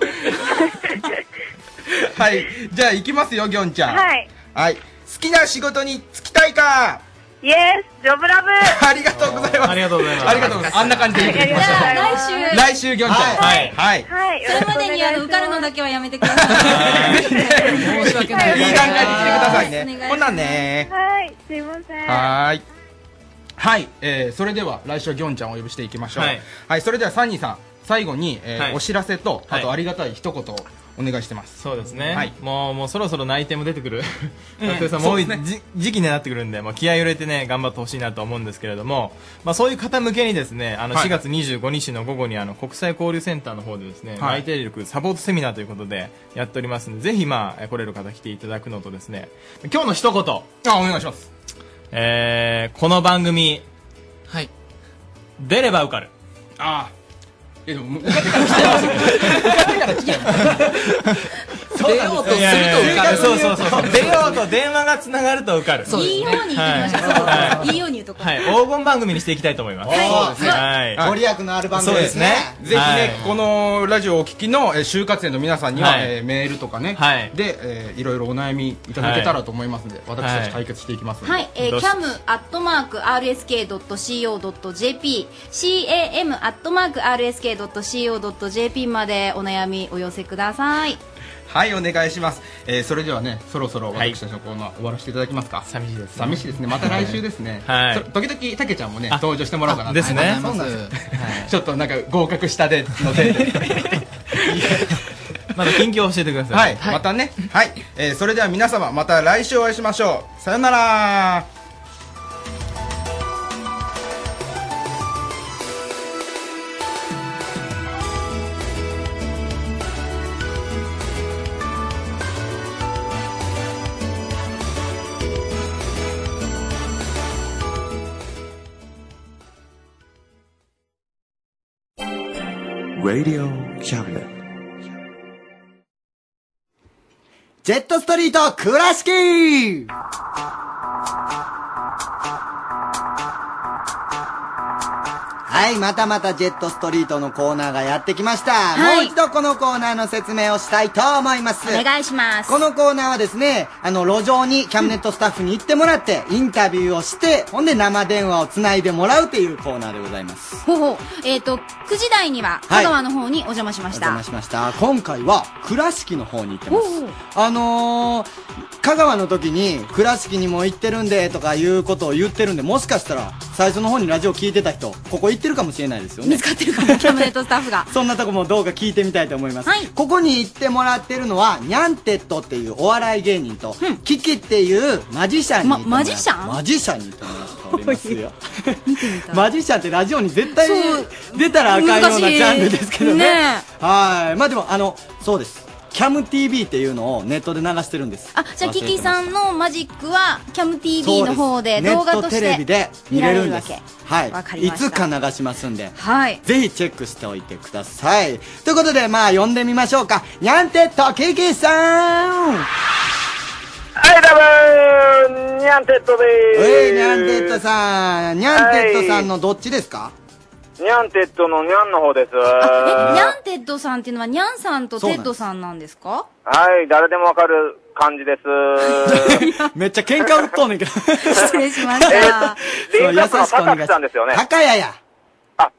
はい、じ [laughs] ゃあ行きますよ、ぎょんちゃん。
は。い。
はい、好きな仕事に就きたいか
イエス、ジョブラブ。
[laughs] ありがとうございます。ありがとうございます。ありがとうございます。あんな感じでいってきまし
じ
た。
ゃあ来週
来週、ギョンちゃん。はい。はい。 [laughs]
はい。
それまでにあの受かるのだけはやめてください
申し訳ない。いい考えにしてくださいね。こんなんね。
はい。すいません。
はーい。はい、えー、それでは来週はギョンちゃんをお呼びしていきましょう。は
はいい、
それではサニーさん、最後に、えー
はい
お知らせと、あと
は
あ
い
りがたい一言をお願いしてます。
そうですね、
はい
もうもうそろそろ内定も出てくる、
うん
学生さんも多い、
そうです
じ時期になってくるんで、もう気合いを入れてね頑張ってほしいなと思うんですけれども、まあ、そういう方向けにですねあの
はい
4月25日の午後にあの国際交流センターの方でですね、
はい
内定力サポートセミナーということでやっておりますのでぜひ、まあ、来れる方来ていただくのとですね今日の一言
あお願いします、
えーこの番組、
はい、
出れば受かる
ああ。え、でも、もう、受かってから来ちゃいますよ。受かってから来ちゃいます。
[laughs] 出ようとすると
いやいやいや
受かるそうそうそう
そう
出ようと電話がつながると受かる
いいように言ってきましょう
は
そう
い
いいように言うとこ
はい、黄金番組にしていきたいと思います。
はいそうですね
はい。
ご利益
のある
そうですね。ぜひね、このラジオをお聞きの、えー就活生の皆さんには、
はい
えーメールとかね、で、えーいろいろお悩みいただけたらと思いますので、私たち解決していきますので。
はい、えー、cam.rsk.co.jp、cam.rsk.co.jp までお悩みお寄せください。
はい、お願いします。えーそれではね、そろそろ私たちのコーナー終わらせていただきますか。寂しいです、寂しいですね。また来週です [laughs] ね。
はい
そ時々、たけちゃんもね、登場してもらおうかなと
ですね
そうなんですちょっとなんか合格したで、の [laughs] で。
まだ近況教えてください。
はい、またね。はい、えーそれでは皆様、また来週お会いしましょう。さよなら。
Radio Cabinet.
ジェットストリート倉敷はい、またまたジェットストリートのコーナーがやってきました。
はい
もう一度このコーナーの説明をしたいと思います。
お願いします。
このコーナーはですね、あの、路上にキャムネットスタッフに行ってもらって、インタビューをして、ほんで生電話をつないでもらうっていうコーナーでございます。
ほうほう、えっ、と、9時台には香川の方にお邪魔しま
お
し
邪
た。
魔しました。今回は、倉敷の方に行ってます。
ほうほう
あのー、香川の時に倉敷にも行ってるんでとかいうことを言ってるんでもしかしたら最初の方にラジオ聞いてた人ここ行ってるかもしれないですよね見つかってるか [laughs] も
キャムネットスタッフが。
そんなとこもどうか聞いてみたいと思います、
はい
ここに行ってもらってるのはニャンテットっていうお笑い芸人と、キキっていうマジシャンに行ってもら
まマジシャン
マジシャンに行ってもらっております
[laughs]
よマジシャンってラジオに絶対出たらあかんようなジャンルですけどね
ね
はいまあでもあのそうですキャム TV っていうのをネットで流してるんです
あ、じゃあ、キキさ
ん
んのマジックは、キャム TV の方で動画として。
ネットテレビで見れるんで
見
す
られるわけ
はい
わかり
い
ました
つか流しますんで
はい。
ぜひチェックしておいてくださいということでまあ呼んでみましょうかニャンテットキキさん
はい、どうもー、にゃんテッドでーす。
えいニャンテットさんニャンテットさんのどっちですか、
にゃんテッドのにゃんの
[laughs]
方です。
え、ニャ
は
ンテッドさんっていうのは、ニャンさんとテッドさんなんですか
い、誰でもわかる感じです。
[laughs] めっちゃ喧嘩売っとんねんけ
[laughs]
ど。
失礼しました。
そう
リーダーの
優しくお願い
高木さんですよね。
高谷や
あ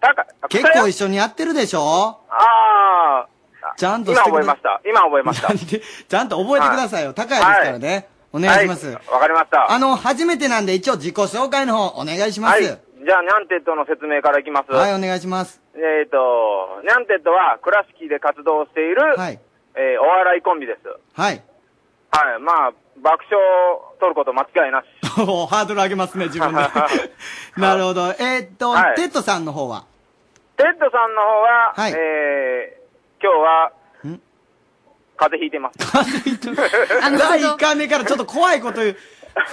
結構一緒にやってるでしょ
あー。
ちゃんとし
今
てく
覚
れ
えました。今覚えました。
なんでちゃんと覚えてくださいよ。高谷ですからね。お願いします。
わかりました。
あの、初めてなんで一応自己紹介の方お願いします。
はい。
じゃあ、ニャンテッドの説明からいきます。
はい、お願いします。
えっ、と、ニャンテッドは倉敷で活動している、
はい
えーお笑いコンビです。
はい。 [laughs]
はい、まあ、爆笑を取ること間違いなし。
おハードル上げますね、自分で。なるほど。えーっと、
はい
テッドさんの方は
テッドさんの方は、
はい
えー今日は、風邪ひいてます。
第1回目からちょっと怖いこと言う。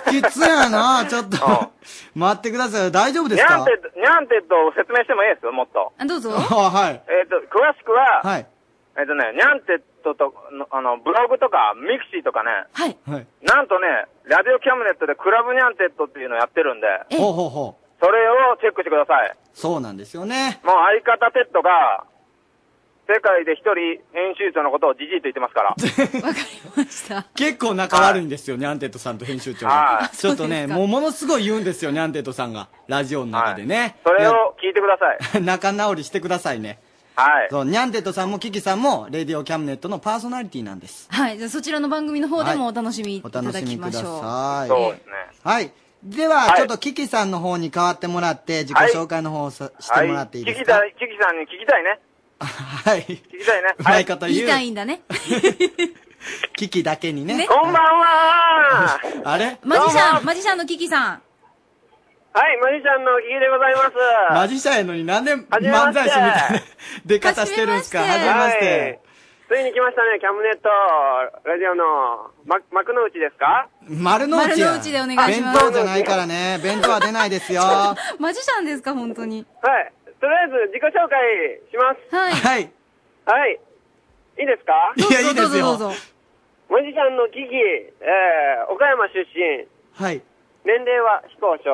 不吉やなちょっと。待ってください。大丈夫
ニ
です
ャ
か
ンテッド、ニャンテッドを説明してもいいですよ、もっと。
どうぞ。
あはい。
えっ、と、詳しくは、
はい。
えっ、とね、ニャンテッドとの、あの、ブログとか、ミクシーとかね、
はい。
はい。
なんとね、ラジオキャムネットでクラブニャンテッドっていうのをやってるんで、
ほうほうほう。
それをチェックしてください。
そうなんですよね。
もう相方テッドが、世界で一人編集長のことをじじいと言ってま
[laughs]
すから。
結構仲悪いんですよね、アンテッドさんと編集長
は
が。
い
ちょっと
あそうで
ね、
すか
もうものすごい言うんですよね、アンテッドさんが。ラジオの中でね。
それを聞いてくださ
[laughs]
い。
仲直りしてくださいね。
はい。
そう、ニャンテッドさんもキキさんも、レディオキャムネットのパーソナリティなんです。
はい。じゃあそちらの番組の方でも
は
お楽しみい
お
た
楽
だ
し
き
み
ま
くだ
しょう。
さい。
そうです
ね。
はい。では、ちょっとキキさんの方に代わってもらって、自己紹介の方をさ、してもらっていいですか
はい、聞きたい、聞きさんに聞きたいね。
[laughs] はい。聞
きたいね。
うまいこと
言
言。
いうたいんだね。
キキだけにね。
こんばんは
[laughs] あれ
マジシャン、マジシャンのキキさん。
はい、マジシャンのキキでございます。 [laughs]
マジシャンやのになんで
めま
漫
し
才師み
て
たいな出方してるん
[laughs]
ですかはじめまして。
ついに来ましたね、キャムネット、ラジオの、ま、幕の内ですか
丸の内や。
丸の内でお願いします
弁当じゃないからね。弁当は出ない
[laughs]
ですよ。は
[laughs] マジシャンですか、本当に。
はい。とりあえず自己紹介します。
はい。
い。い
はい。いいですか
や、いいですよ。
マジシャンのキキ、えー、岡山出身、
はい。
年齢は非公表。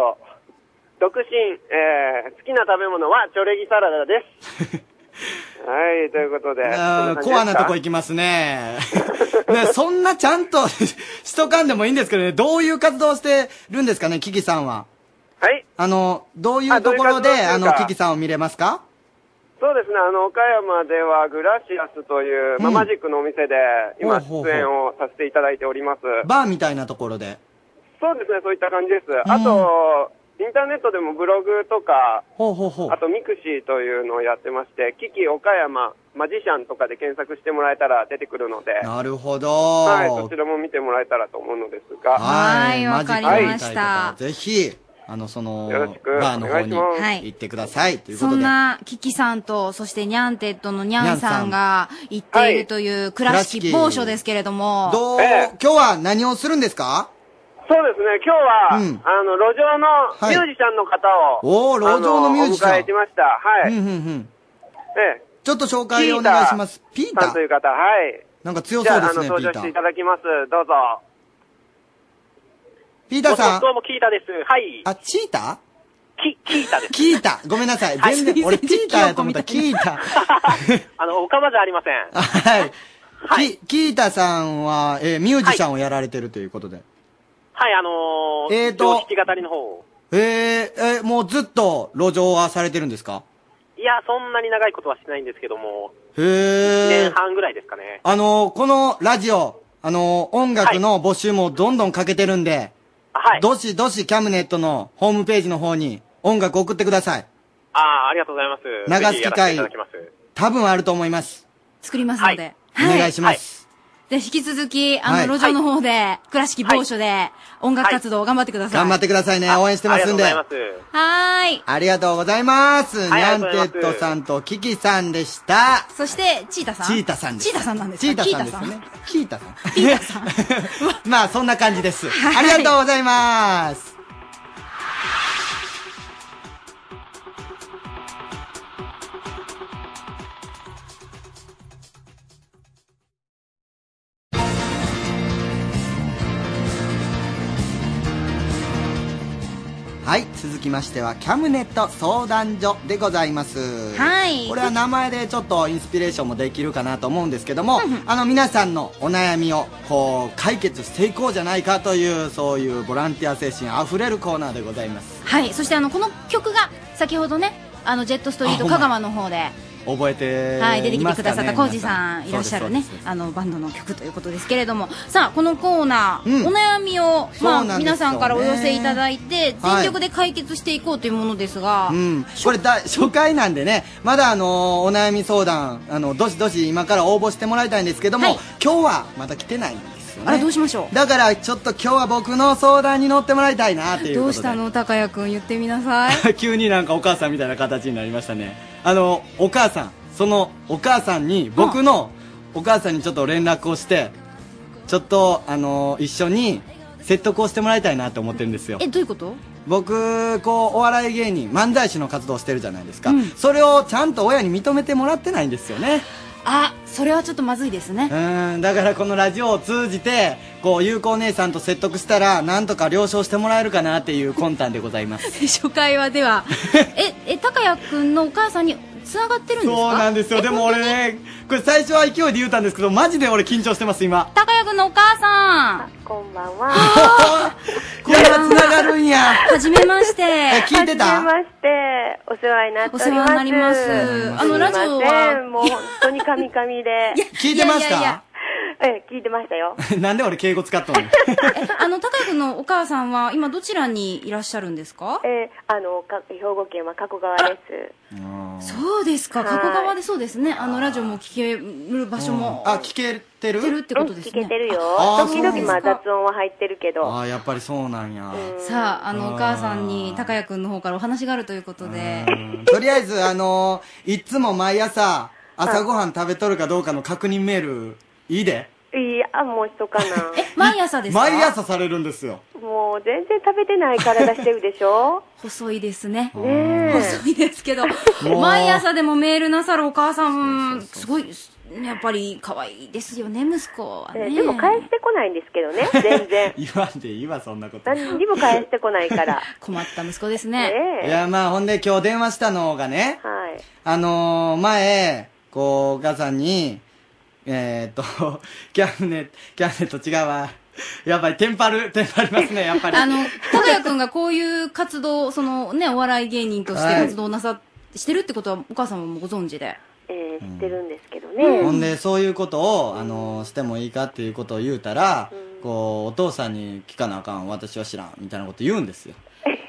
独身、えー、好きな食べ物はチョレギサラダです。
[laughs]
はい、ということで。
あーコアなとこ行
き
きます
[laughs]
ね。ねそんなちゃんと [laughs] しとかんでもいいんですけどね、どういう活動をしてるんですかね、キキさんは。
はい。
あの、どういうところで、
あどう
あ
いう活動して
の、
るか
キキさんを見れますか
そうですね、あの、岡山ではグラシアスという、まあ
うん
マジックのお店で、今、
ほうほうほう
出演をさせていただいております。
バーみたいなところで。
そうですね、そういった感じです。あと、インターネットでもブログとか、
ほうほうほう
あ。とミクシーというのをやってまして、キキ岡山マジシャンとかで検索してもらえたら出てくるので、
なるほど。
はい、そちらも見てもらえたらと思うのですが。
はいマジックやりたい方は
は
ぜひ、あの、その、
よろしく
バーの方に
お願いします
行ってください。というこ
そ
と
ん
で。
なキキさんと、そしてニャンテッドのニャンさんが行っ
は
てい
い
るという倉敷某所ですけれども。
どう、今日は何をするんですか
そうですね、今日は、
うん
あの、路上のミュージシャンの方を、
おー路上のミュージシャン
あのお迎えしました。はい。
うんうんうん。
ええ
ちょっと紹介をお願いします。ピーター
さんという方、はい。
なんか強そうですね
じゃあ、あの、登
ピー
場
ター
していただきます。どうぞ。
ピーターさん
どうも、キータです。はい。
あ、チータ
キ、キータです。
キータごめんなさい。
はい
全然、俺、チーターやと思った。キータ。
あの、おかまじゃありません。
はい。キキータさんは、えーミュージシャンをやられてるということで。
はい、あのー、
えーと
一応弾き語りの方を
えー、えーもうずっと路上はされてるんですか
いや、そんなに長いことはしてないんですけども、
へ
1
え
年。半ぐらいですかね。
あのーこのラジオ、あのー音楽の募集もどんどんかけてるんで、
はい。
どしどしキャムネットのホームページの方に音楽送ってください。
ああ、ありがとうございます。
流す機会
ぜひやらせていただきます。
多分あると思います。
作りますので。
お願いします。
で、引き続き、あ
はい
の、路上の方で、倉敷某所で、音楽活動を頑張ってください。
頑張ってくださいね。応援してますんで。
はーい。
ありがとうございます。ニ
はいあ
ャ
りがとうございま
ン
す
テッドさんとキキさんでした。
そして、チータさん。
チータさんです
チータさんなんです
チー
か
タさんです
キ
ね。キータさん。 [laughs] まあ、そんな感じです。ありがとうございます。はい、続きましては、キャムネット相談所でございます。
はい
これは名前でちょっとインスピレーションもできるかなと思うんですけども、あの、皆さんのお悩みを、こう、解決していこうじゃないかという、そういうボランティア精神あふれるコーナーでございます。
はい。そして、あの、この曲が、先ほどね、あの、ジェットストリート
あほ
香
んま
川の方で、
覚えて
はい、出て
い
きて
ま
く
す
だ
かね
さったコージさんいらっしゃるねあのバンドの曲ということですけれどもさあこのコーナー、
うん
お悩みを、
そうな
ま
んですよね
あ、皆さんからお寄せいただいて
はい
全力で解決していこうというものですが、
うん、これだ初回なんでねまだあのーお悩み相談あのどしどし今から応募してもらいたいんですけども、今日はまだ来てないんですよね
あらどうしましょう
だからちょっと今日は僕の相談に乗ってもらいたいなっていう
ど
ことで
うしたの高谷君言ってみなさい
[laughs] 急になんかお母さんみたいな形になりましたねあのお母さんそのお母さんに僕のお母さんにちょっと連絡をしてちょっとあの一緒に説得をしてもらいたいなと思ってるんですよ
えどういうこと [laughs]
僕こうお笑い芸人漫才師の活動してるじゃないですか、それをちゃんと親に認めてもらってないんですよね
あそれはちょっとまずいですね
うんだからこのラジオを通じてこう有効姉さんと説得したらなんとか了承してもらえるかなっていう魂胆でございます
初回は
[laughs]
ではええ高谷君のお母さんにつながってるんですか
そうなんですよでも俺ねこれ最初は勢いで言うたんですけどマジで俺緊張してます今
高谷君のお母さん
こんばんは
これはつながるんや
はじめまして
聞いて
はじめ
た
ましてお世話になっております
お世話になりますあのラジ
す
オは
いませんもう本当にカミカミで
[laughs] 聞いてましたいやいやいや
ええ聞いてましたよ
[laughs] なんで俺敬語使ったの
あの高谷君のお母さんは今どちらにいらっしゃるんですか
えあのか兵庫県は加古川です
そうですか
はい
加古川でそうですねあのラジオも聞ける場所も
あ聞けてる
聞けるってことですね
うん聞けてるよ
あー
時々まあ
そうなん
雑音は入ってるけど
ああやっぱりそうなんや
さああ
あー
のお母さんに高谷君の方からお話があるということで
とりあえずあのいつも毎朝朝ごはん食べとるかどうかの確認メールいいで
いやもう一
[laughs]
かな
毎朝ですか
毎朝されるんですよ
もう全然食べてない体してるでしょ
[laughs] 細いですね
ねえ
細いです
[laughs]
けど
もう
毎朝でもメールなさるお母さんすごいやっぱり可愛いですよね息子は
え
ね
でも返してこないんですけどね全然
[laughs] 言わんでいいわそんなこと
何にも返してこないから
[laughs] 困った息子ですね
いやまあほんで今日電話したのがね、
はい
あのー前こうお母さんにえー、っと [laughs] キャンネキャンネと違うわやばいテンパるテンパりますねやっぱり
あの、高谷くんがこういう活動、そのね、お笑い芸人として活動なさ、してるってことはお母様もご存知で。
えー、知ってるんですけどね、
ほんでそういうことを、あのしてもいいかっていうことを言うたら、こうお父さんに聞かなあかん私は知らんみたいなこと言うんですよ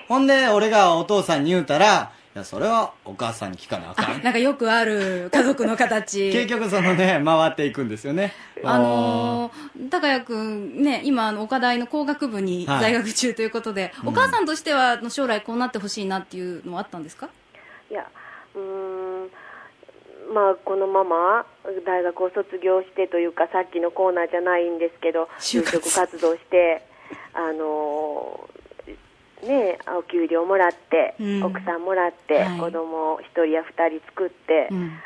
ほんで俺がお父さんに言うたらいやそれはお母さんに聞かなあかん
なんかよくある家族の形。
結局そのね回っていくんですよね
あのー、高谷くんね、今、あの、岡大の工学部に
はい
在学中ということで、
うん
お母さんとしては、あの将来こうなってほしいなっていうのはあったんですか
いやうーんまあこのまま大学を卒業してというかさっきのコーナーじゃないんですけど就職活動してあのーねえお給料もらって、
うん
奥さんもらって、
はい
子供一人や二人作って、うん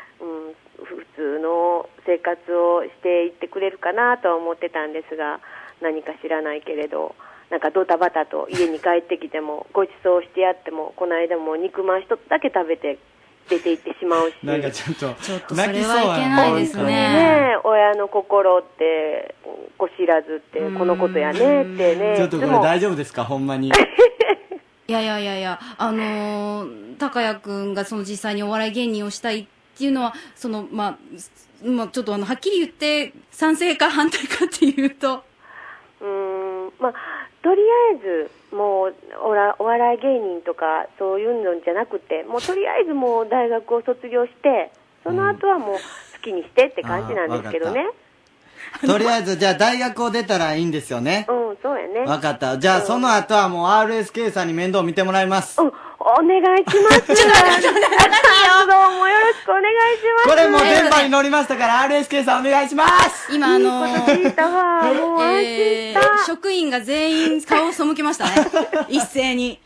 普通の生活をしていってくれるかなとは思ってたんですが何か知らないけれどなんかドタバタと家に帰ってきてもご馳走してやってもこの間も肉まん一つだけ食べて出て行ってしまうし
なんかちょっと
泣きそうやなそれはいけないですね
ねえ親の心ってこ知らずってこのことやねってね
ちょっとこれ
いつも
大丈夫ですかほんまに
いやいやいやいや、あのー、高谷くんがその実際にお笑い芸人をしたいっていうのは、その、まあ、まあ、ちょっとあの、はっきり言って、賛成か反対かっていうと、
うーんまあとりあえずもうおらお笑い芸人とかそういうのじゃなくてもうとりあえずもう大学を卒業してその後はもう好きにしてって感じなんですけどね
あーわ [laughs] とりあえずじゃあ大学を出たらいいんですよね
うんそうやね
わかったじゃあその後はもう RSK さんに面倒見てもらいます
お願いします活動もよろしくお願いします
[laughs] これもう電波に乗りましたから RSK さんお願いします
今あのー
いいこと聞いたわもう安心し
え
た、
ー、職員が全員顔を背き
[laughs]
ましたね。一斉に。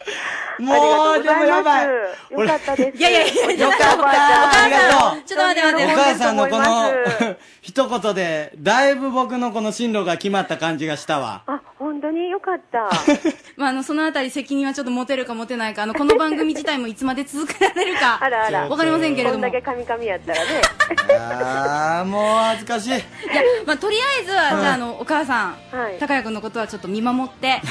もうでもやばい
よかったです
いやいやいやいや、
よかった
お母さん
ありがとう
ちょっと待って待
お
って。
母さんのこの [laughs] 一言でだいぶ僕のこの進路が決まった感じがしたわ
あ、本当によかった。
[laughs] まあ、あの、そのあたり責任はちょっと持てるか持てないか、あの、この番組自体もいつまで続けられるか、
[laughs] あらあら
わかりませんけれど
こん
も
だ。けカミカミやったらね
あーもう恥ずかしい
[laughs] いや、まあ、とりあえずは、
はい
じゃあ、あの、お母さん、
はい
[laughs] 高谷君のことはちょっと見守って、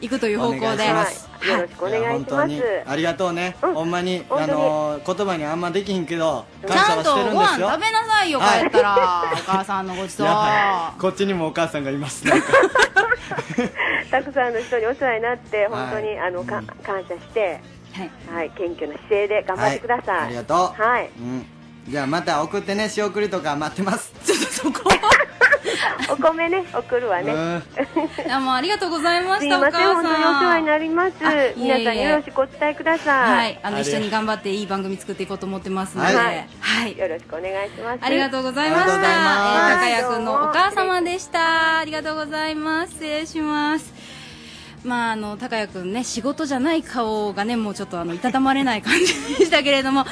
い、くという方向
お願い
で、
し
は
ま
い
す、
よろしくお
いや
願い
本
しま
当
す
にありがとうね、ほんまに
当に
あのー言葉にあんまできひんけど
ち
感謝
ゃ
は
んと
してるん
ご
で
飯
すよ
食べなさいよ、帰
はい
ったら。お母さん
[laughs]
のごちそう。
やっぱこっちにもお母さんがいますね
たくさんの人にお世話になって本当に、あのか感謝して、はい謙虚な姿勢で頑張ってください、
ありがとう
はい
うんじゃあまた送ってね仕送りとか待ってます
お米ね送るわね
うん
いやもうありがとうございまし
すい
た、お
ませ
母
ん
さん。
本当にお世話になります
あいえいえ
皆さんよろしくお伝えくださ
はいい、あの一緒に頑張っていい番組作っていこうと思ってますので、
は
はいい、
よろしくお願いします
ありがとうございました。えー高谷くんのお母様でした。ありがとうございます。失礼します。まあ、あの高谷くんね仕事じゃない顔がねもうちょっとあのいたたまれない感じでしたけれどもさ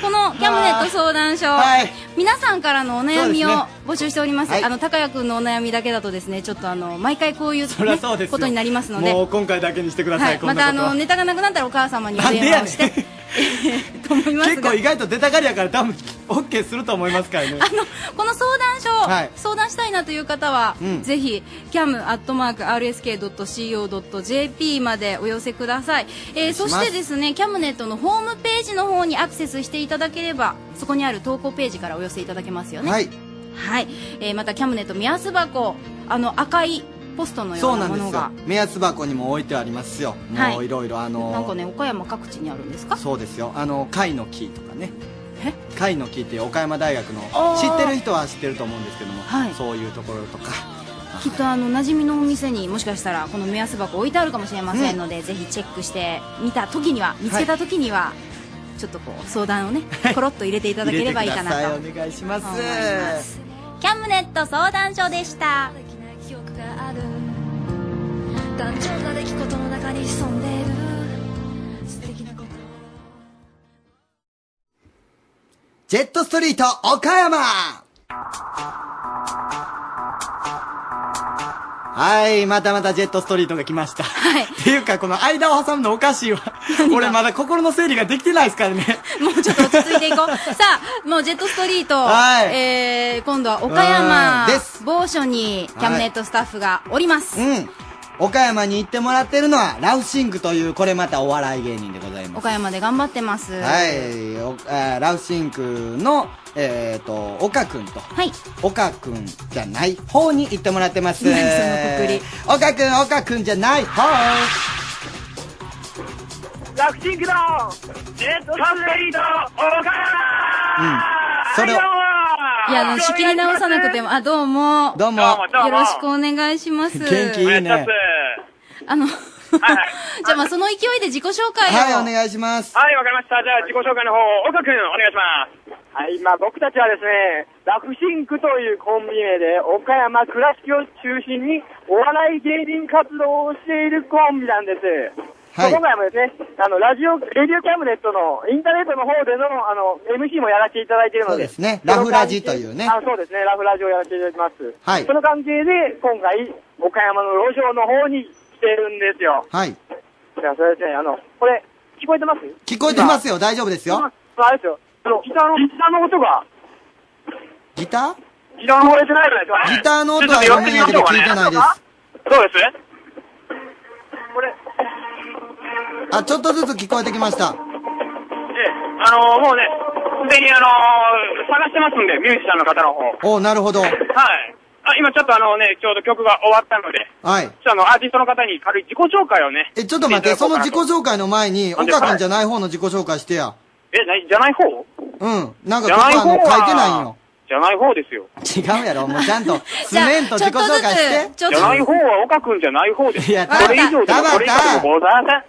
あこのキャムネット相談所、
はい
皆さんからのお悩みを
そうで
募集しております
はい
あの高谷くんのお悩みだけだとですねちょっとあの毎回こういう,、
そりゃそうですよ
ことになりますので
もう今回だけにしてください、
はい、
こん
ま
な
たあ
ことは
のネタがなくなったらお母様にお
なんで
電
や
話を
ねん
してと思います
結構意外と出たがりやから多分 OK すると思います
[laughs]
からね
この相談所、
はい
相談したいなという方は、
うん
ぜひ cam.rsk.co.jp までお寄せください、えー
お願
そ
いします
してですねキャムネットのホームページの方にアクセスしていただければそこにある投稿ページからお寄せいただけますよね
はい、
はいえーまたキャムネット目安箱あの赤いポストのよ
そううな
なんも
で
の
すよ
が
目安箱にも置いてありますよ
はい
もういろいろあ
な
のー
んかね岡山各地にあるんですか
そうですよあの貝の木とかね貝の木っていう岡山大学の知ってる人は知ってると思うんですけども、そういうところとか
きっとあの馴染みのお店にもしかしたらこの目安箱置いてあるかもしれませんので、ぜひチェックして見た時には見つけた時には、ちょっとこう相談をねコロッと入れていただければいいかなと
入れてくださいお願いします
思いますキャムネット相談所でした
記憶がある単純な出来事の中に潜んでいる素敵なこと
ジェットストリート岡山
はいまたまたジェットストリートが来ました、っていうかこの間を挟むのおかしいわ俺まだ心の整理ができてないですからね
落ち着いていこうさあもうジェットストリート、
はい
えー今度は岡
う
山
んで
某所にキャムネットスタッフがおりま
[laughs]
す、
うん岡山に行ってもらってるのはラウシングというこれまたお笑い芸人でございます
岡山で頑張ってます
はい、おあーラウシンクの、えっ、と、岡くんと、
はい、
岡くんじゃない方に行ってもらってます。
何 [laughs] そのくくり
岡くん、岡くんじゃない方
ラクシンクのジェットストリート岡
うん。それを、
いや、あの、仕切り直さなくても、あ、どうも。
どうもどうもどうも
よろしくお願いします。
元気いいねお願いし
あの、じゃあまあ、その勢いで自己紹介を。
はい、お願いします。
はい、わかりました。じゃあ、自己紹介の方、岡くん、お願いします。はい、まあ、僕たちはですね、ラフシンクというコンビ名で、岡山倉敷を中心に、お笑い芸人活動をしているコンビなんです。
はい
今回もですね、あの、ラジオ、レディオキャムネットの、インターネットの方での、あの、MC もやらせていただいているので。
そうですねラフラジというね
あ、そうですね、ラフラジをやらせていただきます。
はい
その関係で、今回、岡山の路上の方に来てるんですよ。
はい。
じゃあ、それですね、あの、これ、聞こえてます
聞こえてますよ、大丈夫ですよ。
あれですよ、あの、ギターの、ギターの音が、
ギター
ギターの方出てないじゃないですか、
ギターの音は読めないけど聞いてないです。
そうです
あ、ちょっとずつ聞こえてきました。
ええ、あのもうね、すでにあの探してますんで、ミュージシャンの方の方。
おなるほど。
はい。あ、今ちょっとあのね、ちょうど曲が終わったので、
はい。
ちょっとあの、アーティストの方に軽い自己紹介をね。
え、ちょっと待って、その自己
介。
紹介の前に、
なんで
岡くんじゃない方の自己紹介してや。
え、ない、じゃない方じ
うん。なんか
じゃ
ここ
ない
あ
方
の
は
書いてないんよ。
ゃない方ですよ。
違うやろ、もうちゃん
[laughs]
と、すねんと自己紹介して。
じゃない方は岡くんじゃない方です。いや、これ以上でもこれ以上でもございません。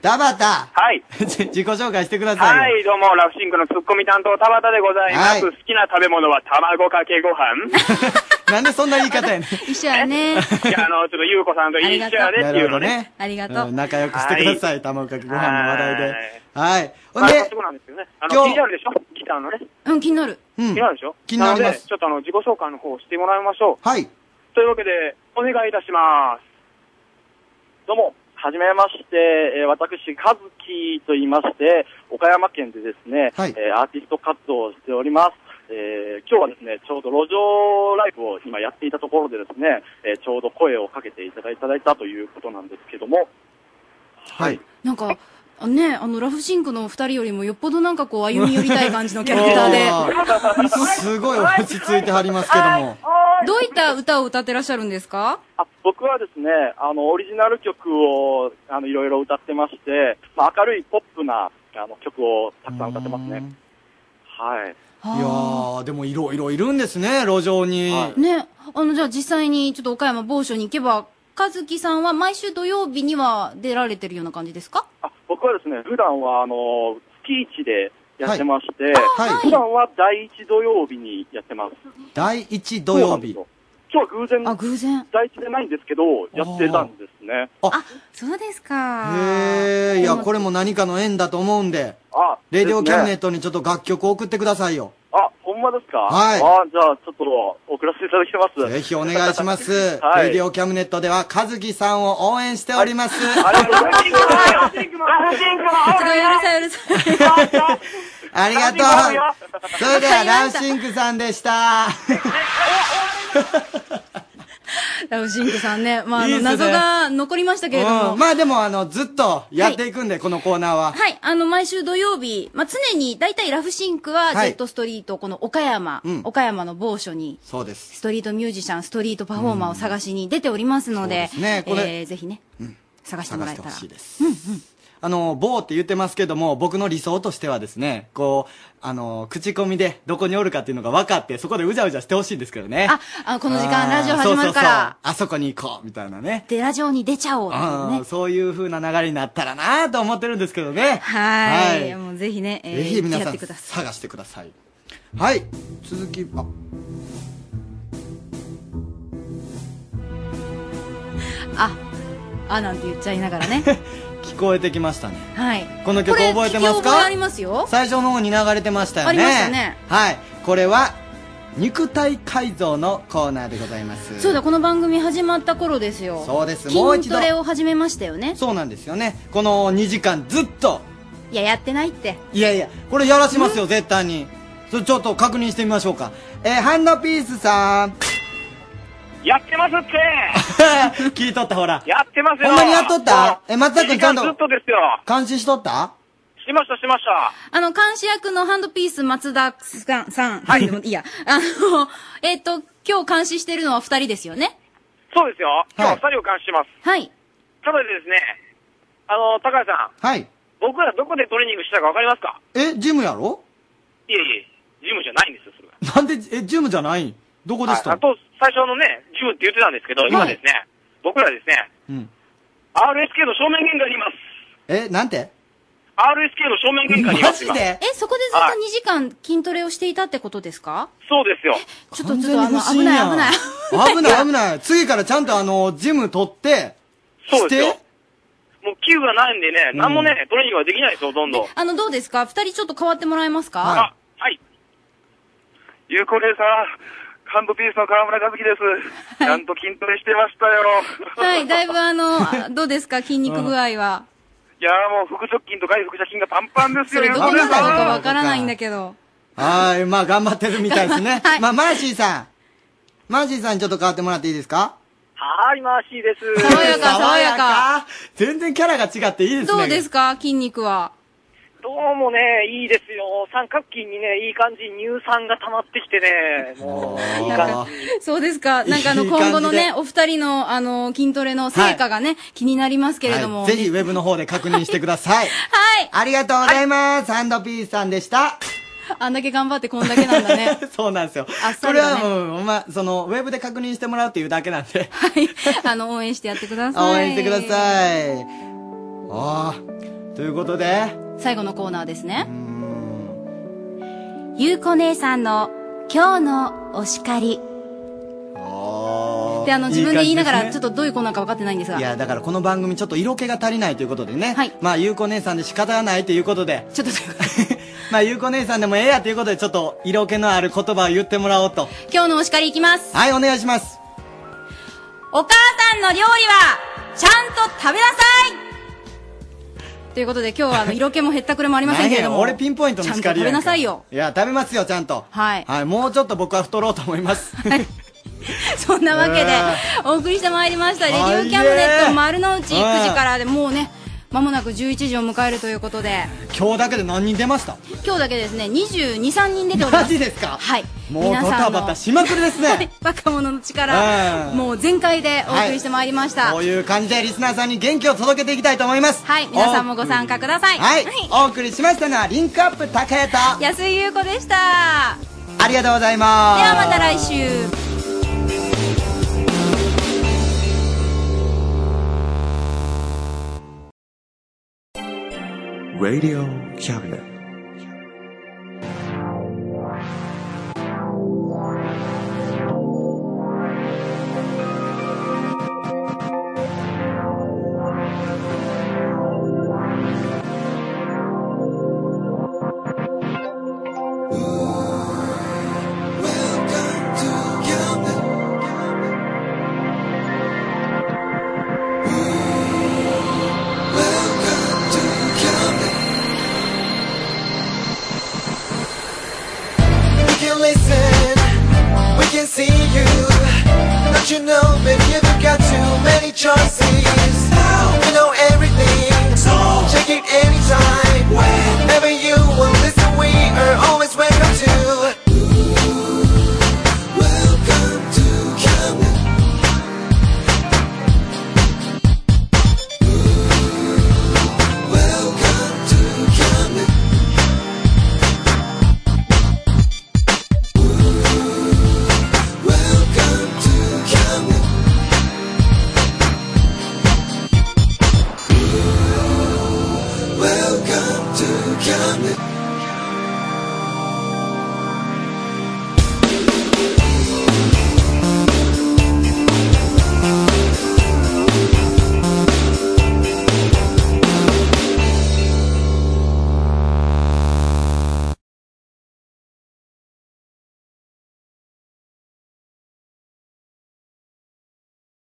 田畑 [laughs]
はい。
自己紹介してくださいよ。
はい、どうも、ラフシンクのツッコミ担当、田畑でございます。好きな食べ物は卵かけご飯
[laughs] なんでそんな言い方やねん。
[laughs] 一緒やね。
いや、あの、ちょっと、ゆうこさんと
あり
一
が
緒
とう
やでっていうの。ね。
ありがと
う。
うん
仲良くしてください、卵かけご飯の話題で。はい。ほん
まあ、早
で、
速なんですけどね。あ
今
の、
日
気になるでしょギターのね。
うん、気になる。
うん
気になるでしょ
気になります
のでちょっとあの、自己紹介の方をしてもらいましょう。
はい。
というわけで、お願いいたします。どうも、はじめまして、えー私、和樹と言いまして、岡山県でですね、えーアーティスト活動をしております。えー今日はですね、ちょうど路上ライブを今やっていたところでですね、えーちょうど声をかけていただいただいたということなんですけども、
はい。
なんか、ね、あの、ラフシンクのお二人よりもよっぽどなんかこう、歩み寄りたい感じ
[laughs]
のキャラクターで。
すごい落ち着いてはりますけども。
どういった歌を歌ってらっしゃるんですか
僕はですね、あの、オリジナル曲を、あの、いろいろ歌ってまして、まあ、明るいポップな、あの、曲をたくさん歌ってますね。はい。
いやー、でもいろいろいるんですね、路上に。
ね、あの、じゃあ実際にちょっと岡山某所に行けば、和樹さんは毎週土曜日には出られてるような感じですか
僕はですね、普段は、あの、月一でやってまして、普段は第一土曜日にやってます。
第一土曜日。
今日は偶然、あ、偶然。第一でないんですけど、やってたんですね。
あ、
そうですか。
へえ、いや、これも何かの縁だと思うんで、
あ、
レディオキャンネッ
ト。
トにちょっと楽曲を送ってくださいよ。
あ、ほんまですか
はい
あ、じゃあ、ちょっと、送らせていただきます。
ぜひお願いします。
はい
レディオキャムネットでは、和樹さんを応援しております。あ
りがとうございます。
ちょっとうるさいうるさい。
ありがとう。それでは、ラウシンクさんでした。
ラフシンクさんね、まあ、あ
いい
の、
ですね
謎が残りましたけれども。
うんまあでも、あの、ずっとやっていくんで、このコーナーは。
はい、あの、毎週土曜日、まあ、常に、大体ラフシンクは、ジ
は
ェ
い
ットストリート、この岡山、岡山の某所に、
そうです。
ストリートミュージシャン、ストリートパフォーマーを探しに出ておりますので、
そうですねこれ
えーぜひね、探してもらえたら。
探してほしいです。あの、某って言ってますけども、僕の理想としてはですね、こう、あの、口コミでどこにおるかっていうのが分かって、そこでうじゃうじゃしてほしいんですけどね。あ、
あこの時間ラジオ始まるから
そうそうそうあそこに行こう、みたいなね。
で、ラジオに出ちゃおうっていう
う
ね
ん。そういう風な流れになったらなと思ってるんですけどね。
はーい。
は
もうぜひね、
い。
えー
ぜひ皆
や
さ
っ
ん
てください。
探してください。はい。続き、あ、
あ、あなんて言っちゃいなが
[laughs]
らね。
聞こえてきましたね。
はい。
この曲
れ
覚えてます
聞き覚えあ
か
りますよ。
最初の方に流れてましたよね。
ありましたね
はい。これは、肉体改造のコーナーでございます。
そうだ、この番組始まった頃ですよ。
そうですもう
筋
一度
トレを始めましたよね。
そうなんですよね。この2時間ずっと、
いや、やってないって。
いやいや、これやらしますよ、絶対に。それちょっと確認してみましょうか。えー、ハンドピースさ
[laughs]
ん。
やってますって
聞いとった、ほら。
やってますよ
ほんまにやっとったえ、松田
一
君
時
ちゃ
間
ん
ず
と。
っとですよ。
監視しとった
しました、しました。
あの、監視役のハンドピース松田さん、さんはい。でもいいや。あの、えっ、と、今日監視してるのは二人ですよね。
そうですよ。今日は二人を監視します。
はい。
ただですね、あの、高橋さん、
はい。
僕らどこでトレーニングしたかわかりますか
え、ジムやろ
いえいえ、ジムじゃないんですよ、それは。
なんで、え、ジムじゃないんどこでした
ああと、最初のね、ジムって言ってたんですけど、今ですね、僕らですね、
うん。
RSK の正面玄関にいます。
え、なんて
RSK の正面玄関にいます。今
え、そこでずっと2時間筋トレをしていたってことですか
そうですよ。
ちょっと、ちょっと、あの、危ない危ない。 [laughs]
危ない危ない。次からちゃんとあの、ジム取って、
そうですよ。もう器具がないんでね、
うん
なんもね、トレーニングはできないですよ、ほとんど。
あの、どうですか二人ちょっと変わってもらえますか、
あ、はい。ゆうこ姉さん、ハンドピースの河村和樹です。ちゃんと筋トレしてましたよ。
はい、だいぶあの、
[laughs]
あどうですか筋肉具合は。
いやーもう腹直筋と外腹斜筋がパンパンで
そ
すよ、
れどこまでなの
ゆうこ姉さん
かわからないんだけど。
はい、まあ頑張ってるみたいです
[laughs]
ね。まあ、マーシーさん。マーシーさんにちょっと変わってもらっていいですか
はーい、マーシーです。
爽やか、爽やか。
か。全然キャラが違っていいですね。
どうですか筋肉は。
どうもね、いいですよ。三角筋にね、いい感じに乳酸が溜まってきてね、もう、いい感じ。
そうですか。なんかあの、
いい感じで
今後のね、お二人の、あの、筋トレの成果がね、気になりますけれども。
はいぜひウェブの方で確認してください。
はい。
ありがとうございます。ハンドピースさんでした。
あんだけ頑張ってこんだ
[laughs]
けなんだね。
そうなんですよ。
あっさ
これ
りだ
は
ね
もう、まあ、その、ウェブで確認してもらうっていうだけなん
[laughs]
で、
あの、応援してやってください。
応援してください。ああ、ということで、
最後のコーナーですね。ゆうこ姉さんの今日のお叱り。で、あの、自分で言いながら、ちょっ
と。
とどういうコーナーか分かってないんですが。
いや、だからこの番組ちょっと色気が足りないということでね。まあ、ゆうこ姉さんで仕方がないということで。
ちょっと
[laughs] まあ、ゆうこ姉さんでもええやということで、ちょっと色気のある言葉を言ってもらおうと。
今日のお叱りいきます。
はい、お願いします。
お母さんの料理は、ちゃんと食べなさいということで、今日はあの、色気もへったくれもありませんけれども。
何や俺ピンポイントの叱りやん
ちゃんと食べなさいよ。
いや、食べますよ、ちゃんと。
はい。
はい、もうちょっと僕は太ろうと思います。
[laughs] そんなわけで
え、
お送りしてまいりました、レデ
はい
ィオキャムネッ
いえ
ト丸の内9時からで、もうね、まもなく11時を迎えるということで、
[laughs] 今日だけで何人出ました
今日だけですね、22、3人出ております。
マジですか
はい。
もう
皆
ド
さ
タ
んの
バタしまくりですね
[laughs] 若者の力、
うん
もう全開でお送りしてまいりました。
こういう感じでリスナーさんに元気を届けていきたいと思います
はい、皆さんもご参加ください。
はい、お送りしましたのはリンクアップ高谷と
安井優子でした。
ありがとうございます
ではまた来週。
Radio Cabinet.
We can listen, we can see you. Don't you know, baby, you've got too many choices.